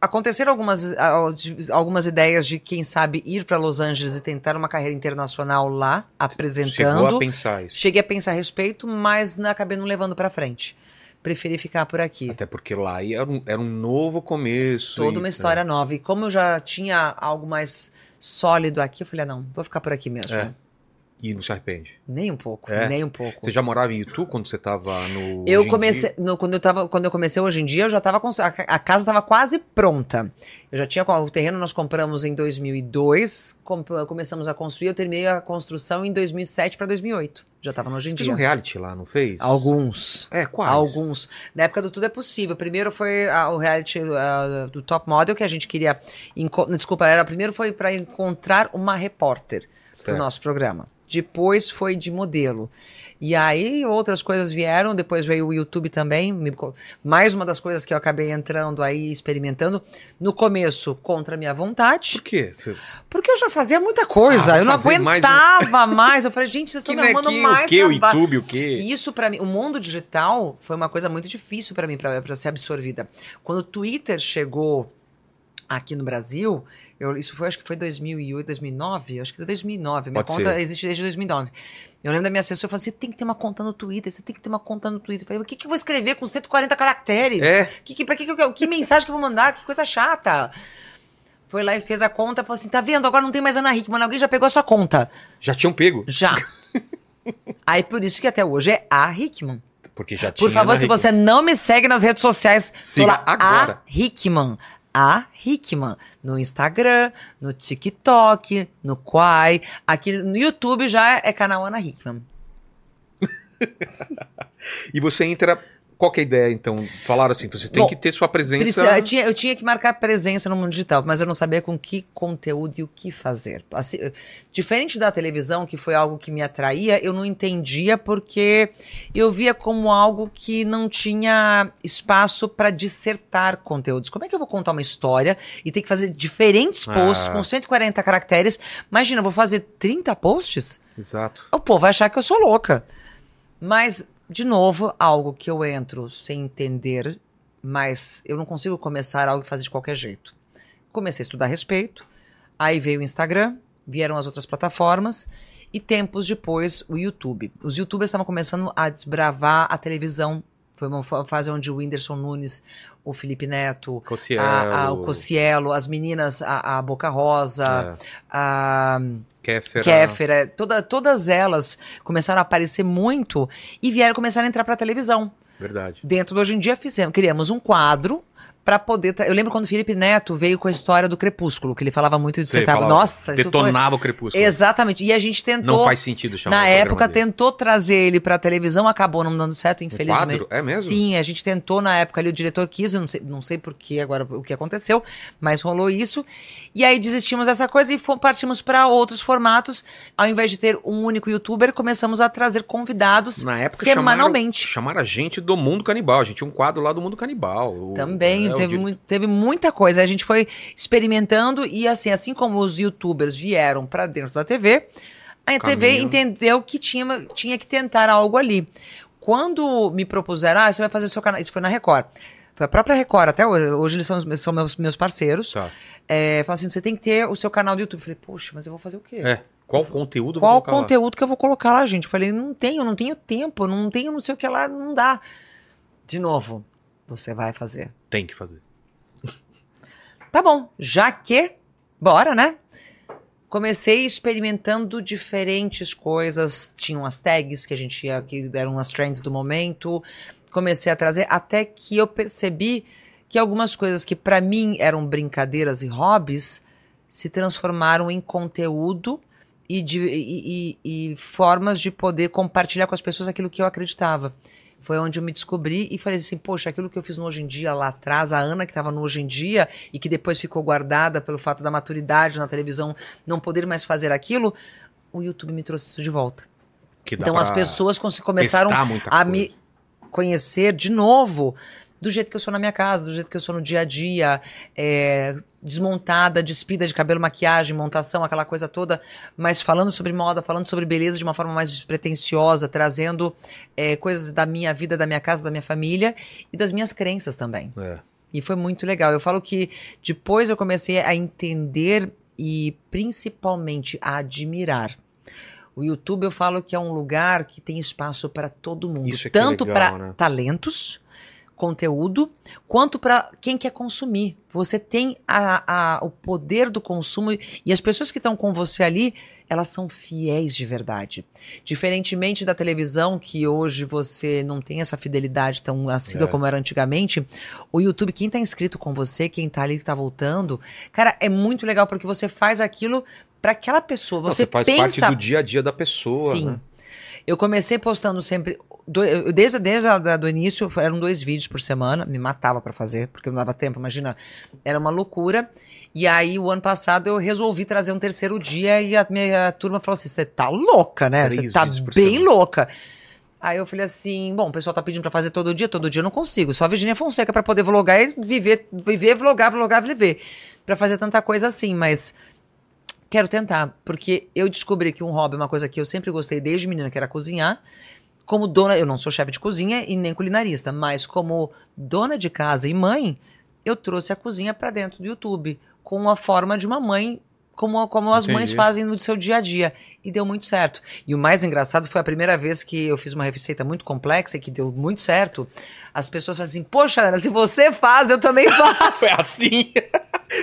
Aconteceram algumas, ah, de- algumas ideias de, quem sabe, ir para Los Angeles e tentar uma carreira internacional lá,
Chegou a
apresentando.
pensar isso.
Cheguei a pensar a respeito, mas não, acabei não levando para frente. Preferi ficar por aqui.
Até porque lá aí era um, era um novo começo. então.
Toda
e-
uma história nova. E como eu já tinha algo mais sólido aqui, eu falei, ah, não, vou ficar por aqui mesmo.
É. E não se arrepende.
Nem um pouco,
É?
nem um pouco.
Você já morava em Itu quando você tava no.
Eu
Hoje em
comecei,
Dia?
no- quando, eu tava, quando eu comecei hoje em dia, eu já tava com, a, ca- a casa estava quase pronta. Eu já tinha co- o terreno nós compramos em 2002, com- começamos a construir, eu terminei a construção em 2007 para 2008. Já estava no hoje em
Fez um
dia.
reality lá, não fez?
Alguns.
É, quase.
Alguns. Na época do Tudo é Possível. Primeiro foi ah, o reality ah, do Top Model que a gente queria. enco- Desculpa, era primeiro foi para encontrar uma repórter pro nosso programa. Depois foi de modelo. E aí outras coisas vieram, depois veio o YouTube também. me co- Mais uma das coisas que eu acabei entrando aí, experimentando. No começo, contra a minha vontade,
Por quê? Você...
porque eu já fazia muita coisa.
Ah,
eu não
fazer mais um-
aguentava mais, Eu falei, gente, vocês
Que
estão me arrumando
nequinho, é o
mais
quê? O
trabalho.
YouTube, o quê?
E isso para mim, o mundo digital foi uma coisa muito difícil para mim para ser absorvida. Quando o Twitter chegou aqui no Brasil, eu- isso foi acho que foi 2008, 2009, acho que foi 2009. Minha
Pode
conta
ser.
existe desde 2009. Eu lembro da minha assessora falando: assim, "Você tem que ter uma conta no Twitter, você tem que ter uma conta no Twitter". Eu falei: "O que que eu vou escrever com 140 caracteres?"
É.
Que, que, pra que, que, eu quero? que mensagem que eu vou mandar? Que coisa chata. Foi lá e fez a conta, falou assim: tá vendo? Agora não tem mais Ana Hickman, alguém já pegou a sua conta.
Já tinham pego.
Já. Aí por isso que até hoje é a Hickman.
Porque já tinha. né,
Por favor,
na
se
Rica.
você não me segue nas redes sociais,
Siga
tô lá,
agora.
a Hickman. A Hickman. No Instagram, no TikTok, no Quai. Aqui no YouTube já é canal Ana Hickman.
E você entra. Qual que é a ideia, então? Falaram assim, você tem
Bom,
que ter sua presença.
Precisa- eu, tinha, eu tinha que marcar presença no mundo digital, mas eu não sabia com que conteúdo e o que fazer. Assim, eh, diferente da televisão, que foi algo que me atraía, eu não entendia porque eu via como algo que não tinha espaço para dissertar conteúdos. Como é que eu vou contar uma história e ter que fazer diferentes posts
Ah.
com 140 caracteres? Imagina, eu vou fazer 30 posts?
Exato.
o povo vai achar que eu sou louca. Mas, de novo, algo que eu entro sem entender, mas eu não consigo começar algo e fazer de qualquer jeito. Comecei a estudar a respeito, aí veio o Instagram, vieram as outras plataformas e tempos depois o YouTube. Os youtubers estavam começando a desbravar a televisão. Foi uma fa- fase onde o Whindersson Nunes, o Felipe Neto,
Cossiel.
a- a- Ah, o Cocielo, as meninas, a, a Boca Rosa,
é,
a
Kéfera.
Kéfera, toda, todas elas começaram a aparecer muito e vieram começar a entrar para televisão.
Verdade.
Dentro do Hoje em Dia fizemos, criamos um quadro para poder. tra- Eu lembro quando o Felipe Neto veio com a história do Crepúsculo, que ele falava muito de
Você
sentar.
falava,
Nossa, isso foi...
Detonava o crepúsculo.
Exatamente. E a gente
Não
tentou.
faz sentido chamar
Na
o programa
época
dele.
tentou trazer ele pra televisão, acabou não dando certo, infelizmente.
quadro? É mesmo?
Sim, a gente tentou na época ali, o diretor quis, eu não sei, não sei por que agora o que aconteceu, mas rolou isso. E aí desistimos dessa coisa e fo- partimos pra outros formatos. Ao invés de ter um único youtuber, começamos a trazer convidados
Na época
semanalmente.
Chamaram, chamaram a gente do Mundo Canibal. A gente tinha um quadro lá do Mundo Canibal. O-
Também,
é, o
teve,
di-
mu- teve muita coisa. A gente foi experimentando e assim, assim como os youtubers vieram pra dentro da TV, a TV
Caminho.
entendeu que tinha, tinha que tentar algo ali. Quando me propuseram, ah, você vai fazer o seu canal, isso foi na Record. Foi a própria Record, até hoje, hoje eles são, os meus- são meus, meus parceiros.
Tá.
É, falaram assim, você tem que ter o seu canal do YouTube. Eu falei, poxa, mas eu vou fazer o quê?
É. Qual conteúdo eu vou
Qual
colocar lá?
conteúdo que eu vou colocar lá, gente? Eu falei, não tenho, não tenho tempo, não tenho não sei o que lá, não dá. De novo, você vai fazer.
Tem que fazer.
Tá bom, já que, bora, né? Comecei experimentando diferentes coisas. Tinham as tags que a gente ia, que eram as trends do momento. Comecei a trazer até que eu percebi que algumas coisas que pra mim eram brincadeiras e hobbies se transformaram em conteúdo e, de- e- e- e formas de poder compartilhar com as pessoas aquilo que eu acreditava. Foi onde eu me descobri e falei assim, poxa, aquilo que eu fiz no Hoje em Dia lá atrás, a Ana que estava no Hoje em Dia e que depois ficou guardada pelo fato da maturidade na televisão não poder mais fazer aquilo, o YouTube me trouxe isso de volta.
Que dá
Então
pra
as pessoas cons- começaram
testar muita
a
coisa.
me conhecer de novo do jeito que eu sou na minha casa, do jeito que eu sou no dia a dia, é, desmontada, despida de cabelo, maquiagem, montação, aquela coisa toda, mas falando sobre moda, falando sobre beleza de uma forma mais despretensiosa, trazendo é, coisas da minha vida, da minha casa, da minha família e das minhas crenças também.
É.
E foi muito legal. Eu falo que depois eu comecei a entender e principalmente a admirar. O YouTube eu falo que é um lugar que tem espaço para todo mundo,
Isso é que é
tanto
legal,
para
né?
talentos, conteúdo, quanto para quem quer consumir. Você tem a- a- o poder do consumo e as pessoas que estão com você ali, elas são fiéis de verdade. Diferentemente da televisão, que hoje você não tem essa fidelidade tão assídua
É.
como era antigamente, o YouTube, quem tá inscrito com você, quem tá ali, que tá voltando, cara, é muito legal porque você faz aquilo para aquela pessoa.
Não,
Você,
faz
pensa
parte do dia a dia da pessoa.
Sim.
né?
eu comecei postando sempre. do- eu- desde desde a, da- do início, eram dois vídeos por semana. Me matava pra fazer, porque não dava tempo, imagina. Era uma loucura. E aí, o ano passado, eu resolvi trazer um terceiro dia. E a minha turma falou assim: Você tá louca, né? Você
Três
tá
vídeos por
bem
semana."
louca. Aí eu falei assim: Bom, o pessoal tá pedindo pra fazer todo dia, todo dia eu não consigo. Só a Virginia Fonseca pra poder vlogar e viver, viver, vlogar, vlogar, viver. Pra fazer tanta coisa assim, mas. Quero tentar, porque eu descobri que um hobby é uma coisa que eu sempre gostei desde menina, que era cozinhar. Como dona, eu não sou chefe de cozinha e nem culinarista, mas como dona de casa e mãe, eu trouxe a cozinha pra dentro do YouTube, com a forma de uma mãe, como, como as
Entendi.
mães fazem no seu dia a dia. E deu muito certo. E o mais engraçado foi a primeira vez que eu fiz uma receita muito complexa e que deu muito certo. As pessoas falam assim: Poxa, Ana, se você faz, eu também faço.
Foi assim.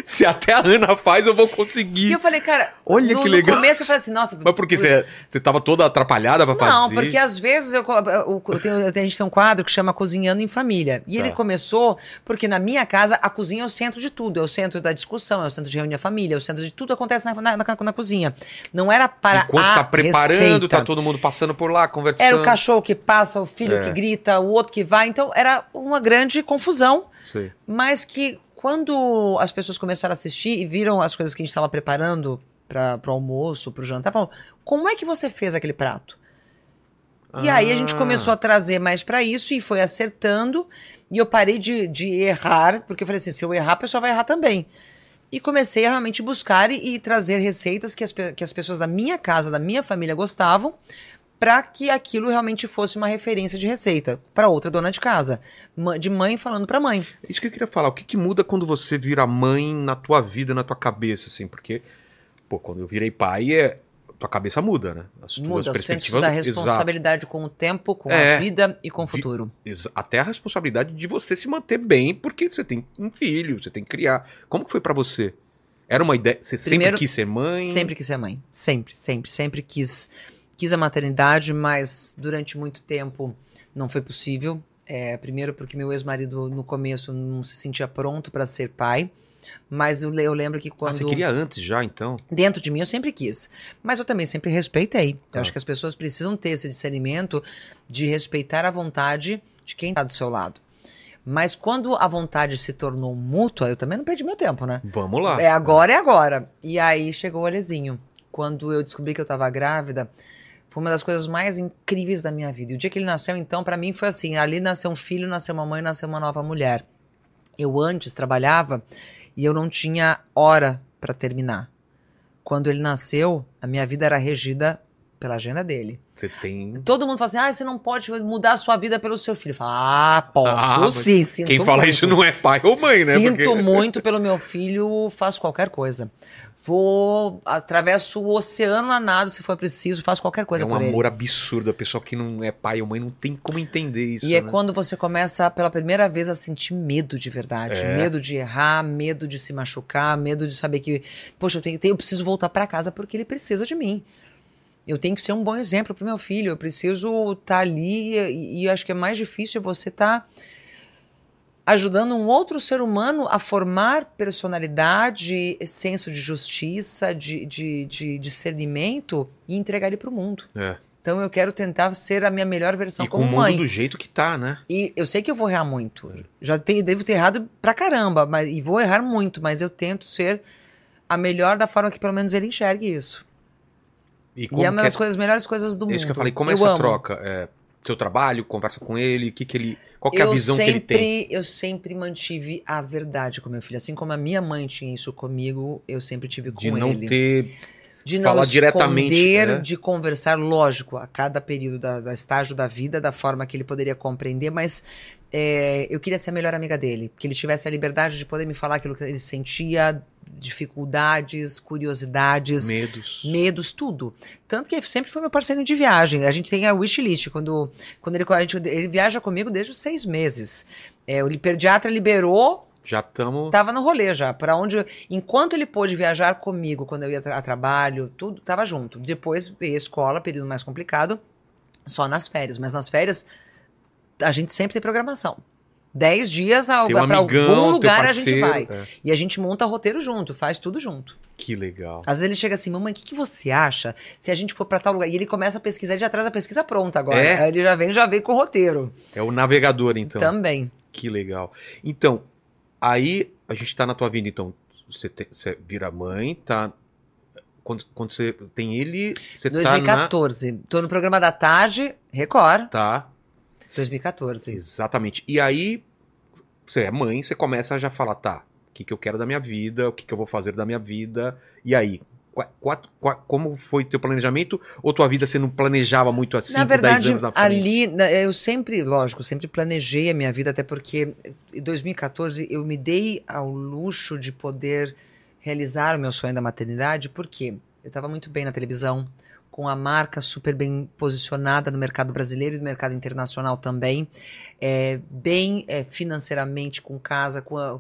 Se até a Ana faz, eu vou
E
conseguir.
eu falei, cara,
Olha
no,
que
no
legal.
começo eu falei assim, nossa,
Mas por que você você tava toda atrapalhada pra fazer?
Não, porque às vezes eu, co- eu- eu tenho- eu tenho- a gente tem um quadro que chama Cozinhando em Família. E ele
Tá.
começou porque na minha casa a cozinha é o centro de tudo. É o centro da discussão, é o centro de reunir a família, é o centro de tudo que acontece na, na, na- na cozinha. Não era para
Enquanto
a
tá preparando,
receita.
tá todo mundo passando por lá, conversando.
Era o cachorro que passa, o filho
É.
que grita, o outro que vai. Então era uma grande confusão
Sei.
mas que quando as pessoas começaram a assistir e viram as coisas que a gente estava preparando para o almoço, para o jantar, falaram, como é que você fez aquele prato? E aí a gente
Ah.
começou a trazer mais para isso e foi acertando. E eu parei de, de errar, porque eu falei assim, se eu errar, a pessoa vai errar também. E comecei a realmente buscar e, e trazer receitas que as, pe- que as pessoas da minha casa, da minha família gostavam, para que aquilo realmente fosse uma referência de receita para outra dona de casa, Ma- de mãe falando para mãe.
Isso que eu queria falar, o que, que muda quando você vira mãe na tua vida, na tua cabeça, assim? Porque, pô, quando eu virei pai, é... tua cabeça muda, né? As tuas
Muda o senso
perspectivas.
da
Exato.
responsabilidade com o tempo, com
É.
a vida e com o
Vi-
futuro.
Exa- Até a responsabilidade de você se manter bem, porque você tem um filho, você tem que criar. Como que foi pra você? Era uma ideia. Você sempre
Primeiro,
quis ser mãe?
Sempre quis ser mãe. Sempre, sempre, sempre quis. Quis a maternidade, mas durante muito tempo não foi possível. É, primeiro porque meu ex-marido no começo não se sentia pronto para ser pai, mas eu, le- eu lembro que quando
Ah, você queria antes já, então?
dentro de mim eu sempre quis, mas eu também sempre respeitei. Eu
Ah.
acho que as pessoas precisam ter esse discernimento de respeitar a vontade de quem está do seu lado. Mas quando a vontade se tornou mútua, eu também não perdi meu tempo, né?
Vamos lá.
É agora, é agora. E aí chegou o Alezinho. Quando eu descobri que eu tava grávida, foi uma das coisas mais incríveis da minha vida. E o dia que ele nasceu, então, pra mim foi assim: ali nasceu um filho, nasceu uma mãe, nasceu uma nova mulher. Eu antes trabalhava e eu não tinha hora pra terminar. Quando ele nasceu, a minha vida era regida pela agenda dele.
Você tem.
Todo mundo fala assim: ah, você não pode mudar a sua vida pelo seu filho. Eu falo, ah, posso
Ah, mas
sim, sinto
Quem fala isso
muito.
não é pai ou mãe, né?
Sinto
Porque-
muito pelo meu filho, faço qualquer coisa. Vou, atravesso o oceano a nada se for preciso, faço qualquer coisa
é um
por ele.
amor absurdo. A pessoa que não é pai ou mãe não tem como entender isso.
E é
né?
quando você começa pela primeira vez a sentir medo de verdade,
É.
medo de errar, medo de se machucar, medo de saber que, poxa, eu, tenho, eu preciso voltar pra casa porque ele precisa de mim. Eu tenho que ser um bom exemplo pro meu filho, eu preciso estar ali e, e acho que é mais difícil você estar ajudando um outro ser humano a formar personalidade, senso de justiça, de, de, de discernimento e entregar ele pro mundo.
É.
Então eu quero tentar ser a minha melhor versão
E com
como
o mundo
mãe.
do jeito que tá, né?
E eu sei que eu vou errar muito. Já tenho, devo ter errado pra caramba, mas, e vou errar muito, mas eu tento ser a melhor da forma que pelo menos ele enxergue isso.
E
e é
que
uma das coisas, melhores coisas do
é
mundo.
isso que eu falei. Como é essa
amo.
troca? É, seu trabalho, conversa com ele, o que que ele, qual que é a
Eu
visão que ele tem?
sempre- Eu sempre mantive a verdade com meu filho. Assim como a minha mãe tinha isso comigo, eu sempre tive com
De não
ele.
ter.
de
falar
não
diretamente,
esconder,
né?
de conversar, lógico, a cada período da, da estágio da vida, da forma que ele poderia compreender, mas é, eu queria ser a melhor amiga dele, que ele tivesse a liberdade de poder me falar aquilo que ele sentia, dificuldades, curiosidades,
Medos.
medos, tudo. Tanto que ele sempre foi meu parceiro de viagem. A gente tem a wishlist. Quando, quando ele, a gente- ele viaja comigo desde os seis meses. É, o pediatra liberou
Já estamos.
Tava no rolê já, para onde enquanto ele pôde viajar comigo, quando eu ia tra- a trabalho, tudo tava junto. Depois veio a escola, período mais complicado, só nas férias, mas nas férias a gente sempre tem programação. Dez dias para
Teu um amigão,
algum lugar
teu
a gente
parceiro.
vai.
É.
E a gente monta roteiro junto, faz tudo junto.
Que legal.
Às vezes ele chega assim, mamãe, o que, que você acha se a gente for para tal lugar? E ele começa a pesquisar, ele já traz a pesquisa pronta agora.
É?
Aí Ele já vem, já vem com o roteiro.
É o navegador, então.
Também.
Que legal. Então, aí a gente tá na tua vida, então. Você, te- você vira mãe, tá. Quando, quando você tem ele, você tá
2014. Tô no programa da tarde, Record,
na. Tá.
2014.
Exatamente. E aí, você é mãe, você começa a já falar, tá, o que, que eu quero da minha vida, o que, que eu vou fazer da minha vida, e aí? Qua- qua- qua- como foi teu planejamento? Ou tua vida você não planejava muito assim,
Na verdade,
anos na frente?
ali, na- é, eu sempre, lógico, sempre planejei a minha vida, até porque em 2014 eu me dei ao luxo de poder realizar o meu sonho da maternidade, porque eu estava muito bem na televisão, com a marca super bem posicionada no mercado brasileiro e no mercado internacional também, é, bem é, financeiramente, com casa, com, a-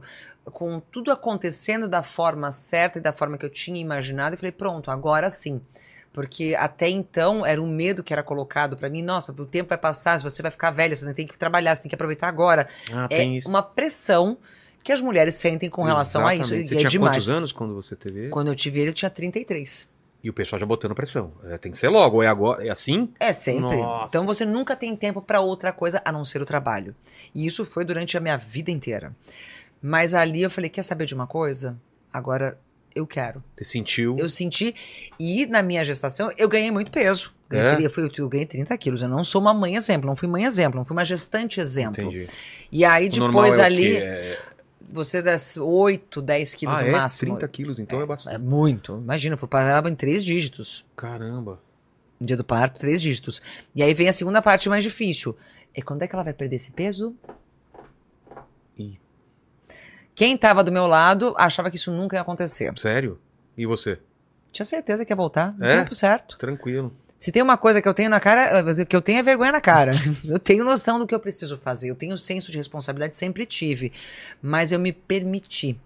com tudo acontecendo da forma certa e da forma que eu tinha imaginado. Eu falei, pronto, agora sim. Porque até então era um medo que era colocado pra mim. Nossa, o tempo vai passar, se você vai ficar velha, você tem que trabalhar, você tem que aproveitar agora.
Ah,
É
tem isso.
uma pressão que as mulheres sentem com relação a
Exatamente.
isso.
Você
e
tinha
é demais.
quantos anos quando você teve? ele?
Quando eu tive ele, eu tinha 33.
E o pessoal já botando pressão. É, tem que ser logo, ou é agora, é assim?
É sempre.
Nossa.
Então você nunca tem tempo pra outra coisa a não ser o trabalho. E isso foi durante a minha vida inteira. Mas ali eu falei: quer saber de uma coisa? Agora eu quero.
Você sentiu.
Eu senti. E na minha gestação, eu ganhei muito peso. Ganhei
É?
tri- Eu, fui, eu ganhei 30 quilos. Eu não sou uma mãe exemplo, não fui mãe exemplo, não fui uma gestante exemplo.
Entendi.
E aí
O normal é
depois
o
ali,
quê? É-
você das 8, 10 quilos
ah,
no
é?
máximo.
30 quilos, então é, bastante.
É muito. Imagina, eu fui parar em três dígitos.
Caramba.
No dia do parto, três dígitos. E aí vem a segunda parte mais difícil. É quando é que ela vai perder esse peso?
E-
Quem tava do meu lado achava que isso nunca ia acontecer.
Sério? E você?
Tinha certeza que ia voltar. No
É?
tempo certo.
Tranquilo.
Se tem uma coisa que eu tenho na cara, eh, que eu tenho é vergonha na cara. Eu tenho noção do que eu preciso fazer, eu tenho senso de responsabilidade, sempre tive. Mas eu me permiti.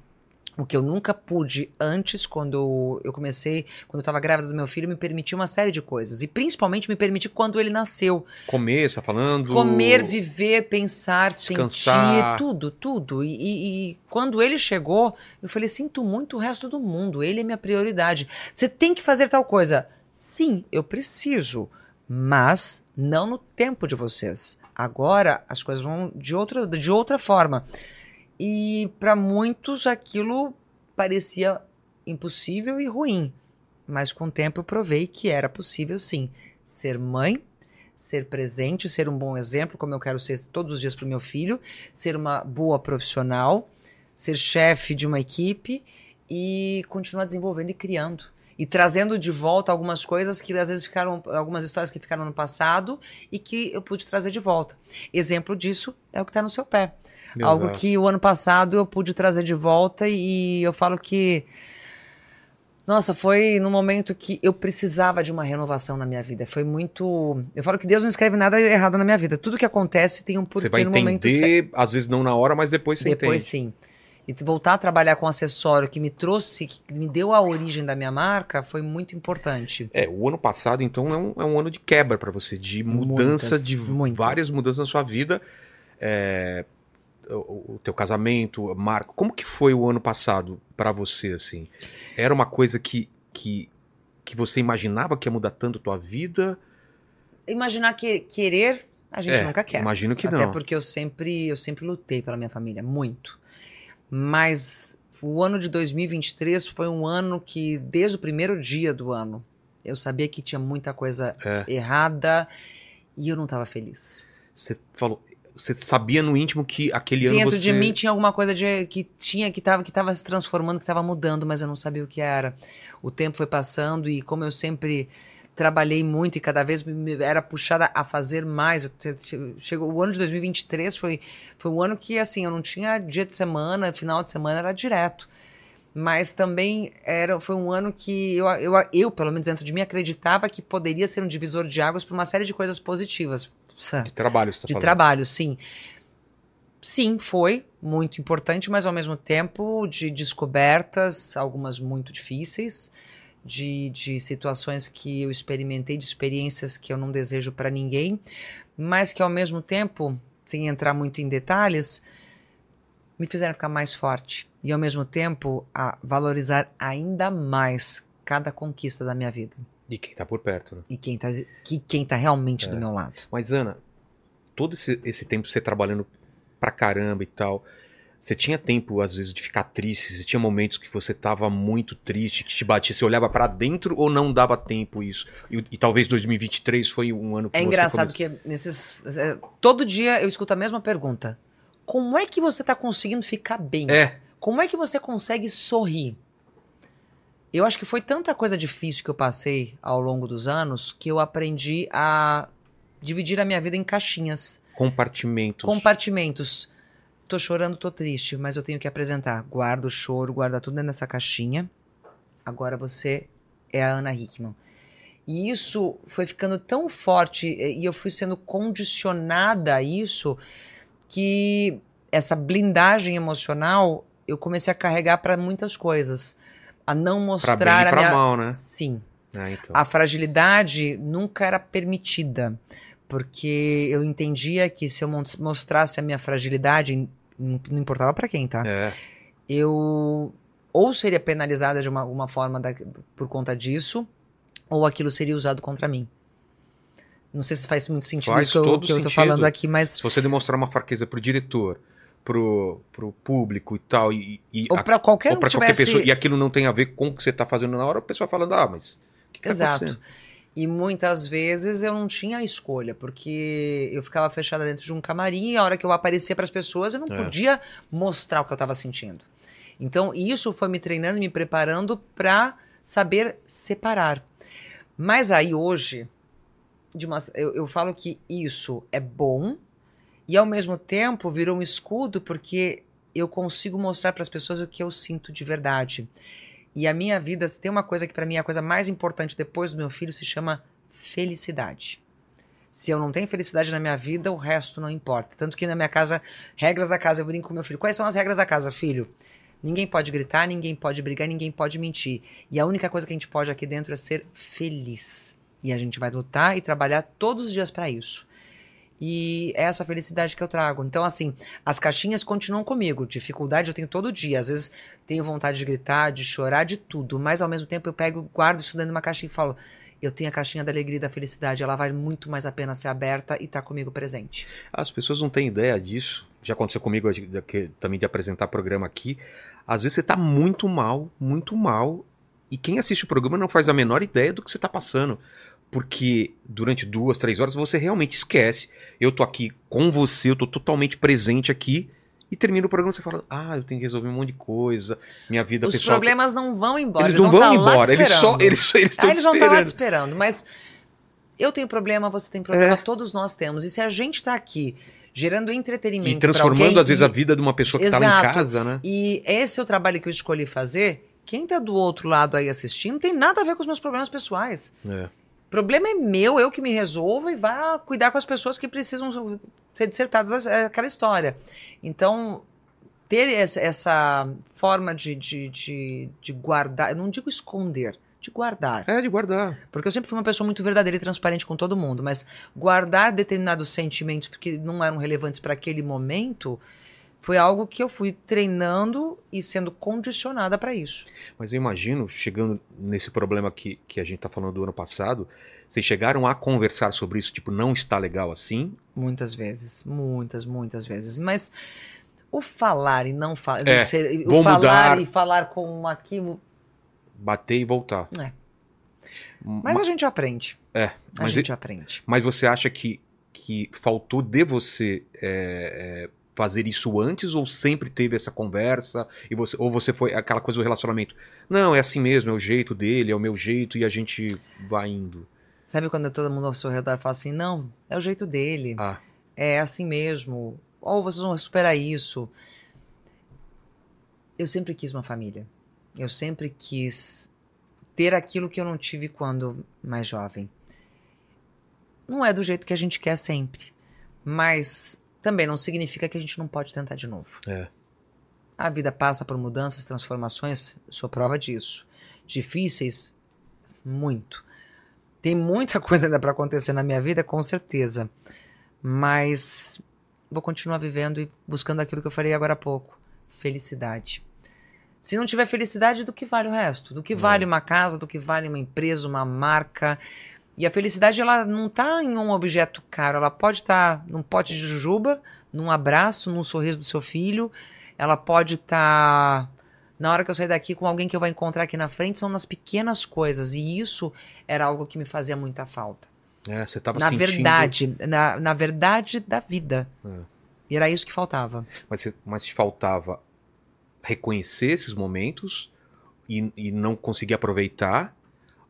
O que eu nunca pude antes, quando eu comecei, quando eu estava grávida do meu filho, me permitiu uma série de coisas. E principalmente me permitir quando ele nasceu.
Comer, você tá falando.
Comer, viver, pensar,
Descansar.
sentir, tudo, tudo. E, e- e quando ele chegou, eu falei: sinto muito o resto do mundo, ele é minha prioridade. Você tem que fazer tal coisa. Sim, eu preciso, mas não no tempo de vocês. Agora as coisas vão de outra, de outra forma. E para muitos aquilo parecia impossível e ruim. Mas com o tempo eu provei que era possível sim ser mãe, ser presente, ser um bom exemplo, como eu quero ser todos os dias para o meu filho, ser uma boa profissional, ser chefe de uma equipe e continuar desenvolvendo e criando. E trazendo de volta algumas coisas que às vezes ficaram, algumas histórias que ficaram no passado e que eu pude trazer de volta. Exemplo disso é o que está no seu pé. Algo
Exato.
que o ano passado eu pude trazer de volta e eu falo que. Nossa, foi no momento que eu precisava de uma renovação na minha vida. Foi muito. Eu falo que Deus não escreve nada errado na minha vida. Tudo que acontece tem um porquê
Você vai
no momento certo.
entender, às vezes não na hora, mas depois você
Depois
entende.
sim. E voltar a trabalhar com um acessório que me trouxe, que me deu a origem da minha marca, foi muito importante.
É, o ano passado, então, é um, é um ano de quebra pra você, de mudança,
Muitas,
de
muitas.
várias mudanças na sua vida. É, o, o teu casamento, a marca. Como que foi o ano passado pra você, assim? Era uma coisa que, que, que você imaginava que ia mudar tanto a tua vida?
Imaginar que querer, a gente
É,
nunca quer.
Imagino que
Até
não.
porque eu sempre, eu sempre lutei pela minha família, muito. Mas o ano de 2023 foi um ano que, desde o primeiro dia do ano, eu sabia que tinha muita coisa
É.
errada e eu não estava feliz.
Você falou. Você sabia no íntimo que aquele ano
Dentro
você...
de mim tinha alguma coisa de, que tinha que estava que tava se transformando, que estava mudando, mas eu não sabia o que era. O tempo foi passando e como eu sempre trabalhei muito e cada vez me- me era puxada a fazer mais. eu te- te- Chegou o ano de 2023 foi foi um ano que assim eu não tinha dia de semana, final de semana era direto. Mas também era, foi um ano que eu, eu, eu, pelo menos dentro de mim, acreditava que poderia ser um divisor de águas para uma série de coisas positivas.
De trabalho, você tá
De
falando.
trabalho, sim. Sim, foi muito importante, mas ao mesmo tempo de descobertas, algumas muito difíceis, de, de situações que eu experimentei, de experiências que eu não desejo para ninguém, mas que ao mesmo tempo, sem entrar muito em detalhes, me fizeram ficar mais forte e ao mesmo tempo a valorizar ainda mais cada conquista da minha vida
E quem tá por perto, né?
e quem tá, que, quem tá realmente do meu lado.
Mas, Ana, todo esse, esse tempo você trabalhando pra caramba e tal, você tinha tempo, às vezes, de ficar triste? Você tinha momentos que você tava muito triste, que te batia? Você olhava pra dentro ou não dava tempo isso? E, e talvez 2023 foi um ano que
É
você
engraçado
começou-
que nesses. é, todo dia eu escuto a mesma pergunta. Como é que você tá conseguindo ficar bem?
É,
Como é que você consegue sorrir? Eu acho que foi tanta coisa difícil que eu passei ao longo dos anos que eu aprendi a dividir a minha vida em caixinhas,
compartimentos.
compartimentos. Tô chorando, tô triste, mas eu tenho que apresentar. Guarda o choro, guarda tudo dentro dessa caixinha. Agora você é a Ana Hickman. E isso foi ficando tão forte e e eu fui sendo condicionada a isso que essa blindagem emocional eu comecei a carregar para muitas coisas, a não
Pra
mostrar
bem e
a
pra
minha
mal, né?
sim,
Ah, então.
a fragilidade nunca era permitida, porque eu entendia que se eu mon- mostrasse a minha fragilidade, não não importava pra quem, tá?
É.
eu ou seria penalizada de uma, alguma forma da- por conta disso, ou aquilo seria usado contra mim. Não sei se faz muito sentido
Faz
isso que eu,
todo
que eu tô
sentido.
falando aqui, mas.
Se você demonstrar uma fraqueza pro diretor, pro, pro público e tal, e, e
Ou
a-
pra qualquer
ou
um
pra qualquer
tivesse.
pessoa, e aquilo não tem a ver com o que você tá fazendo na hora, a pessoa falando, ah, mas o que, que tá
Exato.
acontecendo?
E muitas vezes eu não tinha escolha, porque eu ficava fechada dentro de um camarim e a hora que eu aparecia para as pessoas eu não
É.
podia mostrar o que eu estava sentindo. Então isso foi me treinando, me preparando para saber separar. Mas aí hoje, de uma- eu, eu falo que isso é bom e ao mesmo tempo virou um escudo porque eu consigo mostrar para as pessoas o que eu sinto de verdade. E a minha vida, se tem uma coisa que para mim é a coisa mais importante depois do meu filho, se chama felicidade. Se eu não tenho felicidade na minha vida, o resto não importa. Tanto que na minha casa, regras da casa, eu brinco com meu filho. Quais são as regras da casa, filho? Ninguém pode gritar, ninguém pode brigar, ninguém pode mentir. E a única coisa que a gente pode aqui dentro é ser feliz. E a gente vai lutar e trabalhar todos os dias para isso. E é essa felicidade que eu trago. Então, assim, as caixinhas continuam comigo. Dificuldade eu tenho todo dia. Às vezes tenho vontade de gritar, de chorar, de tudo. Mas ao mesmo tempo eu pego, guardo isso dentro de uma caixinha e falo: eu tenho a caixinha da alegria e da felicidade. Ela vale muito mais a pena ser aberta e estar comigo presente.
As pessoas não têm ideia disso. Já aconteceu comigo de- de- que- também de apresentar programa aqui. Às vezes você tá muito mal, muito mal, e quem assiste o programa não faz a menor ideia do que você tá passando. Porque durante duas, três horas você realmente esquece. Eu tô aqui com você, eu tô totalmente presente aqui. E termina o programa, você fala: Ah, eu tenho que resolver um monte de coisa, minha vida
Os
pessoal.
problemas não vão embora.
eles, não vão
tá lá te
embora, eles só.
esperando.
Eles só- eles
Ah,
estão te
eles vão estar lá te
esperando.
esperando, mas eu tenho problema, você tem problema,
É.
todos nós temos. E se a gente tá aqui gerando entretenimento
E
pra
transformando,
alguém,
às vezes,
e,
a vida de uma pessoa que tá lá em
Exato.
casa, né?
E esse é o trabalho que eu escolhi fazer. Quem tá do outro lado aí assistindo não tem nada a ver com os meus problemas pessoais.
É.
problema é meu, eu que me resolvo e vá cuidar com as pessoas que precisam ser dissertadas é aquela história. Então, ter essa- essa forma de, de, de, de guardar, eu não digo esconder, de guardar.
É, de guardar.
Porque eu sempre fui uma pessoa muito verdadeira e transparente com todo mundo, mas guardar determinados sentimentos porque não eram relevantes para aquele momento foi algo que eu fui treinando e sendo condicionada para isso.
Mas eu imagino, chegando nesse problema que, que a gente tá falando do ano passado, vocês chegaram a conversar sobre isso, tipo, não está legal assim?
Muitas vezes, muitas, muitas vezes. Mas o falar e não falar.
É,
o
vou
falar
mudar.
e falar com um aquilo.
Bater e voltar.
É.
Ma-
Mas a gente aprende.
É,
A
mas,
gente aprende.
mas você acha que, que faltou de você é, é, fazer isso antes ou sempre teve essa conversa? E você, ou você foi aquela coisa do relacionamento? Não, é assim mesmo, é o jeito dele, é o meu jeito e a gente vai indo.
Sabe quando todo mundo ao seu redor fala assim, não, é o jeito dele,
Ah,
é assim mesmo, ou vocês vão superar isso. Eu sempre quis uma família. Eu sempre quis ter aquilo que eu não tive quando mais jovem. Não é do jeito que a gente quer sempre, mas também não significa que a gente não pode tentar de novo.
é.
A vida passa por mudanças, transformações, sou prova disso. Difíceis, muito. Tem muita coisa ainda para acontecer na minha vida, com certeza. Mas vou continuar vivendo e buscando aquilo que eu falei agora há pouco: felicidade. Se não tiver felicidade, do que vale o resto? Do que
É.
vale uma casa, do que vale uma empresa, uma marca? E a felicidade, ela não tá em um objeto caro, ela pode estar num pote de jujuba, num abraço, num sorriso do seu filho, ela pode estar na hora que eu sair daqui com alguém que eu vou encontrar aqui na frente, são nas pequenas coisas. E isso era algo que me fazia muita falta.
É, você tava
na
sentindo...
verdade, na, na verdade da vida.
É.
E era isso que faltava.
mas, se- mas te faltava reconhecer esses momentos e, e não conseguir aproveitar?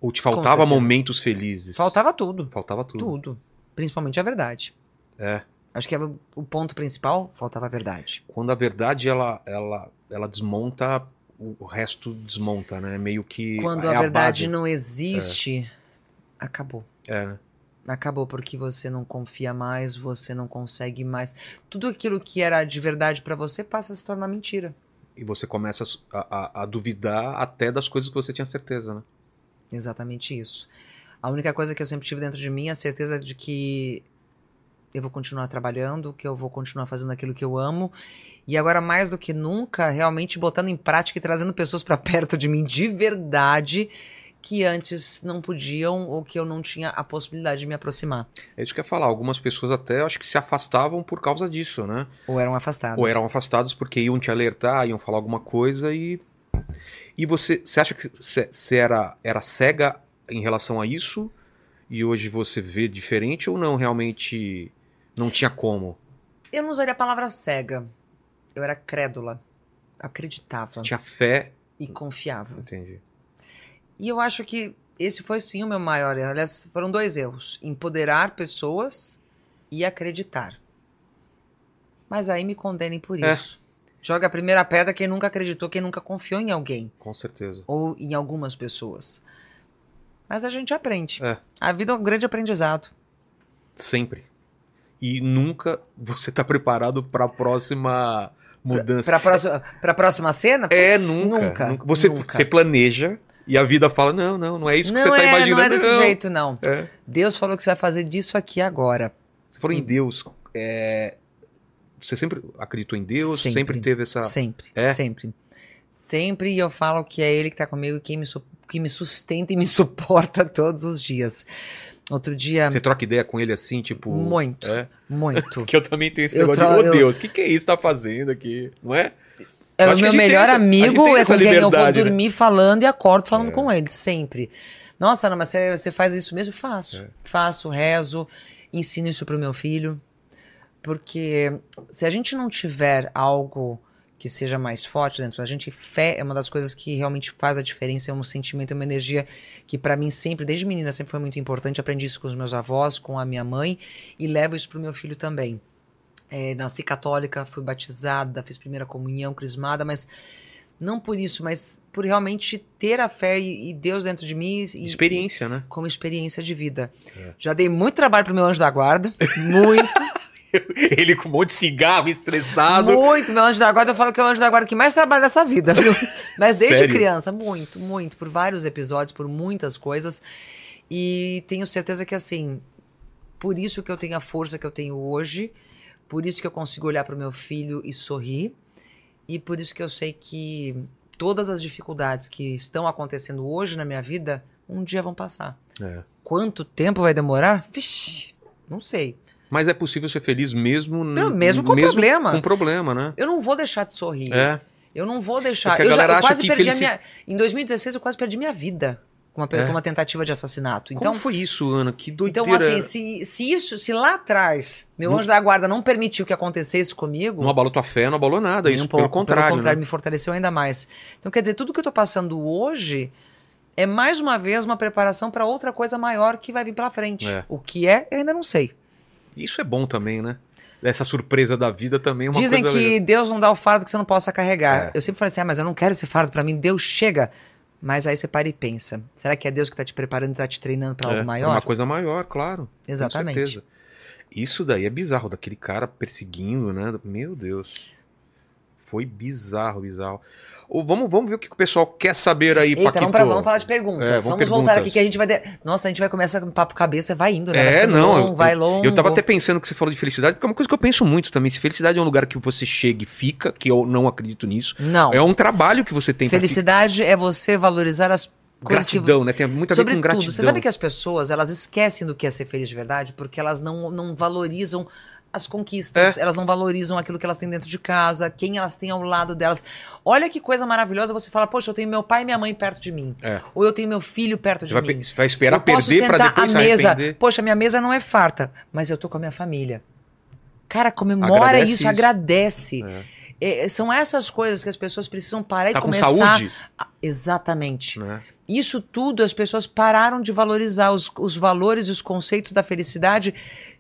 Ou te faltava
certeza.
momentos felizes?
Faltava tudo.
Faltava tudo.
Tudo. Principalmente a verdade.
É.
Acho que era o- o ponto principal, faltava a verdade.
Quando a verdade ela, ela, ela desmonta, o o resto desmonta, né? Meio que.
Quando
é
a verdade
base.
não existe, acabou.
É, né?
Acabou porque você não confia mais, você não consegue mais. Tudo aquilo que era de verdade pra você passa a se tornar mentira.
E você começa a su- a, a- a duvidar até das coisas que você tinha certeza, né?
Exatamente isso. A única coisa que eu sempre tive dentro de mim é a certeza de que eu vou continuar trabalhando, que eu vou continuar fazendo aquilo que eu amo. E agora, mais do que nunca, realmente botando em prática e trazendo pessoas pra perto de mim de verdade que antes não podiam ou que eu não tinha a possibilidade de me aproximar.
É isso que eu ia falar. Algumas pessoas até acho que se afastavam por causa disso, né?
Ou eram afastadas.
Ou eram afastados porque iam te alertar, iam falar alguma coisa e. E você, você acha que você era, era cega em relação a isso? E hoje você vê diferente ou não? Realmente não tinha como?
Eu não usaria a palavra cega. Eu era crédula. Acreditava
Tinha fé.
e confiava.
Entendi.
E eu acho que esse foi sim o meu maior erro. Aliás, foram dois erros: empoderar pessoas e acreditar. Mas aí me condenem por
É.
isso. Joga a primeira pedra quem nunca acreditou, quem nunca confiou em alguém
Com certeza.
ou em algumas pessoas. Mas a gente aprende.
É.
A vida é um grande aprendizado.
Sempre. E nunca você tá preparado pra próxima mudança.
Pra próxima, pra próxima cena?
É,
Putz,
nunca. nunca. Você, você planeja e a vida fala: não, não, não é isso que você
não,
está
é,
imaginando.
não é desse jeito, não.
É.
Deus falou que você vai fazer disso aqui agora.
Você falou em Deus. é, Você sempre acreditou em Deus? Sempre,
Sempre.
teve essa.
Sempre,
É?
sempre. Sempre e eu falo que é ele que tá comigo e quem me, su- que me sustenta e me suporta todos os dias. Outro dia,
Você troca ideia com ele assim, tipo.
muito,
É?
muito.
Que eu também tenho esse
Eu
negócio
tro-
de, ô
eu-
Deus, o que, que é isso que tá fazendo aqui? Não é?
É
acho
o
que a gente tem
meu melhor
essa- a gente
amigo,
tem
é
essa
com quem eu vou
liberdade, né? É.
dormir falando e acordo falando com ele, sempre. Nossa, Ana, mas você, você faz isso mesmo? Faço.
É.
Faço, rezo, ensino isso pro meu filho. Porque se a gente não tiver algo que seja mais forte dentro da gente, fé é uma das coisas que realmente faz a diferença, é um sentimento, é uma energia que pra mim sempre, desde menina, sempre foi muito importante. Aprendi isso com os meus avós, com a minha mãe e levo isso pro meu filho também. É, nasci católica, fui batizada, fiz primeira comunhão, crismada, mas não por isso, mas por realmente ter a fé e, e Deus dentro de mim. e-
Experiência, né?
Como experiência de vida.
É.
Já dei muito trabalho pro meu anjo da guarda. Muito.
Ele com um monte de cigarro estressado.
Muito, meu anjo da guarda, eu falo que é o anjo da guarda que mais trabalha nessa vida, viu? Mas desde
Sério?
criança, muito, muito, por vários episódios, por muitas coisas. E tenho certeza que assim, por isso que eu tenho a força que eu tenho hoje, por isso que eu consigo olhar para o meu filho e sorrir, e por isso que eu sei que todas as dificuldades que estão acontecendo hoje na minha vida, um dia vão passar.
É.
Quanto tempo vai demorar? Vixe, não sei.
Mas é possível ser feliz mesmo.
Não, mesmo com problema.
Com problema, né?
Eu não vou deixar de sorrir.
É.
Eu não vou deixar.
Porque a
Eu, já,
galera
eu
acha
quase
que
perdi
felici-
a minha. Em 2016, eu quase perdi minha vida com uma, pe-
É.
com uma tentativa de assassinato.
Então,
Então,
Como foi isso, Ana? Que doideira.
então assim, se, se isso, se lá atrás meu
Não-
anjo da guarda não permitiu que acontecesse comigo.
Não abalou tua fé, não abalou nada.
nem
Isso,
um pouco,
pelo contrário.
Pelo contrário,
né?
me fortaleceu ainda mais. Então, quer dizer, tudo que eu tô passando hoje é mais uma vez uma preparação para outra coisa maior que vai vir pela frente.
É.
O que é, eu ainda não sei.
Isso é bom também, né? Essa surpresa da vida também é uma
Dizem que
coisa. legal.
Deus não dá o fardo que você não possa carregar.
É.
Eu sempre falei assim, ah, mas eu não quero esse fardo pra mim, Deus chega. Mas aí você para e pensa, será que é Deus que tá te preparando e tá te treinando
É,
pra algo
pra
maior?
Uma coisa maior, claro.
Exatamente.
Com certeza. Isso daí é bizarro, daquele cara perseguindo, né? Meu Deus. Foi bizarro, bizarro. Ô, vamos, vamos ver o que que o pessoal quer saber aí,
Eita,
Paquito.
vamos, pra, vamos falar de perguntas.
É,
vamos
vamos
voltar
perguntas.
aqui que a gente vai. de- Nossa, a gente vai começar com papo cabeça, vai indo, né? Vai
É,
ficando
não,
longo,
eu-
vai longo.
Eu tava até pensando que você falou de felicidade, porque é uma coisa que eu penso muito também. Se felicidade é um lugar que você chega e fica, que eu não acredito nisso,
Não.
é um trabalho que você tem pra
Felicidade é você valorizar as
ficar-
coisas que
Gratidão, né? Tem muito a ver com gratidão.
Você sabe que as pessoas, elas esquecem do que é ser feliz de verdade porque elas não, não valorizam as
É.
conquistas, elas não valorizam aquilo que elas têm dentro de casa, quem elas têm ao lado delas. Olha que coisa maravilhosa você fala, poxa, eu tenho meu pai e minha mãe perto de mim.
É.
Ou eu tenho meu filho perto de
Você vai,
mim.
pe- vai esperar
eu posso
perder pra
sentar
depois
à
se
mesa.
arrepender.
Poxa, minha mesa não é farta, mas eu tô com a minha família. Cara, comemora
Agradece
isso,
isso.
agradece.
É.
É, são essas coisas que as pessoas precisam parar
Tá
e
com
começar.
saúde,
a- Exatamente.
né?
Isso tudo as pessoas pararam de valorizar os, os valores e os conceitos da felicidade,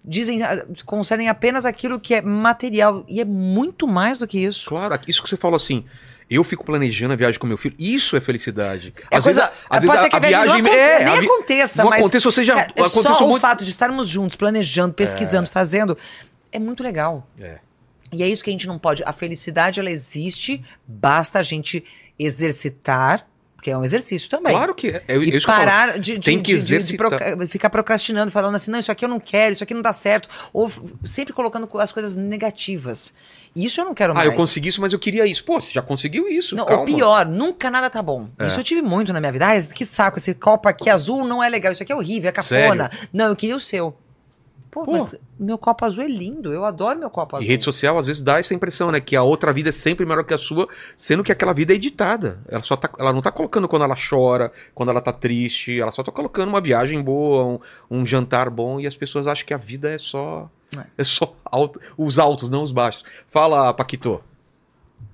dizem, ah, concedem apenas aquilo que é material e é muito mais do que isso.
Claro, isso que você falou assim. Eu fico planejando a viagem com meu filho. Isso é felicidade.
É
às
coisa-
vezes, a, às vezes
pode ser
a,
que
a viagem
não acon-
é, a
nem
vi-
aconteça,
não
mas
aconteça, ou seja,
cara, é
aconteceu
só o
muito.
fato de estarmos juntos, planejando, pesquisando, fazendo, é muito legal.
É.
E é isso que a gente não pode. A felicidade ela existe, basta a gente exercitar, porque é um exercício também.
Claro que é. é isso
E
que eu falo.
parar de, de-
Tem que tá
de- de- de
exercitar.
proca- ficar procrastinando, falando assim, não, isso aqui eu não quero, isso aqui não dá certo. Ou f- sempre colocando co- as coisas negativas. E Isso eu não quero
Ah,
mais.
eu consegui isso, mas eu queria isso. Pô, você já conseguiu isso.
Não,
calma.
ou pior, nunca nada tá bom.
É.
Isso eu tive muito na minha vida. Ai, que saco, esse copo aqui azul não é legal, isso aqui é horrível, é cafona. Não, eu queria o seu. Pô,
Pô.
mas meu copo azul é lindo, eu adoro meu
E
copo azul.
rede social às vezes dá essa impressão, né? Que a outra vida é sempre melhor que a sua, sendo que aquela vida é editada. Ela só tá, ela não tá colocando quando ela chora, quando ela tá triste, ela só tá colocando uma viagem boa, um, um jantar bom, e as pessoas acham que a vida é só.
É.
É, só alto, os altos, não os baixos. Fala, Paquito.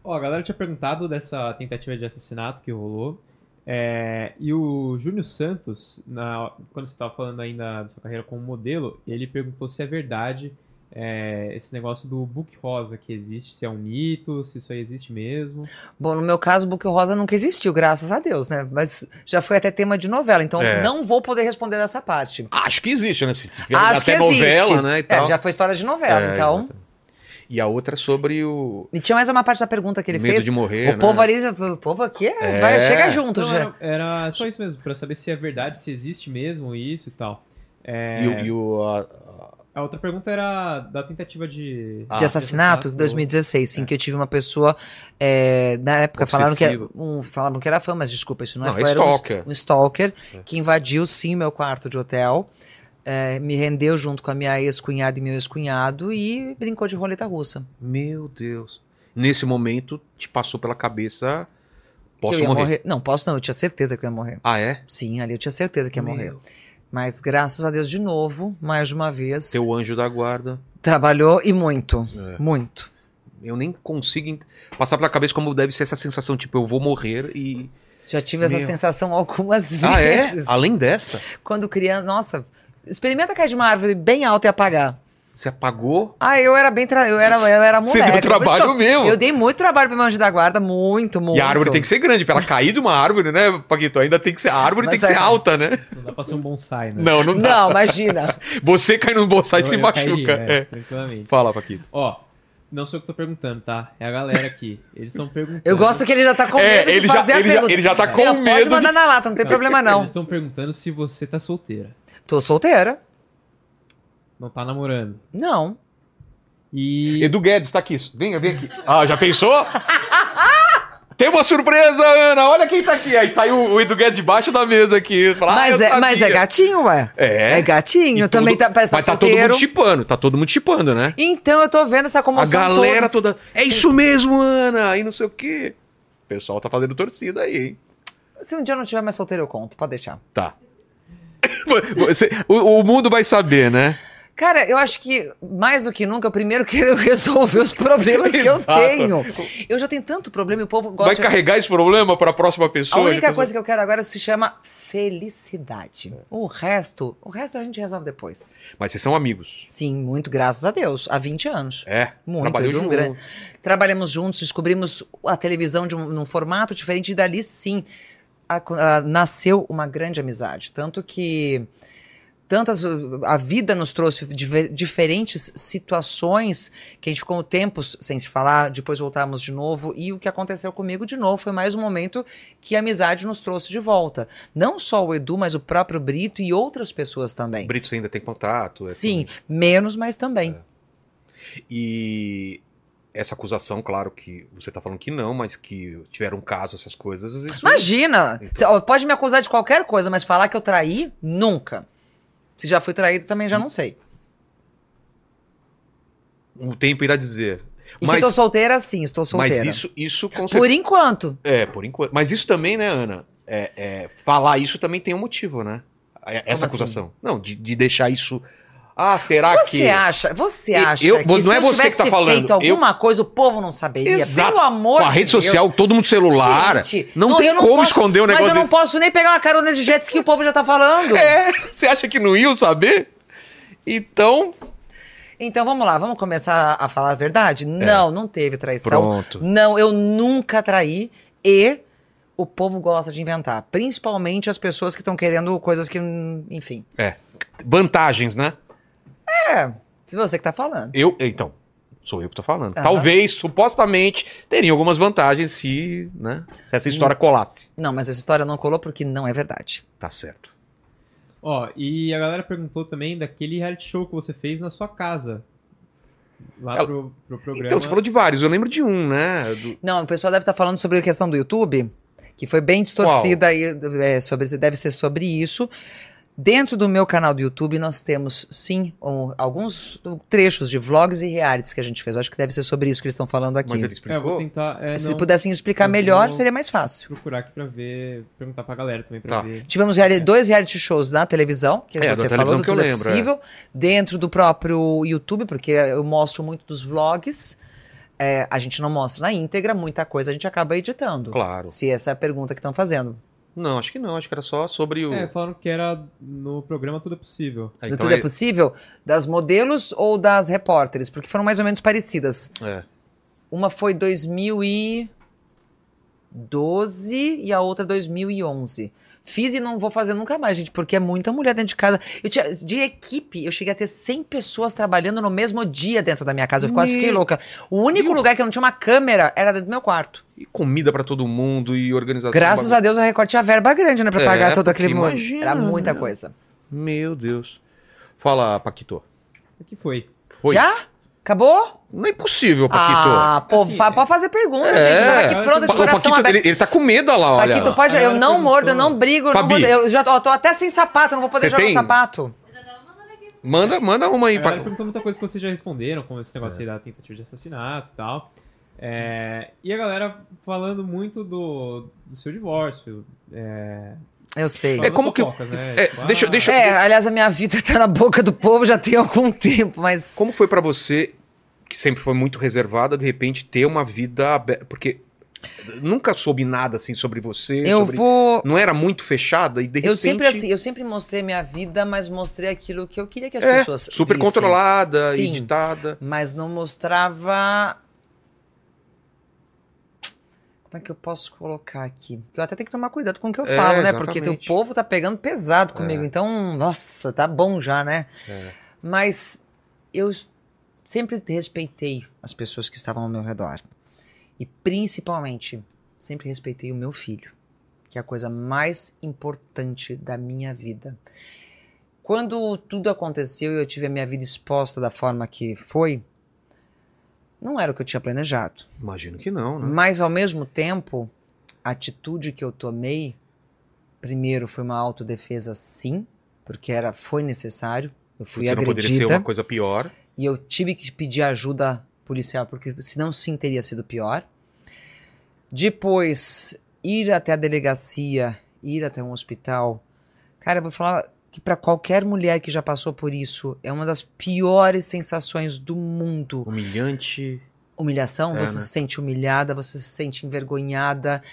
Ó, a galera tinha perguntado dessa tentativa de assassinato que rolou. É, e o Júnior Santos, na- quando você estava falando ainda da sua carreira como modelo, ele perguntou se é verdade é, esse negócio do book rosa que existe, se é um mito, se isso aí existe mesmo.
Bom, no meu caso, o Book Rosa nunca existiu, graças a Deus, né? Mas já foi até tema de novela, então
É.
não vou poder responder dessa parte.
Acho que existe, né? Se tiver
Acho
até
que
novela,
existe.
né? E
É,
tal.
já foi história de novela,
É,
então.
exatamente. E a outra é sobre o
E tinha mais uma parte da pergunta que ele
medo
fez.
de morrer.
o
né?
povo ali, o povo aqui é,
É.
vai, chega junto
Não,
já.
Então, era, era só isso mesmo, pra saber se é verdade, se existe mesmo isso e tal. É,
E, o- e o, a- a-
A outra pergunta era da tentativa de...
Ah.
de assassinato, 2016, sim, que eu tive uma pessoa. é, na época falaram que, era,
Obsessiva.
um, falaram que era fã, mas desculpa, isso não,
Não,
é
é
fã. Era um,
stalker. É.
um stalker que invadiu, sim, o meu quarto de hotel. é, me rendeu junto com a minha ex-cunhada e meu ex-cunhado e brincou de roleta russa.
Meu Deus. Nesse momento, te passou pela cabeça.
Que
Posso
eu ia
morrer.
Não, posso não, eu tinha certeza que eu ia morrer.
Ah, é?
Sim, ali eu tinha certeza que ia
Meu.
morrer. Mas graças a Deus, de novo, mais de uma vez,
Teu anjo da guarda.
trabalhou e muito,
É.
muito.
Eu nem consigo en- passar pela cabeça como deve ser essa sensação, tipo, eu vou morrer e.
Já tive essa
Meu.
sensação algumas vezes.
Ah, é? Além dessa,
quando criança. Nossa, experimenta cair de uma árvore bem alta e apagar.
você apagou.
Ah, eu era bem. Tra... Eu era, eu era
Você
moleque.
deu
por isso que
trabalho
eu-
mesmo.
Eu dei muito trabalho pro meu anjo da guarda, muito, muito.
E a árvore tem que ser grande, pra ela cair de uma árvore, né, Paquito? Ainda tem que ser. A árvore tem
Mas
que
é.
ser alta, né?
Não dá pra ser um bonsai, né?
Não, não dá.
Não, imagina.
Você cai num bonsai e
Eu-
se
eu cairia,
machuca.
é,
é.
Tranquilamente.
Fala, Paquito.
Ó, não sou eu que tô perguntando, tá? É a galera aqui. Eles estão perguntando.
Eu gosto que ele já tá com
É,
medo
ele
de
já,
fazer a
ele, já,
pergunta.
ele já tá
Não,
com
Não, pode
medo
mandar
de.
na lata, não tem problema não.
Eles estão perguntando se você tá solteira.
Tô solteira.
Não tá namorando.
Não.
E.
Edu Guedes tá aqui. Venha, vem aqui. Ah, já pensou? Tem uma surpresa, Ana. Olha quem tá aqui. Aí saiu o Edu Guedes debaixo da mesa aqui. Fala,
mas,
ah, eu
é, mas é
sabia.
gatinho, ué.
É.
É, gatinho.
E
Também
tudo-
tá, parece que
Mas
tá
tá todo mundo
solteiro.
chipando, tá todo mundo chipando, né?
Então eu tô vendo essa
A
comoção
galera
toda.
toda. É isso mesmo, Ana! E não sei o quê. O pessoal tá fazendo torcida aí, hein?
Se um dia eu não tiver mais solteiro, eu conto. Pode deixar.
Tá. Você- o, o mundo vai saber, né?
Cara, eu acho que mais do que nunca, eu primeiro quero resolver os problemas que eu
Exato.
tenho. Eu já tenho tanto problema e o povo gosta.
Vai carregar esse problema pra próxima
A
pessoa?
única
Depois-
coisa que eu quero agora se chama felicidade. O resto, o resto a gente resolve depois.
Mas vocês são amigos.
Sim, muito graças a Deus, há 20 anos.
É.
Muito,
trabalhou
Edu, um
junto.
grande- Trabalhamos juntos, descobrimos a televisão de um, num formato diferente e dali sim a- a- nasceu uma grande amizade. Tanto que tantas a vida nos trouxe diver- diferentes situações que a gente ficou tempos sem se falar, depois voltamos de novo e o que aconteceu comigo de novo foi mais um momento que a amizade nos trouxe de volta. Não só o Edu, mas o próprio Brito e outras pessoas também.
Brito você ainda tem contato. é
Sim, menos, mas também.
tudo. E essa acusação, claro que você tá falando que não, mas que tiveram um caso, essas coisas. Isso...
Imagina!
Então.
Cê, ó, pode me acusar de qualquer coisa, mas falar que eu traí, nunca. Se já fui traído, também já não sei.
O um tempo irá dizer.
E
Mas-
que tô solteira, sim, estou solteira.
Mas isso, isso com certeza.
Por enquanto.
É, por enquanto. Mas isso também, né, Ana? É, é, falar isso também tem um motivo, né? É, Essa
Como assim?
acusação. Não, de, de deixar isso. Ah, será
você
que.
acha, você
Eu-
acha
eu-
que
não
se
é
eu
você que
tivesse
tá falando,
feito alguma coisa, o povo não saberia.
Exato.
Pelo amor
Com a
de
rede
Deus.
social, todo mundo celular.
Gente,
não tem
eu
como
posso-
esconder um negócio
Mas eu não
desse.
posso nem pegar uma carona de jet ski, o povo já tá falando.
É, você acha que não iam saber? Então.
Então vamos lá, vamos começar a falar a verdade? Não, não teve traição.
É. Pronto.
Não, eu nunca traí e o povo gosta de inventar. Principalmente as pessoas que estão querendo coisas que. hum, Enfim.
É. Vantagens, né?
É, você que tá falando.
Eu. Então. Sou eu que tô falando.
Aham.
Talvez, supostamente, teriam algumas vantagens se, né, se essa história colasse.
Não, mas essa história não colou porque não é verdade.
Tá certo.
Ó, e a galera perguntou também daquele reality show que você fez na sua casa. Lá
Ela-
pro, pro programa.
Então, você falou de vários. Eu lembro de um, né? Do-
Não, o pessoal deve estar falando sobre a questão do YouTube, que foi bem distorcida aí, é, sobre, deve ser sobre isso. Dentro do meu canal do YouTube, nós temos, sim, um- alguns trechos de vlogs e realities que a gente fez. Eu acho que deve ser sobre isso que eles estão falando aqui.
Mas ele
É, eu vou
explicou.
tentar. É,
Se
não,
pudessem explicar
Eu
melhor,
vou-
seria mais fácil.
procurar aqui pra ver. Perguntar pra galera também pra
Tá.
ver.
Tivemos reali- dois reality shows na televisão, que
É, da
você
televisão
falou, do
que eu
Tudo é
lembro, é.
Possível, dentro do próprio YouTube, porque eu mostro muito dos vlogs. É, a gente não mostra na íntegra, muita coisa a gente acaba editando.
Claro.
Se essa é a pergunta que estão fazendo.
Não, acho que não. Acho que era só sobre o.
É, falaram que era no programa Tudo é Possível.
Ah,
do
então
Tudo é... Possível, das modelos ou das repórteres? Porque foram mais ou menos parecidas.
é.
Uma foi 2012 e a outra 2011. Fiz e não vou fazer nunca mais, gente, porque é muita mulher dentro de casa. Eu tinha, de equipe, eu cheguei a ter 100 pessoas trabalhando no mesmo dia dentro da minha casa. Eu quase fiquei louca. O único
Meu.
lugar que eu não tinha uma câmera era dentro do meu quarto.
E comida pra todo mundo e organização.
Graças a Deus a Record tinha verba grande, né, pra
Tá É,
pagar todo aquele...
porque
mo-
imagina,
Era muita
né?
coisa.
Meu Deus. Fala, Paquito.
O que foi?
Foi?
Já? Acabou?
Não é impossível, Paquito.
Ah, pô,
Assim,
fa-
é.
pode fazer pergunta,
É.
gente. Não tá aqui
Cara,
pronta de
Pa- o
coração
Paquito,
aberto.
ele, ele tá com medo, olha lá, olha.
Paquito,
lá.
pode.
Cara,
Eu não
perguntou.
mordo, eu não brigo, eu
Fabi.
não vou, eu já tô, tô até sem sapato, não vou poder
Você
jogar
tem?
o sapato.
Eu já tava mandando aqui.
Manda, manda uma
A
É
aí,
galera
Paquito.
perguntou muita coisa que vocês já responderam, como esse
É.
negócio aí da tentativa de assassinato e tal. É, e a galera falando muito do, do seu divórcio. É,
Eu sei.
É como que-
fofocas, Né?
é, deixa- deixa-
É, aliás, a minha vida tá na boca do povo já tem algum tempo, mas.
Como foi pra você, que sempre foi muito reservada, de repente ter uma vida aberta? Porque nunca soube nada assim sobre você.
Eu
sobre-
vou.
Não era muito fechada e de repente.
Eu sempre assim, eu sempre mostrei minha vida, mas mostrei aquilo que eu queria que as
É,
pessoas.
super
vissem.
controlada,
Sim.
editada.
Mas não mostrava. Como é que eu posso colocar aqui? Porque Eu até tenho que tomar cuidado com o que eu
É,
falo, né? Porque o
exatamente.
povo tá pegando pesado comigo. Então, nossa, tá bom já, né?
É.
Mas eu s- sempre respeitei as pessoas que estavam ao meu redor. E principalmente, sempre respeitei o meu filho, que é a coisa mais importante da minha vida. Quando tudo aconteceu e eu tive a minha vida exposta da forma que foi, não era o que eu tinha planejado.
Imagino que não, né?
Mas ao mesmo tempo, a atitude que eu tomei, primeiro foi uma autodefesa sim, porque era foi necessário. Eu fui
você não
agredida.
poderia ser uma coisa pior.
E eu tive que pedir ajuda policial, porque senão sim teria sido pior. Depois, ir até a delegacia, ir até um hospital. Cara, eu vou falar que para qualquer mulher que já passou por isso, é uma das piores sensações do mundo.
Humilhante.
Humilhação,
É,
você
né?
se sente humilhada, você se sente envergonhada.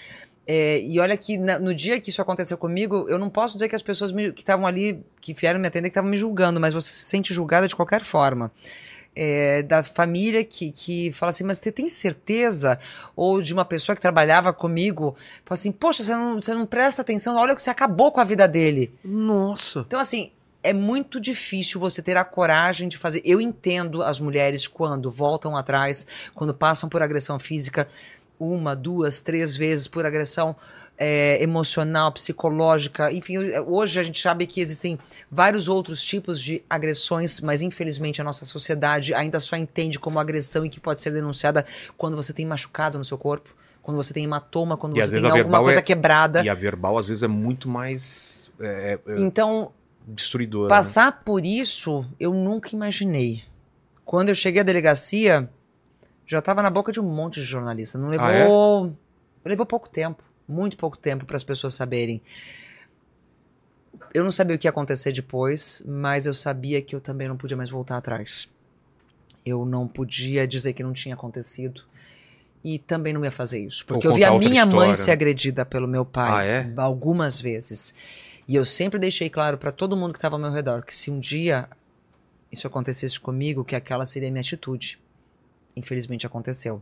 É, e olha que na- no dia que isso aconteceu comigo, eu não posso dizer que as pessoas me- que estavam ali, que vieram me atender, que estavam me julgando, mas você se sente julgada de qualquer forma. É, da família que, que fala assim, mas você tem certeza? Ou de uma pessoa que trabalhava comigo, fala assim, poxa, você não, você não presta atenção, olha o que você acabou com a vida dele.
Nossa.
Então, assim, é muito difícil você ter a coragem de fazer. Eu entendo as mulheres quando voltam atrás, quando passam por agressão física, uma, duas, três vezes por agressão é, emocional, psicológica. Enfim, hoje a gente sabe que existem vários outros tipos de agressões, mas infelizmente a nossa sociedade ainda só entende como agressão e que pode ser denunciada quando você tem machucado no seu corpo. Quando você tem hematoma, quando
E às
você
vezes
tem
a
alguma
verbal
coisa
é-
quebrada.
E a verbal, às vezes, é muito mais é, é,
Então,
destruidora. né?
Passar por isso, eu nunca imaginei. Quando eu cheguei à delegacia, já estava na boca de um monte de jornalista. Não
Ah, é?
levou. Levou pouco tempo. Muito pouco tempo para as pessoas saberem. Eu não sabia o que ia acontecer depois, mas eu sabia que eu também não podia mais voltar atrás. Eu não podia dizer que não tinha acontecido. E também não ia fazer isso.
Ou
Porque eu vi a
contar outra
minha mãe
história,
ser
né?
agredida pelo meu pai
Ah, é?
algumas vezes. E eu sempre deixei claro para todo mundo que estava ao meu redor que se um dia isso acontecesse comigo, que aquela seria a minha atitude. Infelizmente aconteceu.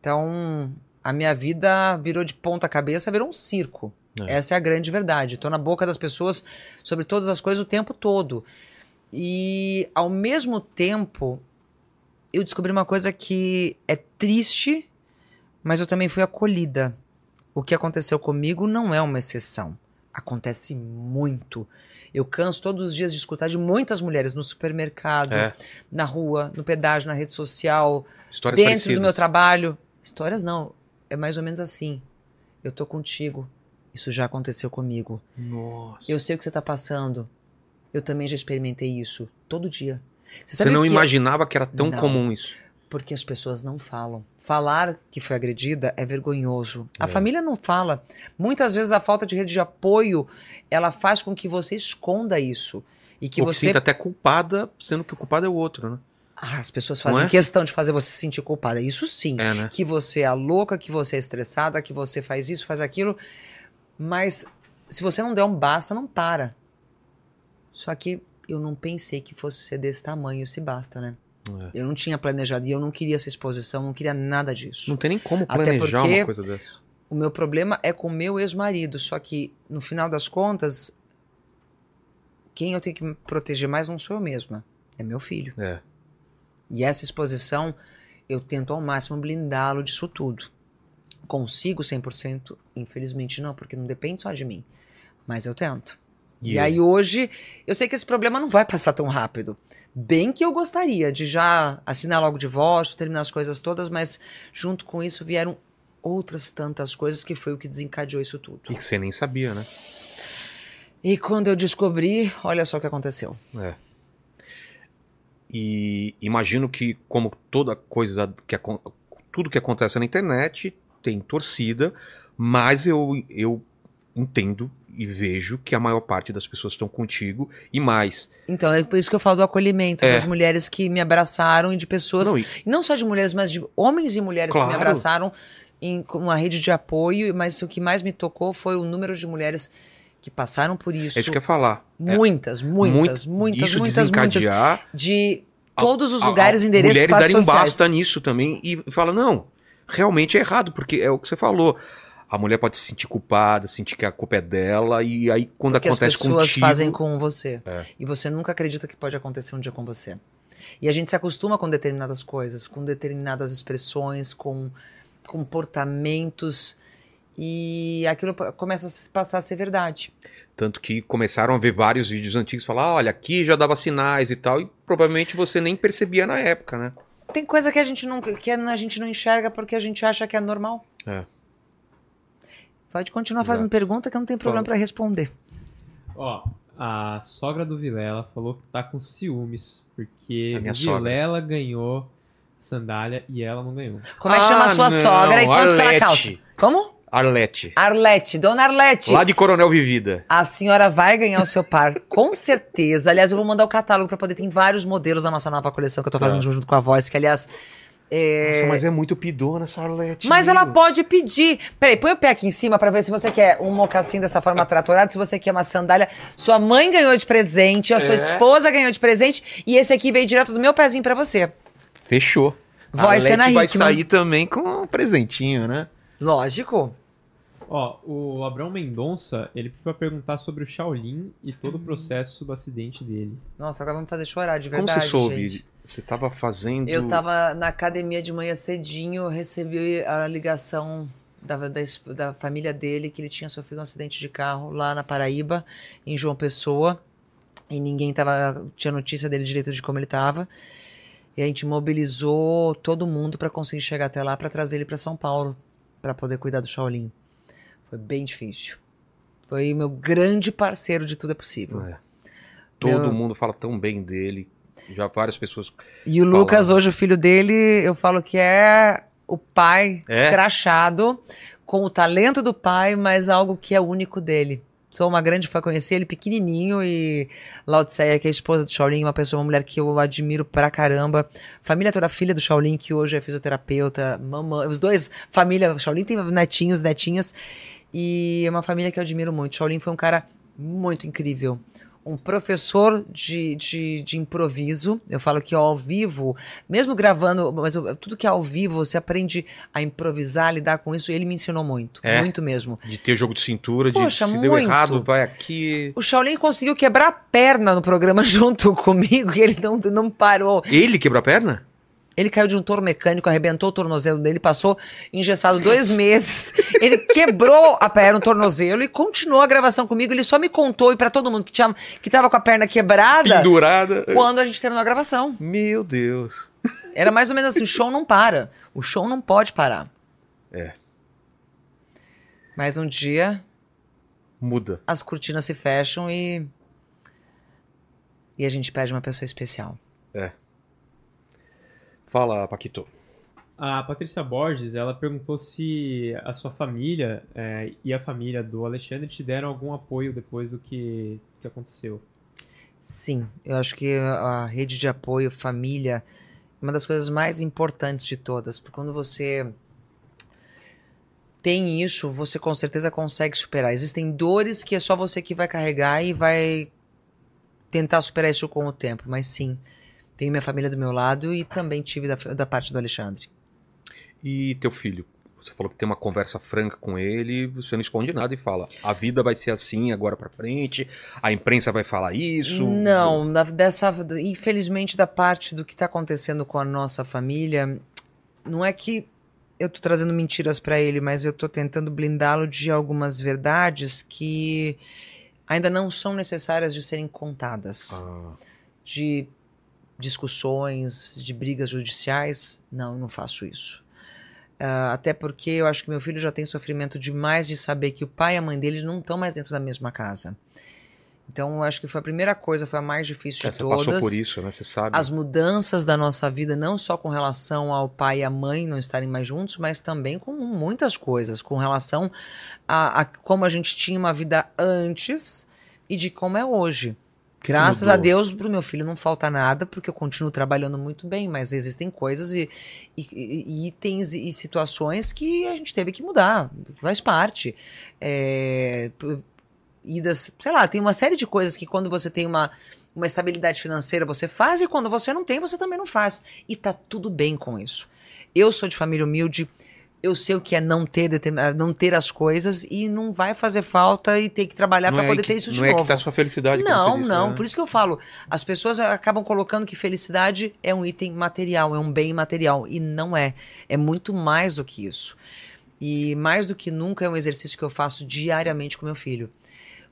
Então, a minha vida virou de ponta cabeça, virou um circo.
É.
Essa é a grande verdade. Tô na boca das pessoas sobre todas as coisas o tempo todo. E ao mesmo tempo, eu descobri uma coisa que é triste, mas eu também fui acolhida. O que aconteceu comigo não é uma exceção. Acontece muito. Eu canso todos os dias de escutar de muitas mulheres no supermercado,
É,
na rua, no pedágio, na rede social,
histórias
dentro
parecidas.
do meu trabalho. Histórias não, é mais ou menos assim. Eu tô contigo. Isso já aconteceu comigo.
Nossa.
Eu sei o que você tá passando. Eu também já experimentei isso todo dia. Você,
Você
sabe
não
que
imaginava que era tão
Não.
comum isso.
porque as pessoas não falam. Falar que foi agredida é vergonhoso. A
É.
família não fala. Muitas vezes a falta de rede de apoio, ela faz com que você esconda isso e que
Ou que
você
sinta até culpada, sendo que o culpado é o outro, né?
Ah, as pessoas
Não
fazem
é?
questão de fazer você se sentir culpada. Isso sim.
É, né?
que você é louca, que você é estressada, que você faz isso, faz aquilo. Mas se você não der um basta, não para. Só que eu não pensei que fosse ser desse tamanho esse basta, né?
É.
Eu não tinha planejado e eu não queria essa exposição, não queria nada disso.
Não tem nem como
Até
planejar
porque-
uma coisa dessa.
O meu problema é com o meu ex-marido, só que no final das contas, quem eu tenho que proteger mais não sou eu mesma, é meu filho.
É.
E essa exposição, eu tento ao máximo blindá-lo disso tudo. Consigo 100%? Infelizmente não, porque não depende só de mim. Mas eu tento. E,
eu-
aí hoje, eu sei que esse problema não vai passar tão rápido. Bem que eu gostaria de já assinar logo o divórcio, terminar as coisas todas, mas junto com isso vieram outras tantas coisas que foi o que desencadeou isso tudo.
E que você nem sabia, né?
E quando eu descobri, olha só o que aconteceu.
É. E imagino que, como toda coisa que acon- tudo que acontece na internet tem torcida, mas eu, eu entendo e vejo que a maior parte das pessoas estão contigo e mais.
Então, é por isso que eu falo do acolhimento
É.
das mulheres que me abraçaram e de pessoas
Não, e- é
não só de mulheres, mas de homens e mulheres que
Claro.
me abraçaram em com uma rede de apoio, mas o que mais me tocou foi o número de mulheres que passaram por isso.
é isso que eu ia falar. É,
Muitas, muitas,
muito-
muitas,
isso
muitas, muitas.
desencadear
De
a-
todos os
a- a-
lugares, endereços,
mulheres
classes
darem um
sociais.
basta nisso também e fala não, realmente é errado porque é o que você falou. A mulher pode se sentir culpada, sentir que a culpa é dela e aí quando
que as
acontece
pessoas
contigo,
fazem com você.
É.
E você nunca acredita que pode acontecer um dia com você. E a gente se acostuma com determinadas coisas, com determinadas expressões, com comportamentos. E aquilo pa- começa a se passar a ser verdade.
Tanto que começaram a ver vários vídeos antigos e falar, olha, aqui já dava sinais e tal, e provavelmente você nem percebia na época, né?
Tem coisa que a gente não, que a gente não enxerga porque a gente acha que é normal.
É.
Pode continuar
Exato.
fazendo pergunta que eu não tenho problema para responder.
Ó, a sogra do Vilela falou que tá com ciúmes, porque
A minha
o Vilela ganhou a sandália e ela não ganhou.
Como é que chama a
Ah,
sua
não,
sogra e quanto que ela calça?
Arlete.
Como?
Arlete,
Arlete, dona Arlete.
lá de Coronel Vivida.
A senhora vai ganhar o seu par, com certeza. Aliás, eu vou mandar o catálogo pra poder. Tem vários modelos da nossa nova coleção que eu tô
É.
fazendo junto com a voz, que aliás. é-
Nossa, mas é muito pidona essa Arlete.
Mas
meu.
ela pode pedir. Peraí, põe o pé aqui em cima pra ver se você quer um mocassim dessa
Ah.
forma tratorado, se você quer uma sandália. Sua mãe ganhou de presente, a
É.
sua esposa ganhou de presente, e esse aqui veio direto do meu pezinho pra você.
Fechou.
Voz
Arlete
Senna
vai
Hickman.
sair também com um presentinho, né?
Lógico.
Ó, o Abrão Mendonça, ele pediu pra perguntar sobre o Shaolin e todo
Hum.
o processo do acidente dele.
Nossa, agora vamos fazer chorar de
Como
verdade.
você soube?
gente.
Você tava fazendo...
Eu tava na academia de manhã cedinho, recebi a ligação da, da, es- da família dele que ele tinha sofrido um acidente de carro lá na Paraíba, em João Pessoa, e ninguém tava, tinha notícia dele direito de como ele tava. E a gente mobilizou todo mundo para conseguir chegar até lá para trazer ele para São Paulo, para poder cuidar do Shaolin. Foi bem difícil. Foi meu grande parceiro de tudo é possível.
É. Todo
Meu-
mundo fala tão bem dele, já várias pessoas...
E o
Fala.
Lucas, hoje, o filho dele, eu falo que é o pai
É?
escrachado, com o talento do pai, mas algo que é único dele. Sou uma grande fã, conheci ele pequenininho e Laodiceia, que é a esposa do Shaolin, uma pessoa, uma mulher que eu admiro pra caramba. Família toda filha do Shaolin, que hoje é fisioterapeuta, mamãe, os dois, família, o Shaolin tem netinhos, netinhas, e é uma família que eu admiro muito. O Shaolin foi um cara muito incrível. Um professor de, de, de improviso. Eu falo que ao vivo, mesmo gravando, mas eu- tudo que é ao vivo, você aprende a improvisar, a lidar com isso, e ele me ensinou muito.
É?
Muito mesmo.
De ter jogo de cintura, de
Poxa,
se deu
muito.
errado, vai aqui...
O Shaolin conseguiu quebrar a perna no programa junto comigo, e ele não, não parou.
Ele quebrou a perna?
Ele caiu de um touro mecânico, arrebentou o tornozelo dele, passou engessado dois meses. Ele quebrou a perna, o tornozelo, e continuou a gravação comigo. Ele só me contou, e pra todo mundo que, tinha, que tava com a perna quebrada,
Pendurada.
quando a gente terminou a gravação.
Meu Deus.
Era mais ou menos assim: o show não para. O show não pode parar.
É.
Mas um dia
Muda.
as cortinas se fecham e. E a gente perde uma pessoa especial.
Fala, Paquito.
A Patrícia Borges, ela perguntou se a sua família eh, e a família do Alexandre te deram algum apoio depois do que, que aconteceu.
Sim, eu acho que a rede de apoio, família, é uma das coisas mais importantes de todas, porque quando você tem isso, você com certeza consegue superar. Existem dores que é só você que vai carregar e vai tentar superar isso com o tempo, mas sim, tenho minha família do meu lado e também tive da, da parte do Alexandre.
E teu filho? Você falou que tem uma conversa franca com ele, você não esconde nada e fala: a vida vai ser assim agora pra frente, a imprensa vai falar isso.
Não, na- dessa, infelizmente, da parte do que está acontecendo com a nossa família, não é que eu tô trazendo mentiras para ele, mas eu tô tentando blindá-lo de algumas verdades que ainda não são necessárias de serem contadas.
Ah,
De discussões, de brigas judiciais, não, eu não faço isso. Ah, até porque eu acho que meu filho já tem sofrimento demais de saber que o pai e a mãe dele não estão mais dentro da mesma casa. Então, eu acho que foi a primeira coisa, foi a mais difícil
é,
de
você
todas.
passou por isso, né? Você sabe.
As mudanças da nossa vida, não só com relação ao pai e a mãe não estarem mais juntos, mas também com muitas coisas, com relação a, a como a gente tinha uma vida antes e de como é hoje. Graças
mudou?
a Deus, pro meu filho não falta nada, porque eu continuo trabalhando muito bem, mas existem coisas e, e- e- e itens e situações que a gente teve que mudar, faz parte. É, p- idas, sei lá, tem uma série de coisas que quando você tem uma, uma estabilidade financeira você faz e quando você não tem, você também não faz. E tá tudo bem com isso. Eu sou de família humilde, eu sei o que é não ter, determin- não ter as coisas e não vai fazer falta e ter que trabalhar
Não
para
é
poder
que-
ter isso de
Não
novo.
é que tá a sua felicidade como
Não,
você disse,
não.
né?
Por isso que eu falo, as pessoas acabam colocando que felicidade é um item material, é um bem material. E não é. É muito mais do que isso. E mais do que nunca é um exercício que eu faço diariamente com meu filho.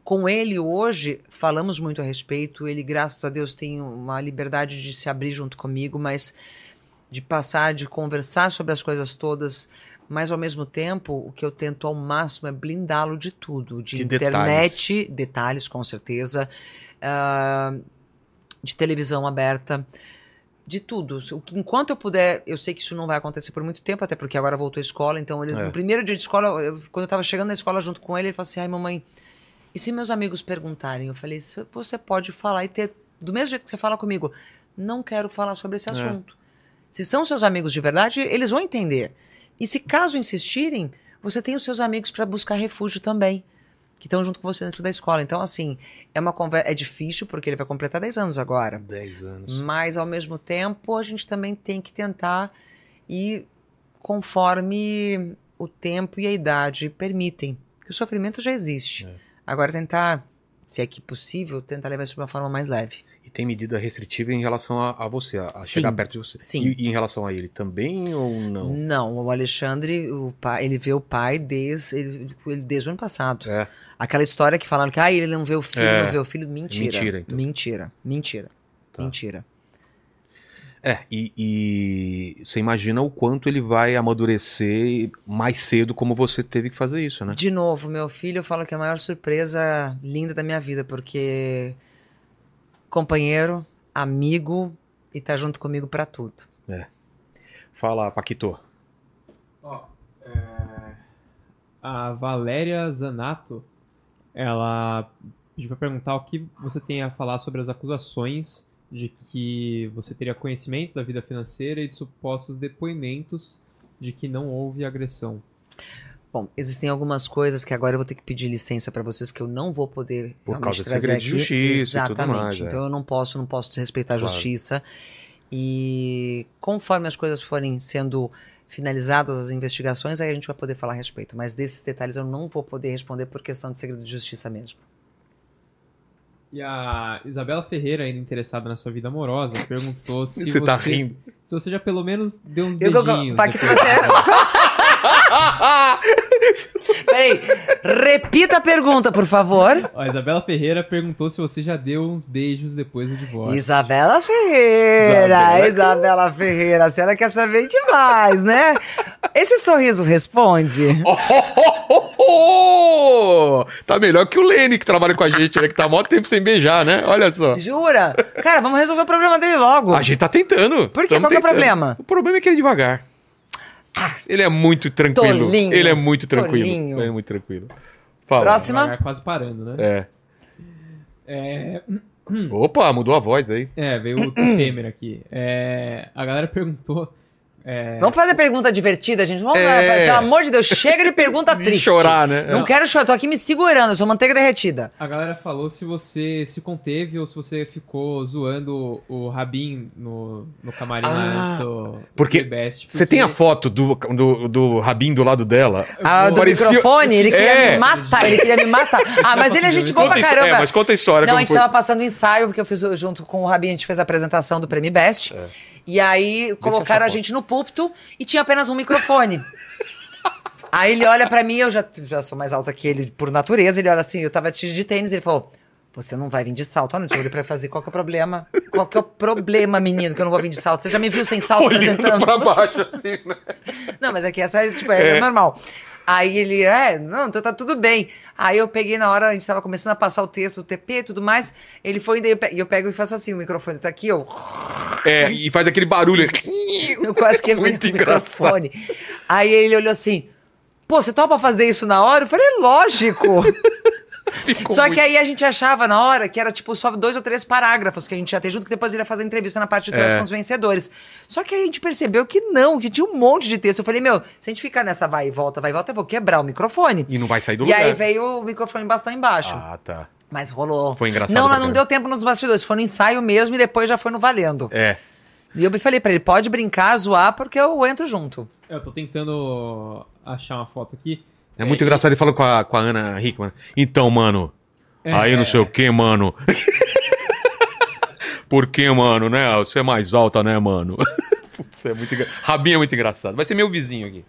Com ele hoje, falamos muito a respeito. Ele, graças a Deus, tem uma liberdade de se abrir junto comigo, mas de passar, de conversar sobre as coisas todas. Mas ao mesmo tempo, o que eu tento ao máximo é blindá-lo de tudo, de,
De
internet, detalhes. com certeza, ah, de televisão aberta, de tudo. O que- Enquanto eu puder, eu sei que isso não vai acontecer por muito tempo, até porque agora voltou à escola. Então, ele-
É.
no primeiro dia de escola, eu- quando eu estava chegando na escola junto com ele, ele falou assim: ai, mamãe, e se meus amigos perguntarem? Eu falei: "Isso você pode falar e ter, do mesmo jeito que você fala comigo, não quero falar sobre esse
É.
assunto. Se são seus amigos de verdade, eles vão entender. E se caso insistirem, você tem os seus amigos para buscar refúgio também, que estão junto com você dentro da escola. Então, assim, é uma conversa. É difícil, porque ele vai completar 10 anos agora.
10 anos.
Mas, ao mesmo tempo, a gente também tem que tentar ir conforme o tempo e a idade permitem. Que o sofrimento já existe.
É.
Agora, tentar, se é que possível, tentar levar isso de uma forma mais leve.
E tem medida restritiva em relação a, a você, a a
Sim.
chegar perto de você.
Sim.
E, e em relação a ele também ou não?
Não, o Alexandre, o pai, ele vê o pai desde, ele, ele- desde o ano passado.
É.
Aquela história que falaram que ah, ele não vê o filho,
É.
não vê o filho, mentira.
Mentira, então.
Mentira, mentira,
Tá.
mentira.
É, e, e você imagina o quanto ele vai amadurecer mais cedo como você teve que fazer isso, né?
De novo, meu filho, eu falo que é a maior surpresa linda da minha vida, porque companheiro, amigo e tá junto comigo pra tudo.
Fala, Paquito.
Ó, é, a Valéria Zanato, ela pediu pra perguntar o que você tem a falar sobre as acusações de que você teria conhecimento da vida financeira e de supostos depoimentos de que não houve agressão.
Bom, existem algumas coisas que agora eu vou ter que pedir licença para vocês que eu não vou poder
Por
realmente
causa de
trazer
segredo de
aqui.
justiça e tudo
Exatamente.
mais, é.
Então eu não posso, não posso desrespeitar a
Claro.
justiça. E conforme as coisas forem sendo finalizadas as investigações, aí a gente vai poder falar a respeito. Mas desses detalhes eu não vou poder responder por questão de segredo de justiça mesmo.
E a Isabela Ferreira, ainda interessada na sua vida amorosa, perguntou se
você
você,
tá rindo.
se você já pelo menos deu uns
Eu- eu- eu-
beijinhos.
Paquito,
Um
tá
depois.
Peraí, repita a pergunta, por favor.
Ó, A Isabela Ferreira perguntou se você já deu uns beijos depois do divórcio.
Isabela Ferreira,
Isabela.
Isabela Ferreira, a senhora quer saber demais, né? Esse sorriso responde.
Oh, oh, oh, oh, oh! Tá melhor que o Lene, que trabalha com a gente, né? Que tá há mó tempo sem beijar, né? Olha só.
Jura? Cara, vamos resolver o problema dele logo.
A gente tá tentando.
Por quê?
Tamo
Qual que é o
tentando.
problema? Ah,
O problema é que ele é devagar. Ele é muito tranquilo.
Tolinho.
Ele é muito tranquilo.
Tolinho.
Ele é muito tranquilo. Fala.
Próximo.
Devagar, quase parando, né?
É.
É,
Opa, mudou a voz aí.
é, veio o Temer aqui. É, a galera perguntou É,
Vamos fazer pergunta divertida, gente. Vamos lá,
É.
pelo amor de Deus, chega de pergunta
De
Tá triste.
chorar, né?
Não quero chorar, tô aqui me segurando, eu sou manteiga derretida.
a galera falou se você se conteve ou se você ficou zoando o Rabin no, no camarim lá
Ah,
antes do,
porque
do The Best.
Você tem a foto do, do, do Rabin do lado dela?
Ah, do
Parecia-
microfone, ele queria
É.
me matar, ele queria me matar. Ah, mas ele é gente boa
Conta
pra
isso-
caramba.
É, mas conta a história.
Não, a
como
gente
foi.
tava passando o ensaio, porque eu fiz o- junto com o Rabin, a gente fez a apresentação do Prêmio Best.
É.
E aí
achar
colocaram
a
a
foto.
gente no púlpito e tinha apenas um microfone. aí ele olha pra mim, eu já, já sou mais alta que ele por natureza, ele olha assim, eu tava de tênis, ele falou. Você não vai vir de salto. Ah, não, eu olhei pra ele fazer. Qual que é o problema? Qual que é o problema, menino, que eu não vou vir de salto? Você já me viu sem salto
Olhando
apresentando?
pra baixo, assim, né?
Não, mas aqui essa tipo, é, normal. Aí ele, é, não, então tá tudo bem. Aí eu peguei na hora, a gente tava começando a passar o texto do TP e tudo mais. Ele foi, daí eu pe- e eu pego e faço assim, o microfone tá aqui, eu,
É, e faz aquele barulho.
eu quase quebrei
Muito
o microfone. Aí ele olhou assim, pô, você topa fazer isso na hora? Eu falei, lógico.
Ficou
só
muito-
que aí a gente achava na hora que era tipo só dois ou três parágrafos que a gente ia ter junto, que depois ele ia fazer entrevista na parte de trás
É.
com os vencedores. Só que aí a gente percebeu que não, que tinha um monte de texto. Eu falei, meu, se a gente ficar nessa vai e volta, vai e volta, eu vou quebrar o microfone.
E não vai sair do
E
lugar.
aí veio o microfone bastão embaixo.
Ah, tá.
Mas rolou.
Foi engraçado
Não,
pra
não, não
caramba.
deu tempo nos bastidores. Foi no ensaio mesmo e depois já foi no valendo.
É.
E eu falei pra ele, pode brincar, zoar, porque eu entro junto.
Eu tô tentando achar uma foto aqui.
É muito engraçado ele falando com a, com a Ana Hickman. Então, mano,
É,
aí não
é.
sei o que, mano. Por que, mano, né? Você é mais alta, né, mano? Putz, é muito engraçado. Rabinho é muito engraçado. Vai ser meu vizinho aqui.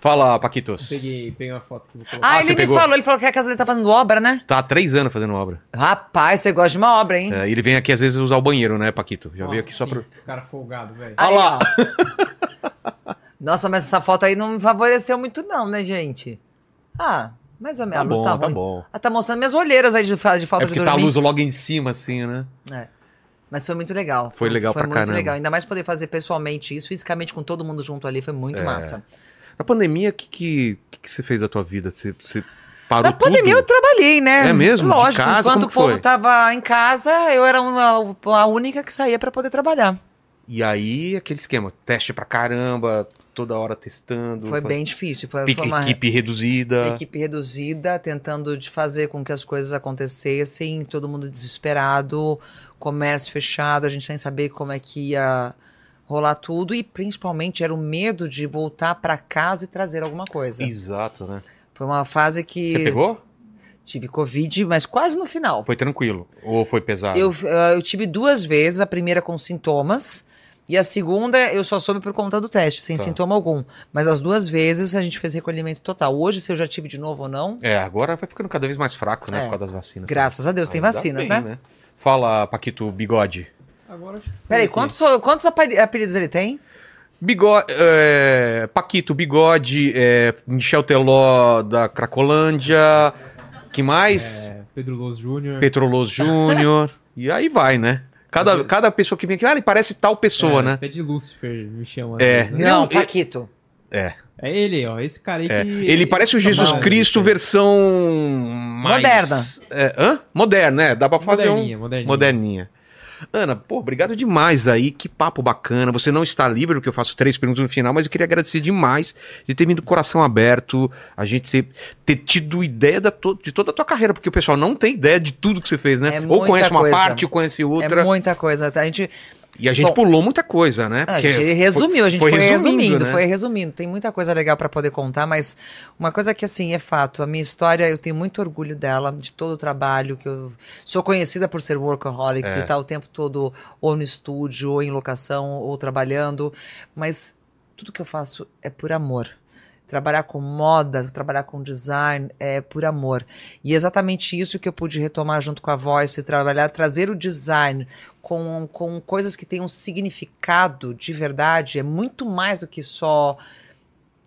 Fala, Paquitos.
Peguei, peguei uma foto que eu vou colocar.
Ah,
Ah,
ele
você
me
pegou?
falou, ele falou que a casa dele tá fazendo obra, né?
Tá há três anos fazendo obra.
Rapaz, você gosta de uma obra, hein?
É, ele vem aqui às vezes usar o banheiro, né, Paquito? Já veio
Nossa,
aqui só
sim,
pro.
Cara folgado, velho.
Ah,
Aí,
lá.
ó. Nossa, mas essa foto aí não me favoreceu muito não, né, gente? Ah, mais ou menos.
Tá
a luz
bom,
tá
tá
ruim.
bom.
Ah, tá mostrando minhas olheiras aí de, fa- de falta
É porque
de
tá a
dormir.
luz logo em cima, assim, né?
É. Mas foi muito legal.
Foi legal
foi
pra
muito
caramba.
legal. Ainda mais poder fazer pessoalmente isso, fisicamente com todo mundo junto ali, foi muito
É.
massa.
Na pandemia, o que, que, que, que você fez da tua vida? Você, você parou
Na pandemia eu
tudo?
trabalhei, né?
É mesmo? De
Lógico,
casa,
enquanto
como
o
que
povo
foi?
tava em casa, eu era uma- a única que saía pra poder trabalhar.
E aí, aquele esquema, teste pra caramba, toda hora testando.
Foi
faz-
bem difícil. Foi,
Pe-
foi uma
Equipe né? reduzida.
equipe reduzida, tentando de fazer com que as coisas acontecessem, todo mundo desesperado, comércio fechado, a gente sem saber como é que ia rolar tudo e principalmente era o medo de voltar pra casa e trazer alguma coisa.
Exato, né?
Foi uma fase que
Você pegou?
tive Covid, mas quase no final.
Foi tranquilo. Ou foi pesado?
Eu, eh, eu tive duas vezes, a primeira com sintomas. E a segunda eu só soube por conta do teste, sem
Tá.
sintoma algum. Mas as duas vezes a gente fez recolhimento total. Hoje, se eu já tive de novo ou não,
É, agora vai ficando cada vez mais fraco, né?
É.
Por causa das vacinas.
graças a Deus tem
Ainda
vacinas,
bem,
né?
Fala, Paquito Bigode.
Agora acho que foi
Peraí,
aqui.
quantos, quantos apeli- apelidos ele tem?
Bigode, é, Paquito Bigode, é, Michel Teló da Cracolândia, que mais?
É, Pedro Luz Jr.
Petroloso Júnior, e aí vai, né?
Uhum.
Cada, cada pessoa que vem aqui, ah, ele parece tal pessoa,
É,
né?
Até de Lucifer me chama.
É.
às vezes, né?
Não,
Não, Paquito.
É ele, ó. Esse cara aí que.
É. Ele parece o Jesus
Não,
Cristo
é.
versão mais...
Moderna.
É, hã? Moderna, é. Dá pra fazer
Moderninha,
um...
moderninha.
Moderninha. Ana, pô, obrigado demais aí, que papo bacana. Você não está livre, porque eu faço três perguntas no final, mas eu queria agradecer demais de ter vindo com o coração aberto, a gente ter, ter tido ideia da to- de toda a tua carreira, porque o pessoal não tem ideia de tudo que você fez, né?
É
ou
muita
conhece uma
coisa.
parte, ou conhece outra.
É muita coisa. tá? A gente,
E a gente
Bom,
pulou muita coisa, né?
a
Porque
gente
foi-
resumiu, a gente foi, resumindo,
né?
foi resumindo. Tem muita coisa legal pra poder contar, mas uma coisa que, assim, é fato. A minha história, eu tenho muito orgulho dela, de todo o trabalho que eu... Sou conhecida por ser workaholic,
É.
de estar o tempo todo ou no estúdio, ou em locação, ou trabalhando. Mas tudo que eu faço é por amor. Trabalhar com moda, trabalhar com design é por amor. E é exatamente isso que eu pude retomar junto com a Voice, trabalhar, trazer o design com, com coisas que tenham significado de verdade. É muito mais do que só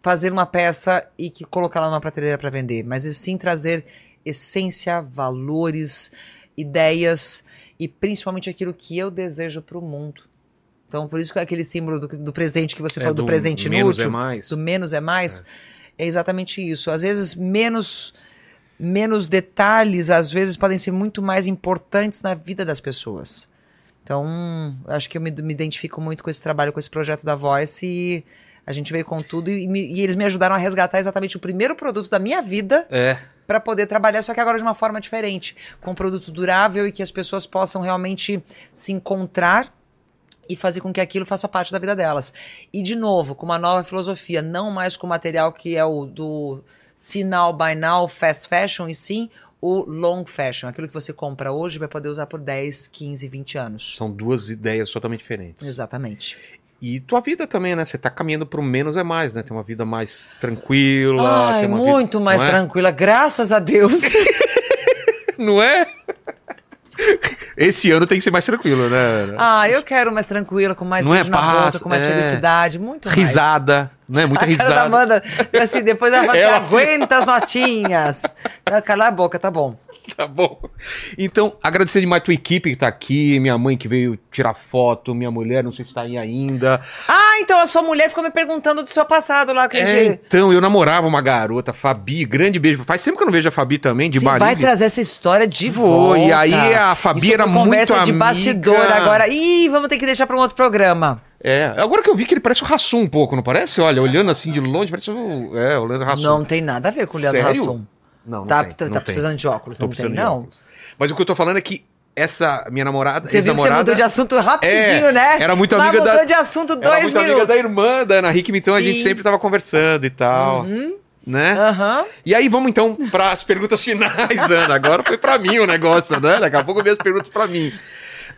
fazer uma peça e que colocar lá numa prateleira para vender, mas e sim trazer essência, valores, ideias e principalmente aquilo que eu desejo para o mundo. Então, por isso que aquele símbolo do, do presente que você
É,
falou, do, presente
menos
inútil,
é mais.
do menos é mais, é. exatamente isso. Às vezes, menos, menos detalhes, às vezes, podem ser muito mais importantes na vida das pessoas. Então, eu acho que eu me, me identifico muito com esse trabalho, com esse projeto da Voice e a gente veio com tudo e, me- e eles me ajudaram a resgatar exatamente o primeiro produto da minha vida
É.
para poder trabalhar, só que agora de uma forma diferente, com um produto durável e que as pessoas possam realmente se encontrar e fazer com que aquilo faça parte da vida delas. E de novo, com uma nova filosofia, não mais com o material que é o do sinal by now fast fashion e sim o long fashion, aquilo que você compra hoje vai poder usar por 10, 15, 20 anos.
São duas ideias totalmente diferentes.
Exatamente.
E tua vida também, né? Você tá caminhando pro menos é mais, né? Tem uma vida mais tranquila.
Ai,
tem uma vida...
muito mais
não é?
tranquila, graças a Deus.
Não é? Esse ano tem que ser mais tranquilo, né? Ana?
ah, eu quero mais tranquila, com mais
Não é
beijo na
paz,
boca, com mais
é.
felicidade, muito mais.
risada, né? Muita
a cara da
risada.
Amanda, assim, depois ela vai
Ela-
aguenta as notinhas. Não, Cala a boca, tá bom.
Tá bom. Então, agradecer demais a tua equipe que tá aqui, minha mãe que veio tirar foto, minha mulher, não sei se tá aí ainda.
Ah, então a sua mulher ficou me perguntando do seu passado lá, que a
É,
gente...
então, eu namorava uma garota, Fabi, grande beijo. Faz tempo que eu não vejo a Fabi também, de né?
Você vai
Marília.
trazer essa história de
Vou,
volta.
e aí a Fabi
Isso
era
foi conversa
muito
de
amiga.
bastidor agora. Ih, vamos ter que deixar pra um outro programa.
É, agora que eu vi que ele parece o Rassum um pouco, não parece? Olha, olhando assim de longe, parece o, é, o Leandro Rassum.
Não tem nada a ver com o Leandro
Sério?
Hassum.
não, não
Tá,
tem,
tá
não tem.
precisando de óculos,
Tô
não tem,
precisando de
não.
óculos. Mas o que eu tô falando é que essa minha namorada,
Você viu que você
ex-namorada-
mudou de assunto rapidinho,
É,
né?
era muito
Mas
amiga da-
mudou de assunto
Ela é
dois
muito amiga da
minutos.
irmã da Ana Hickman, então a gente
Sim. Uhum.
sempre tava conversando e tal, né?
Aham.
E aí vamos então para as perguntas finais, Ana. Agora foi para mim o negócio, né? Daqui a pouco vem as perguntas para mim.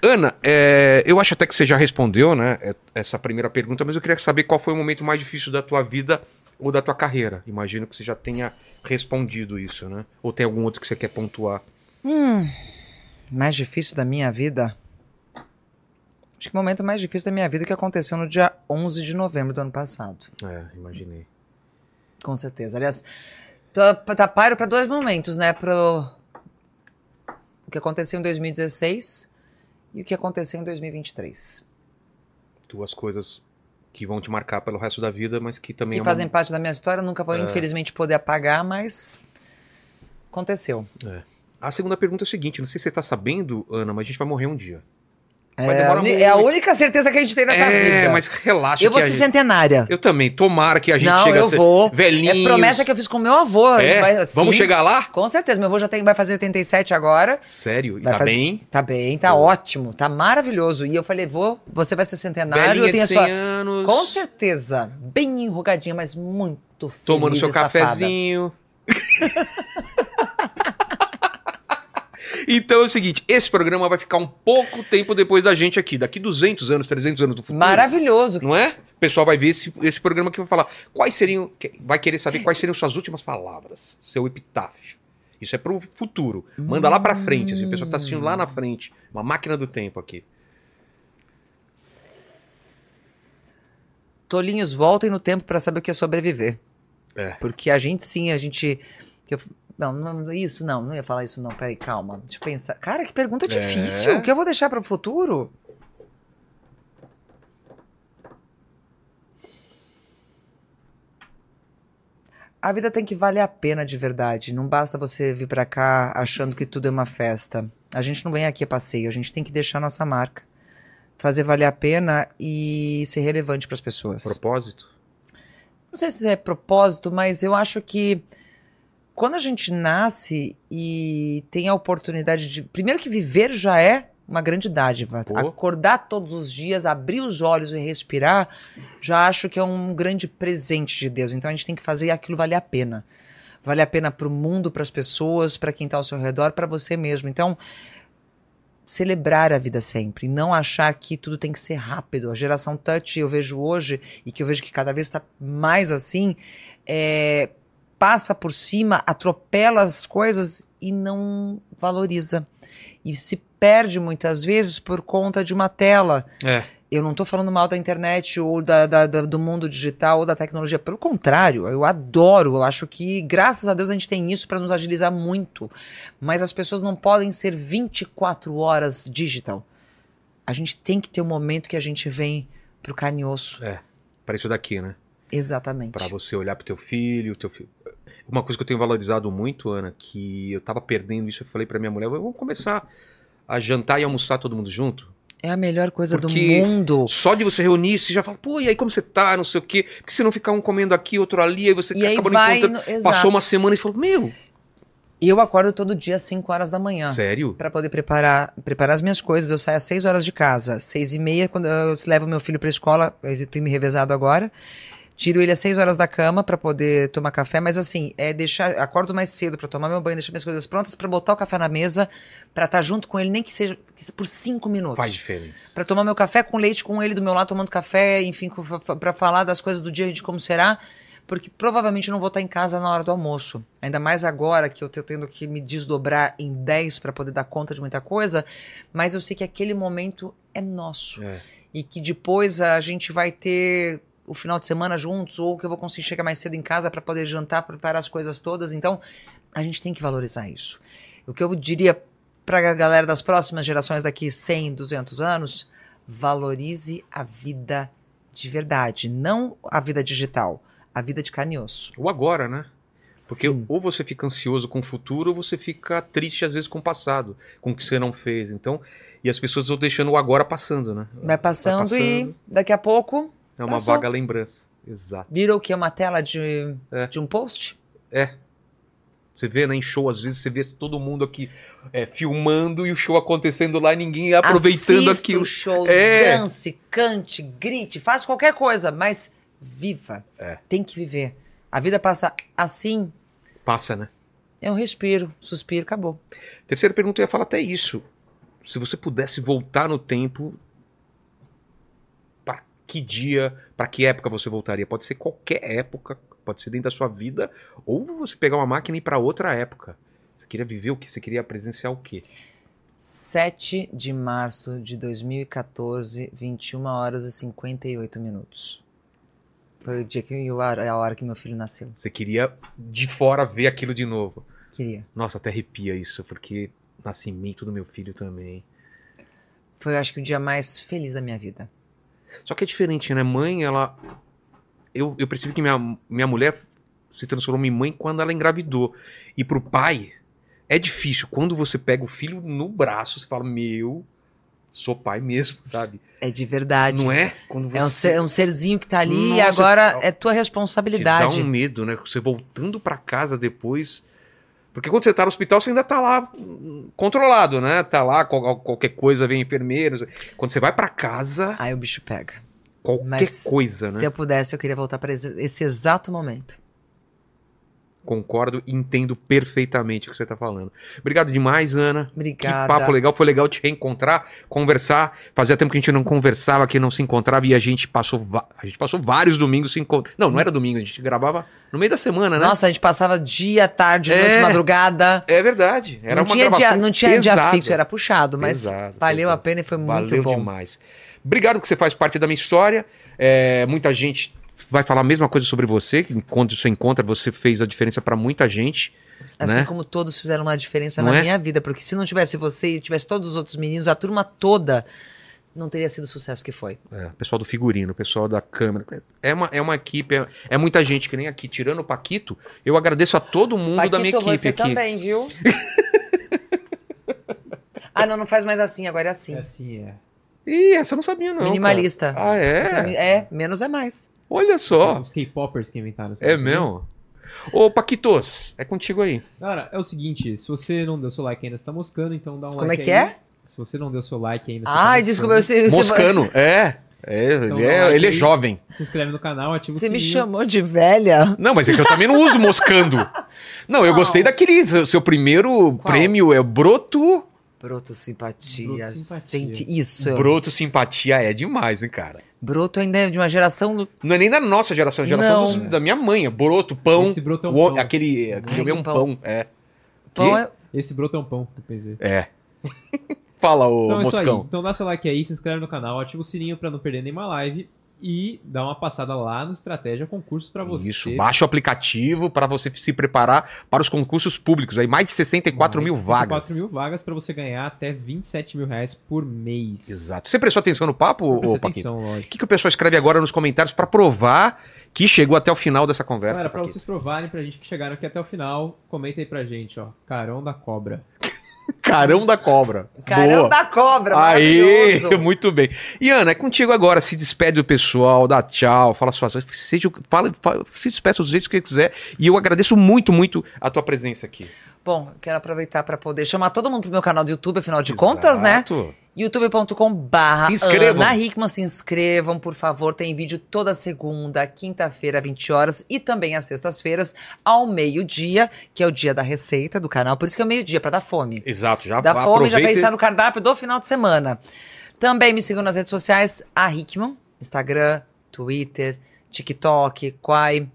Ana, é, eu acho até que você já respondeu, né? é- Essa primeira pergunta, mas eu queria saber qual foi o momento mais difícil da tua vida ou da tua carreira. Imagino que você já tenha respondido isso, né? Ou tem algum outro que você quer pontuar?
Hum, mais difícil da minha vida? Acho que o momento mais difícil da minha vida é o que aconteceu no dia 11 de novembro do ano passado.
É, imaginei.
Com certeza. Aliás, tá, tá paro para dois momentos, né? Pro o que aconteceu em 2016 e o que aconteceu em 2023.
Duas coisas que vão te marcar pelo resto da vida, mas que também
Que
é uma-
fazem parte da minha história, nunca
É.
vou, infelizmente, poder apagar, mas aconteceu.
A segunda pergunta é a seguinte: não sei se você tá sabendo, Ana, mas a gente vai morrer um dia. Vai
É,
demorar
a uni- é a
muito.
única certeza que a gente tem nessa
é,
vida.
mas relaxa.
eu vou
que a
ser
gente-
centenária.
Eu também. Tomara que a gente
Não,
chegue a
eu
ser
vou.
velhinhos.
É promessa que eu fiz com meu avô. a gente
É?
vai- sim,
Vamos chegar lá?
Com certeza. Meu avô já tem, vai fazer 87 agora.
Sério? E
Vai
tá
fazer-
bem?
Tá bem, tá ótimo, tá maravilhoso. E eu falei, vou, você vai ser centenário,
Velhinha
eu tenho
de 100
a sua.
anos.
Com certeza. Bem enrugadinha, mas muito feliz
tomando seu
e safada.
cafezinho. Então é o seguinte, esse programa vai ficar um pouco tempo depois da gente aqui, daqui 200 anos, 300 anos do futuro.
Maravilhoso.
Não é? O pessoal vai ver esse, esse programa que vai falar quais seriam, que- vai querer saber quais seriam suas últimas palavras, seu epitáfio. Isso é pro futuro. Manda lá pra frente, assim, o pessoal que tá assistindo lá na frente, uma máquina do tempo aqui.
Tolinhos, voltem no tempo pra saber o que é sobreviver.
É.
Porque a gente sim, a gente. que eu- não, não, isso não, não ia falar isso não. Peraí, calma. Deixa eu pensar. Cara, que pergunta difícil. O que eu vou deixar para o futuro? A vida tem que valer a pena de verdade. Não basta você vir pra cá achando que tudo é uma festa. A gente não vem aqui a passeio, a gente tem que deixar nossa marca. Fazer valer a pena e ser relevante pras pessoas
Propósito?
não sei se é propósito, mas eu acho que quando a gente nasce e tem a oportunidade de. Primeiro que viver já é uma grande dádiva.
Pô.
Acordar todos os dias, abrir os olhos e respirar, já acho que é um grande presente de Deus. Então a gente tem que fazer aquilo valer a pena. Vale a pena para o mundo, para as pessoas, para quem está ao seu redor, para você mesmo. Então, celebrar a vida sempre, não achar que tudo tem que ser rápido. A geração touch eu vejo hoje e que eu vejo que cada vez está mais assim, é, passa por cima, atropela as coisas e não valoriza e se perde muitas vezes por conta de uma tela.
É.
Eu não estou falando mal da internet ou da, da- da- do mundo digital ou da tecnologia. Pelo contrário, eu adoro. Eu acho que, graças a Deus, a gente tem isso para nos agilizar muito. Mas as pessoas não podem ser 24 horas digital. A gente tem que ter um momento que a gente vem pro carne e osso.
Pra isso daqui, né?
Exatamente.
Pra você olhar pro teu filho, teu filho. Uma coisa que eu tenho valorizado muito, Ana, que eu tava perdendo isso, eu falei pra minha mulher, vamos começar a jantar e almoçar todo mundo junto.
É a melhor coisa
Porque-
do mundo.
Só de você reunir, você já fala, pô, e aí como você tá, não sei o quê. Porque se não ficar um comendo aqui, outro ali, aí você
E aí
acaba não
vai.
encontrando.
No, exato.
Passou uma semana e falou, meu,
E eu acordo todo dia às 5 horas da manhã.
sério?
Pra poder preparar, preparar as minhas coisas, eu saio às 6 horas de casa. 6 e meia, quando eu levo meu filho pra escola, ele tem me revezado agora. Tiro ele às 6 horas da cama pra poder tomar café, mas assim, é deixar. Acordo mais cedo pra tomar meu banho, deixar minhas coisas prontas, pra botar o café na mesa, pra estar junto com ele, nem que seja que seja por 5 minutos.
Faz diferença.
Pra tomar meu café com leite com ele do meu lado, tomando café, enfim, com- fa- pra falar das coisas do dia e de como será, porque provavelmente eu não vou estar em casa na hora do almoço. Ainda mais agora que eu tô tendo que me desdobrar em 10 pra poder dar conta de muita coisa, mas eu sei que aquele momento é nosso.
É.
E que depois a gente vai ter o final de semana juntos, ou que eu vou conseguir chegar mais cedo em casa pra poder jantar, preparar as coisas todas. Então, a gente tem que valorizar isso. O que eu diria pra galera das próximas gerações daqui 100, 200 anos, valorize a vida de verdade, não a vida digital, a vida de carne e osso.
Ou agora, né? Porque
Sim.
ou você fica ansioso com o futuro, ou você fica triste às vezes com o passado, com o que você não fez. Então, e as pessoas estão deixando o agora passando, né?
vai passando,
passando.
e daqui a pouco
É uma
Passou.
vaga lembrança. Exato.
vira o que? é Uma tela de,
É.
de um post?
Você vê, né, em show, às vezes você vê todo mundo aqui é, filmando e o show acontecendo lá e ninguém aproveitando
Assista
aquilo.
o show,
É.
dance, cante, grite, faça qualquer coisa, mas viva.
É.
Tem que viver. A vida passa assim,
Passa, né?
é um respiro, suspiro, acabou.
Terceira pergunta, eu ia falar até isso. Se você pudesse voltar no tempo, para que dia, para que época você voltaria? Pode ser qualquer época, pode ser dentro da sua vida, ou você pegar uma máquina e ir para outra época. Você queria viver o quê? Você queria presenciar o quê?
7 de março de 2014, 21 horas e 58 minutos. Foi o dia que eu, a hora que meu filho nasceu.
Você queria de fora ver aquilo de novo.
Queria.
Nossa, até arrepia isso, porque nascimento do meu filho também.
Foi, eu acho que, o dia mais feliz da minha vida.
Só que é diferente, né? Mãe, ela. Eu, eu percebi que minha, minha mulher se transformou em mãe quando ela engravidou. E pro pai, é difícil. Quando você pega o filho no braço, você fala, meu, sou pai mesmo, sabe?
É de verdade.
Não é? Quando você.
É um, ser- é um serzinho que tá ali e
Nossa, um-
agora é tua
te dá
responsabilidade.
um medo, né? Você voltando pra casa depois. Porque quando você tá no hospital, você ainda tá lá hum, controlado, né? Tá lá, qual- qualquer coisa vem enfermeiro. Quando você vai pra casa,
Aí o bicho pega.
qualquer
Mas
coisa, né?
Se eu pudesse, eu queria voltar para esse, esse exato momento.
Concordo e entendo perfeitamente o que você está falando. Obrigado demais, Ana.
Obrigada.
Que papo legal, foi legal te reencontrar, conversar. Fazia tempo que a gente não conversava, que não se encontrava e a gente passou, va- a gente passou vários domingos se encontrando. Não, não era domingo, a gente gravava no meio da semana, né?
Nossa, a gente passava dia, tarde, noite,
É.
madrugada.
É verdade. Era
não,
uma
tinha dia,
gravação
não tinha dia
pesada.
fixo, era puxado, mas
Pesado,
valeu a
pesado.
pena e foi muito
Valeu
bom.
demais. Obrigado que você faz parte da minha história. É, muita gente vai falar a mesma coisa sobre você. que Quando você encontra, você fez a diferença para muita gente.
Assim
né?
como todos fizeram uma diferença
Não
na
é?
minha vida, porque se não tivesse você e tivesse todos os outros meninos, a turma toda não teria sido o sucesso que foi.
É, pessoal do figurino, pessoal da câmera. É uma, é uma equipe, é, é muita gente que nem aqui. Tirando o Paquito, eu agradeço a todo mundo da minha equipe aqui.
viu? ah, não, não faz mais assim, agora é assim.
É assim, é.
Ih, essa eu não sabia, não.
Minimalista.
cara. Ah, é?
É, menos é mais.
Olha só.
É Os K-popers que inventaram isso.
É mesmo? Ô, Paquitos, é contigo aí.
Cara, é o seguinte, se você não deu seu like ainda, você tá moscando, então dá um
Como
like
é que
aí.
é?
Se você não deu seu like ainda, você tá
Ai,
moscando.
desculpa, eu sei.
Moscano, é. É,
Então
ele,
dá um like
é, ele é
aí.
jovem.
Se inscreve no canal, ativa o
Você
sininho.
me chamou de velha?
Não, mas é que eu também não uso moscando. Não, eu
Qual?
gostei daquele. Seu seu primeiro prêmio é Broto.
Broto simpatia.
Broto simpatia.
Gente, isso. eu-
Broto Simpatia é demais, hein, cara?
Broto ainda é de uma geração do-
Não é nem da nossa geração, é a geração
Não.
dos- da minha mãe. é Broto, pão.
Esse broto é um
o-
pão.
Aquele.
Ai,
aquele é
que
um pão.
pão.
É.
Bom, é-
Esse broto é um pão, que eu pensei.
É. Fala, ô
Então é isso aí.
Moscão.
Então dá seu like aí, se inscreve no canal, ativa o sininho pra não perder nenhuma live e dá uma passada lá no Estratégia Concursos pra você.
Isso, baixa o aplicativo para você se preparar para os concursos públicos. Aí mais de 64 mil vagas.
4 mil vagas pra você ganhar até 27 mil reais por mês.
Exato. Você prestou atenção no papo, ô
Presta
Paquito?
atenção,
O
lógico.
que, que o pessoal escreve agora nos comentários para provar que chegou até o final dessa conversa?
Galera, pra
Paquito?
vocês provarem pra gente que chegaram aqui até o final, comenta aí pra gente, ó. Carão da cobra.
Carão da cobra.
Carão
Boa.
da cobra,
Aí,
maravilhoso.
muito bem. E Ana, é contigo agora. Se despede do pessoal, dá tchau, fala suas. Seja, o- fala, fala- se despeça do jeito que quiser. E eu agradeço muito, muito a tua presença aqui.
Bom, eu quero aproveitar para poder chamar todo mundo pro meu canal do YouTube, afinal de contas, né?
Exato.
youtube.com barra
Se inscrevam.
Ana Hickman, se inscrevam, por favor. Tem vídeo toda segunda, quinta-feira, 20 horas e também às sextas-feiras, ao meio-dia, que é o dia da receita do canal. Por isso que é o meio-dia, pra dar fome.
Exato, já
Dá fome, já tá
aproveita e-
pensar no cardápio do final de semana. Também me sigam nas redes sociais, a Hickman, Instagram, Twitter, TikTok, Quai.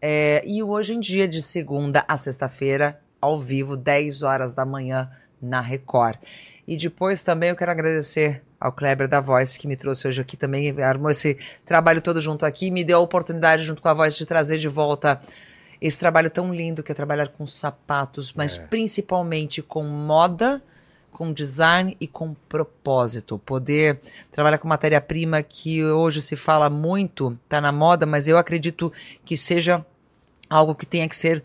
É, e o hoje em dia, de segunda a sexta-feira, ao vivo, 10 horas da manhã, na Record. E depois também eu quero agradecer ao Kleber da Voice, que me trouxe hoje aqui também, armou esse trabalho todo junto aqui, me deu a oportunidade, junto com a Voice, de trazer de volta esse trabalho tão lindo que é trabalhar com sapatos,
É.
mas principalmente com moda, com design e com propósito. Poder trabalhar com matéria-prima que hoje se fala muito, tá na moda, mas eu acredito que seja algo que tenha que ser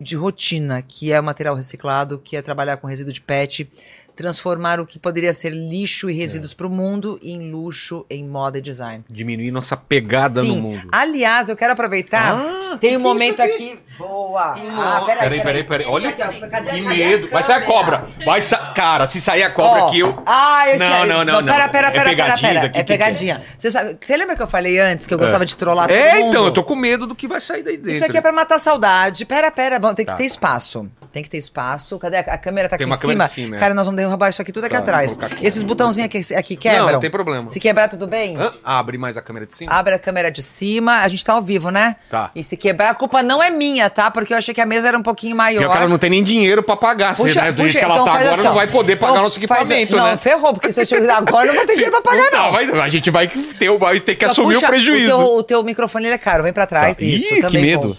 de rotina, que é o material reciclado, que é trabalhar com resíduo de PET, transformar o que poderia ser
É.
lixo e resíduos para o mundo em luxo, em moda e design.
Diminuir nossa pegada no
Sim.
mundo.
Aliás, eu quero aproveitar.
Ah,
Tem um momento aqui. Boa! Ah,
peraí, peraí, peraí. Olha
Isso aqui, ó. Cadê-
que
cadê a
medo. Vai sair a
câmera?
cobra. Vai sa... Cara, se sair a cobra
Ó.
aqui, eu.
Ah, eu
Não, não, não, não.
Pera, pera,
É
pera, pera,
pegadinhas
pera.
aqui,
É
que que é?
pegadinha. Você sabe, você lembra que eu falei antes que eu gostava de trollar todo
É,
mundo?
então, eu tô com medo do que vai sair daí dentro.
tá Isso aqui é pra matar a saudade. Pera, pera, vamos, tem que
Tá.
ter espaço. Tem que ter espaço. Cadê a, a câmera? Tá
Tem
aqui
uma
em
câmera
cima.
em cima, é.
Cara, nós vamos derrubar isso aqui tudo aqui
Tá,
atrás.
vou colocar aqui.
Esses botãozinhos aqui, aqui quebram.
Não, não tem problema.
Se quebrar, tudo bem?
Hã? Abre mais a câmera de cima?
Abre a câmera de cima. A gente tá ao vivo, né?
Tá.
E se quebrar, a culpa não é minha, tá? Porque eu achei que a mesa era um pouquinho maior.
Porque o cara não tem nem dinheiro pra pagar. Se né, do jeito que ela
então
tá
faz
agora,
assim,
não
ó.
vai poder pagar
Então
nosso
faz-
equipamento,
não,
né?
ferrou, porque se eu tiver agora eu não tenho dinheiro pra pagar,
Tá,
não.
mas a gente vai que ter, o- vai ter que
Só
assumir
puxa-
o prejuízo.
O teu, o teu microfone ele é caro, vem pra
Tá.
trás. Isso,
Ih, que
também
medo.
bom.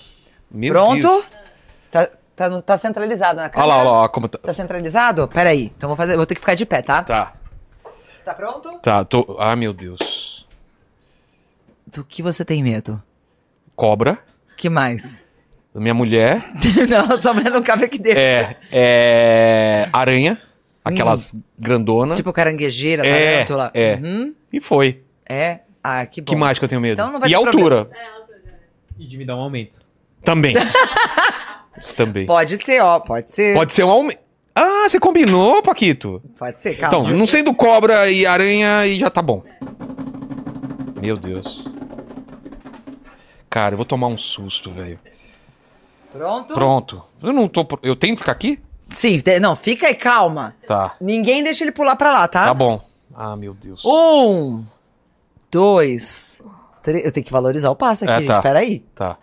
Meu Deus.
Pronto? Tá, tá, no- tá centralizado na
Olha
câmera?
lá, olha lá, ó, como tá.
Tá centralizado? Peraí, então vou fazer, vou ter que ficar de pé, tá?
Tá,
Você tá pronto?
tá, tô. Ah, meu Deus.
Do que você tem medo?
Cobra,
que mais?
minha mulher.
não, sua mulher não cabe aqui dentro.
É, é. Aranha, aquelas grandona.
Tipo caranguejeira,
É,
tarântula.
é.
Uhum,
E foi.
é. Ah, que bom.
Que mais que eu tenho medo?
Então não vai
e
ter
altura.
E de me dar um aumento.
Também. Também. Pode...
Pode ser, ó, pode ser.
ser um aumento. Ah, você combinou, Paquito?
Pode ser,
Então,
calma.
não sendo cobra e aranha e já tá bom. Meu Deus. Cara, eu vou tomar um susto, velho.
Pronto?
Pronto. Eu não tô. pro- Eu tenho que ficar aqui?
Sim, te- não, fica aí, calma.
Tá.
Ninguém deixa ele pular pra lá, tá?
Tá bom. Ah, meu Deus.
Um, dois, três. Eu tenho que valorizar o passo aqui,
É, tá.
gente. Peraí.
Tá.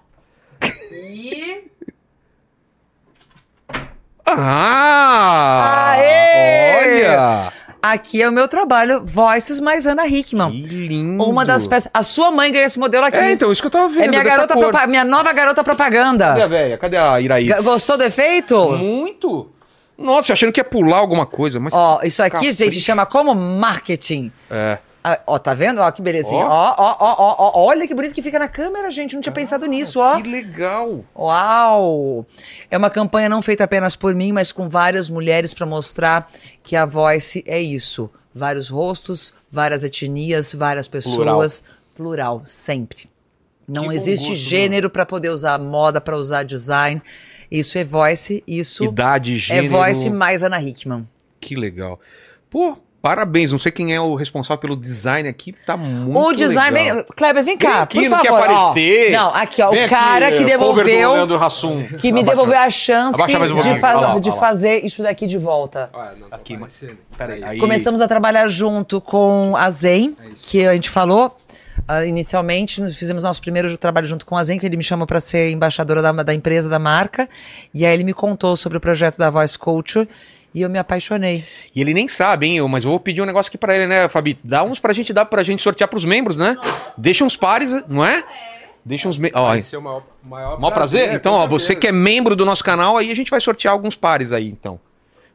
Ah!
Aê!
Olha!
Aqui é o meu trabalho, Voices mais Ana Hickman.
Que lindo!
Uma das peças. A sua mãe ganhou esse modelo aqui.
É, então, isso que eu tava vendo.
É minha,
dessa
garota
cor.
propa- minha nova garota
Cadê a
propaganda.
velha? Cadê a Iraí?
Ga- Gostou do efeito?
Muito! Nossa, achando que ia pular alguma coisa, mas.
Ó, isso aqui,
Capricho.
gente, chama como marketing.
É.
Ah, ó, tá vendo? Ó, que belezinha.
Ó. Ah,
Ó, ó, ó, ó, ó. Olha que bonito que fica na câmera, gente. Não tinha pensado nisso, ó.
Que legal!
Uau! É uma campanha não feita apenas por mim, mas com várias mulheres para mostrar que a Voice é isso. Vários rostos, várias etnias, várias pessoas. Plural, sempre. Não
bom
existe
gosto,
gênero para poder usar moda, para usar design. Isso é Voice, isso
Idade,
é
gênero.
Voice mais Ana Hickman.
Que legal. Pô, parabéns. Não sei quem é o responsável pelo design aqui. Tá muito
o design.
legal.
Vem, Kleber, vem
Vem
cá,
aqui,
por
não quer
favor. ó.
aparecer.
não, aqui, ó.
Vem
o cara
aqui,
que
é, cover do
devolveu.
Leandro Hassum.
Que me
Abaixa.
devolveu a chance
Abaixa mais um pouquinho.
de, faz-
Olha lá,
de
olha lá.
fazer isso daqui de volta.
Ah,
Aqui, mas. Peraí. aí.
Começamos a trabalhar junto com a Zen,
É
que a gente falou ah, inicialmente. Nós fizemos nosso primeiro trabalho junto com a Zen, que ele me chamou para ser embaixadora da, da empresa, da marca. E aí ele me contou sobre o projeto da Voice Culture e eu me apaixonei.
E ele nem sabe, hein? eu- Mas eu vou pedir um negócio aqui pra ele, né, Fabi? Dá uns pra gente dar pra gente sortear pros membros, né? Deixa uns pares, não é? Deixa uns. Me... Ó,
Vai ser o maior, maior,
maior prazer. Então,
com
ó, você
certeza.
que é membro do nosso canal, aí a gente vai sortear alguns pares aí, então.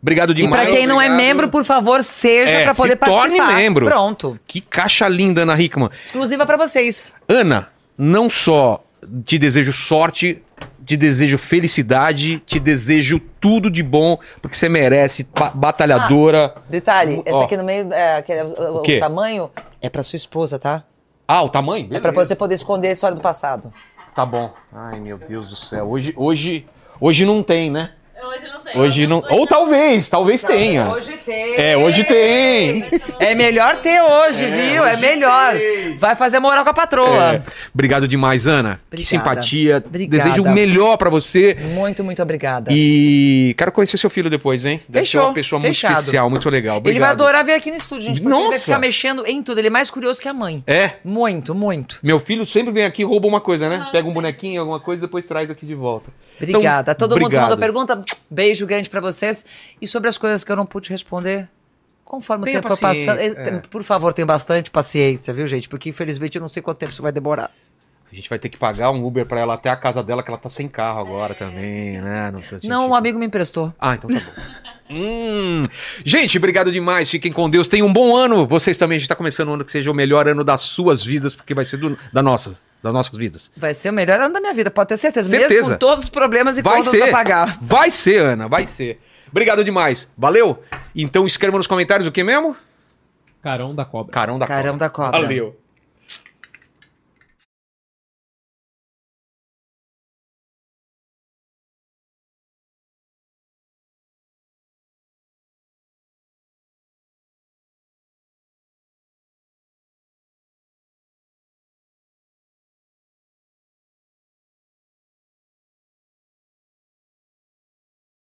Obrigado
E
demais.
para quem não é
obrigado.
membro, por favor, seja
É,
para poder
se torne
participar.
membro.
Pronto.
Que caixa linda, Ana Hickman.
Exclusiva para vocês.
Ana, não só te desejo sorte Te desejo felicidade, te desejo tudo de bom, porque você merece, ba- batalhadora.
Detalhe,
Ó.
essa aqui no meio, é, aquele- o, o
quê?
tamanho, é pra sua esposa, tá?
Ah, o tamanho?
É pra você poder esconder a história do passado.
Tá bom. Ai, meu Deus do céu. Hoje, hoje, hoje não tem, né?
Hoje não tem.
Hoje não. Ou talvez, talvez tenha.
né? Hoje tem.
É, hoje tem.
É melhor ter hoje, viu? é
hoje
melhor. Vai fazer moral com a patroa.
É. Obrigado demais, Ana. Que
Obrigada.
simpatia.
Obrigada.
Desejo o melhor pra você.
Muito, muito obrigada.
É. E quero conhecer seu filho depois, hein? Deve ser uma
Fechou,
pessoa muito
fechado.
especial, muito legal. Obrigado.
Ele vai adorar vir aqui no estúdio, gente. Porque Ele
Nossa!
vai ficar mexendo em tudo. Ele é mais curioso que a mãe.
É.
Muito, muito.
Meu filho sempre vem aqui e rouba uma coisa, né? Pega um bonequinho, alguma coisa e depois traz aqui de volta. Então,
Obrigada. Todo mundo que
obrigado.
mandou pergunta, beijo grande pra vocês. E sobre as coisas que eu não pude responder, conforme
Tenha
o tempo foi
paciência,
passando. eh,
é.
Por favor, tenha bastante paciência, viu, gente? Porque infelizmente eu não sei quanto tempo isso vai demorar.
A gente vai ter que pagar um Uber pra ela até a casa dela, que ela tá sem carro agora também, né? Não, tá-
Não, um amigo me emprestou.
Ah, então tá bom. Hum. Gente, obrigado demais. Fiquem com Deus. Tenham um bom ano. Vocês também. A gente tá começando um ano que seja o melhor ano das suas vidas, porque vai ser do- da nossa, das nossas vidas.
Vai ser o melhor ano da minha vida, pode ter certeza.
Certeza.
Mesmo com todos os problemas e
Vai
contas pra
ser.
pagar.
Vai ser, Ana. Vai ser. Obrigado demais. Valeu? Então escreva nos comentários o que mesmo?
Carão da cobra.
Carão da
Carão
cobra.
da cobra.
Valeu.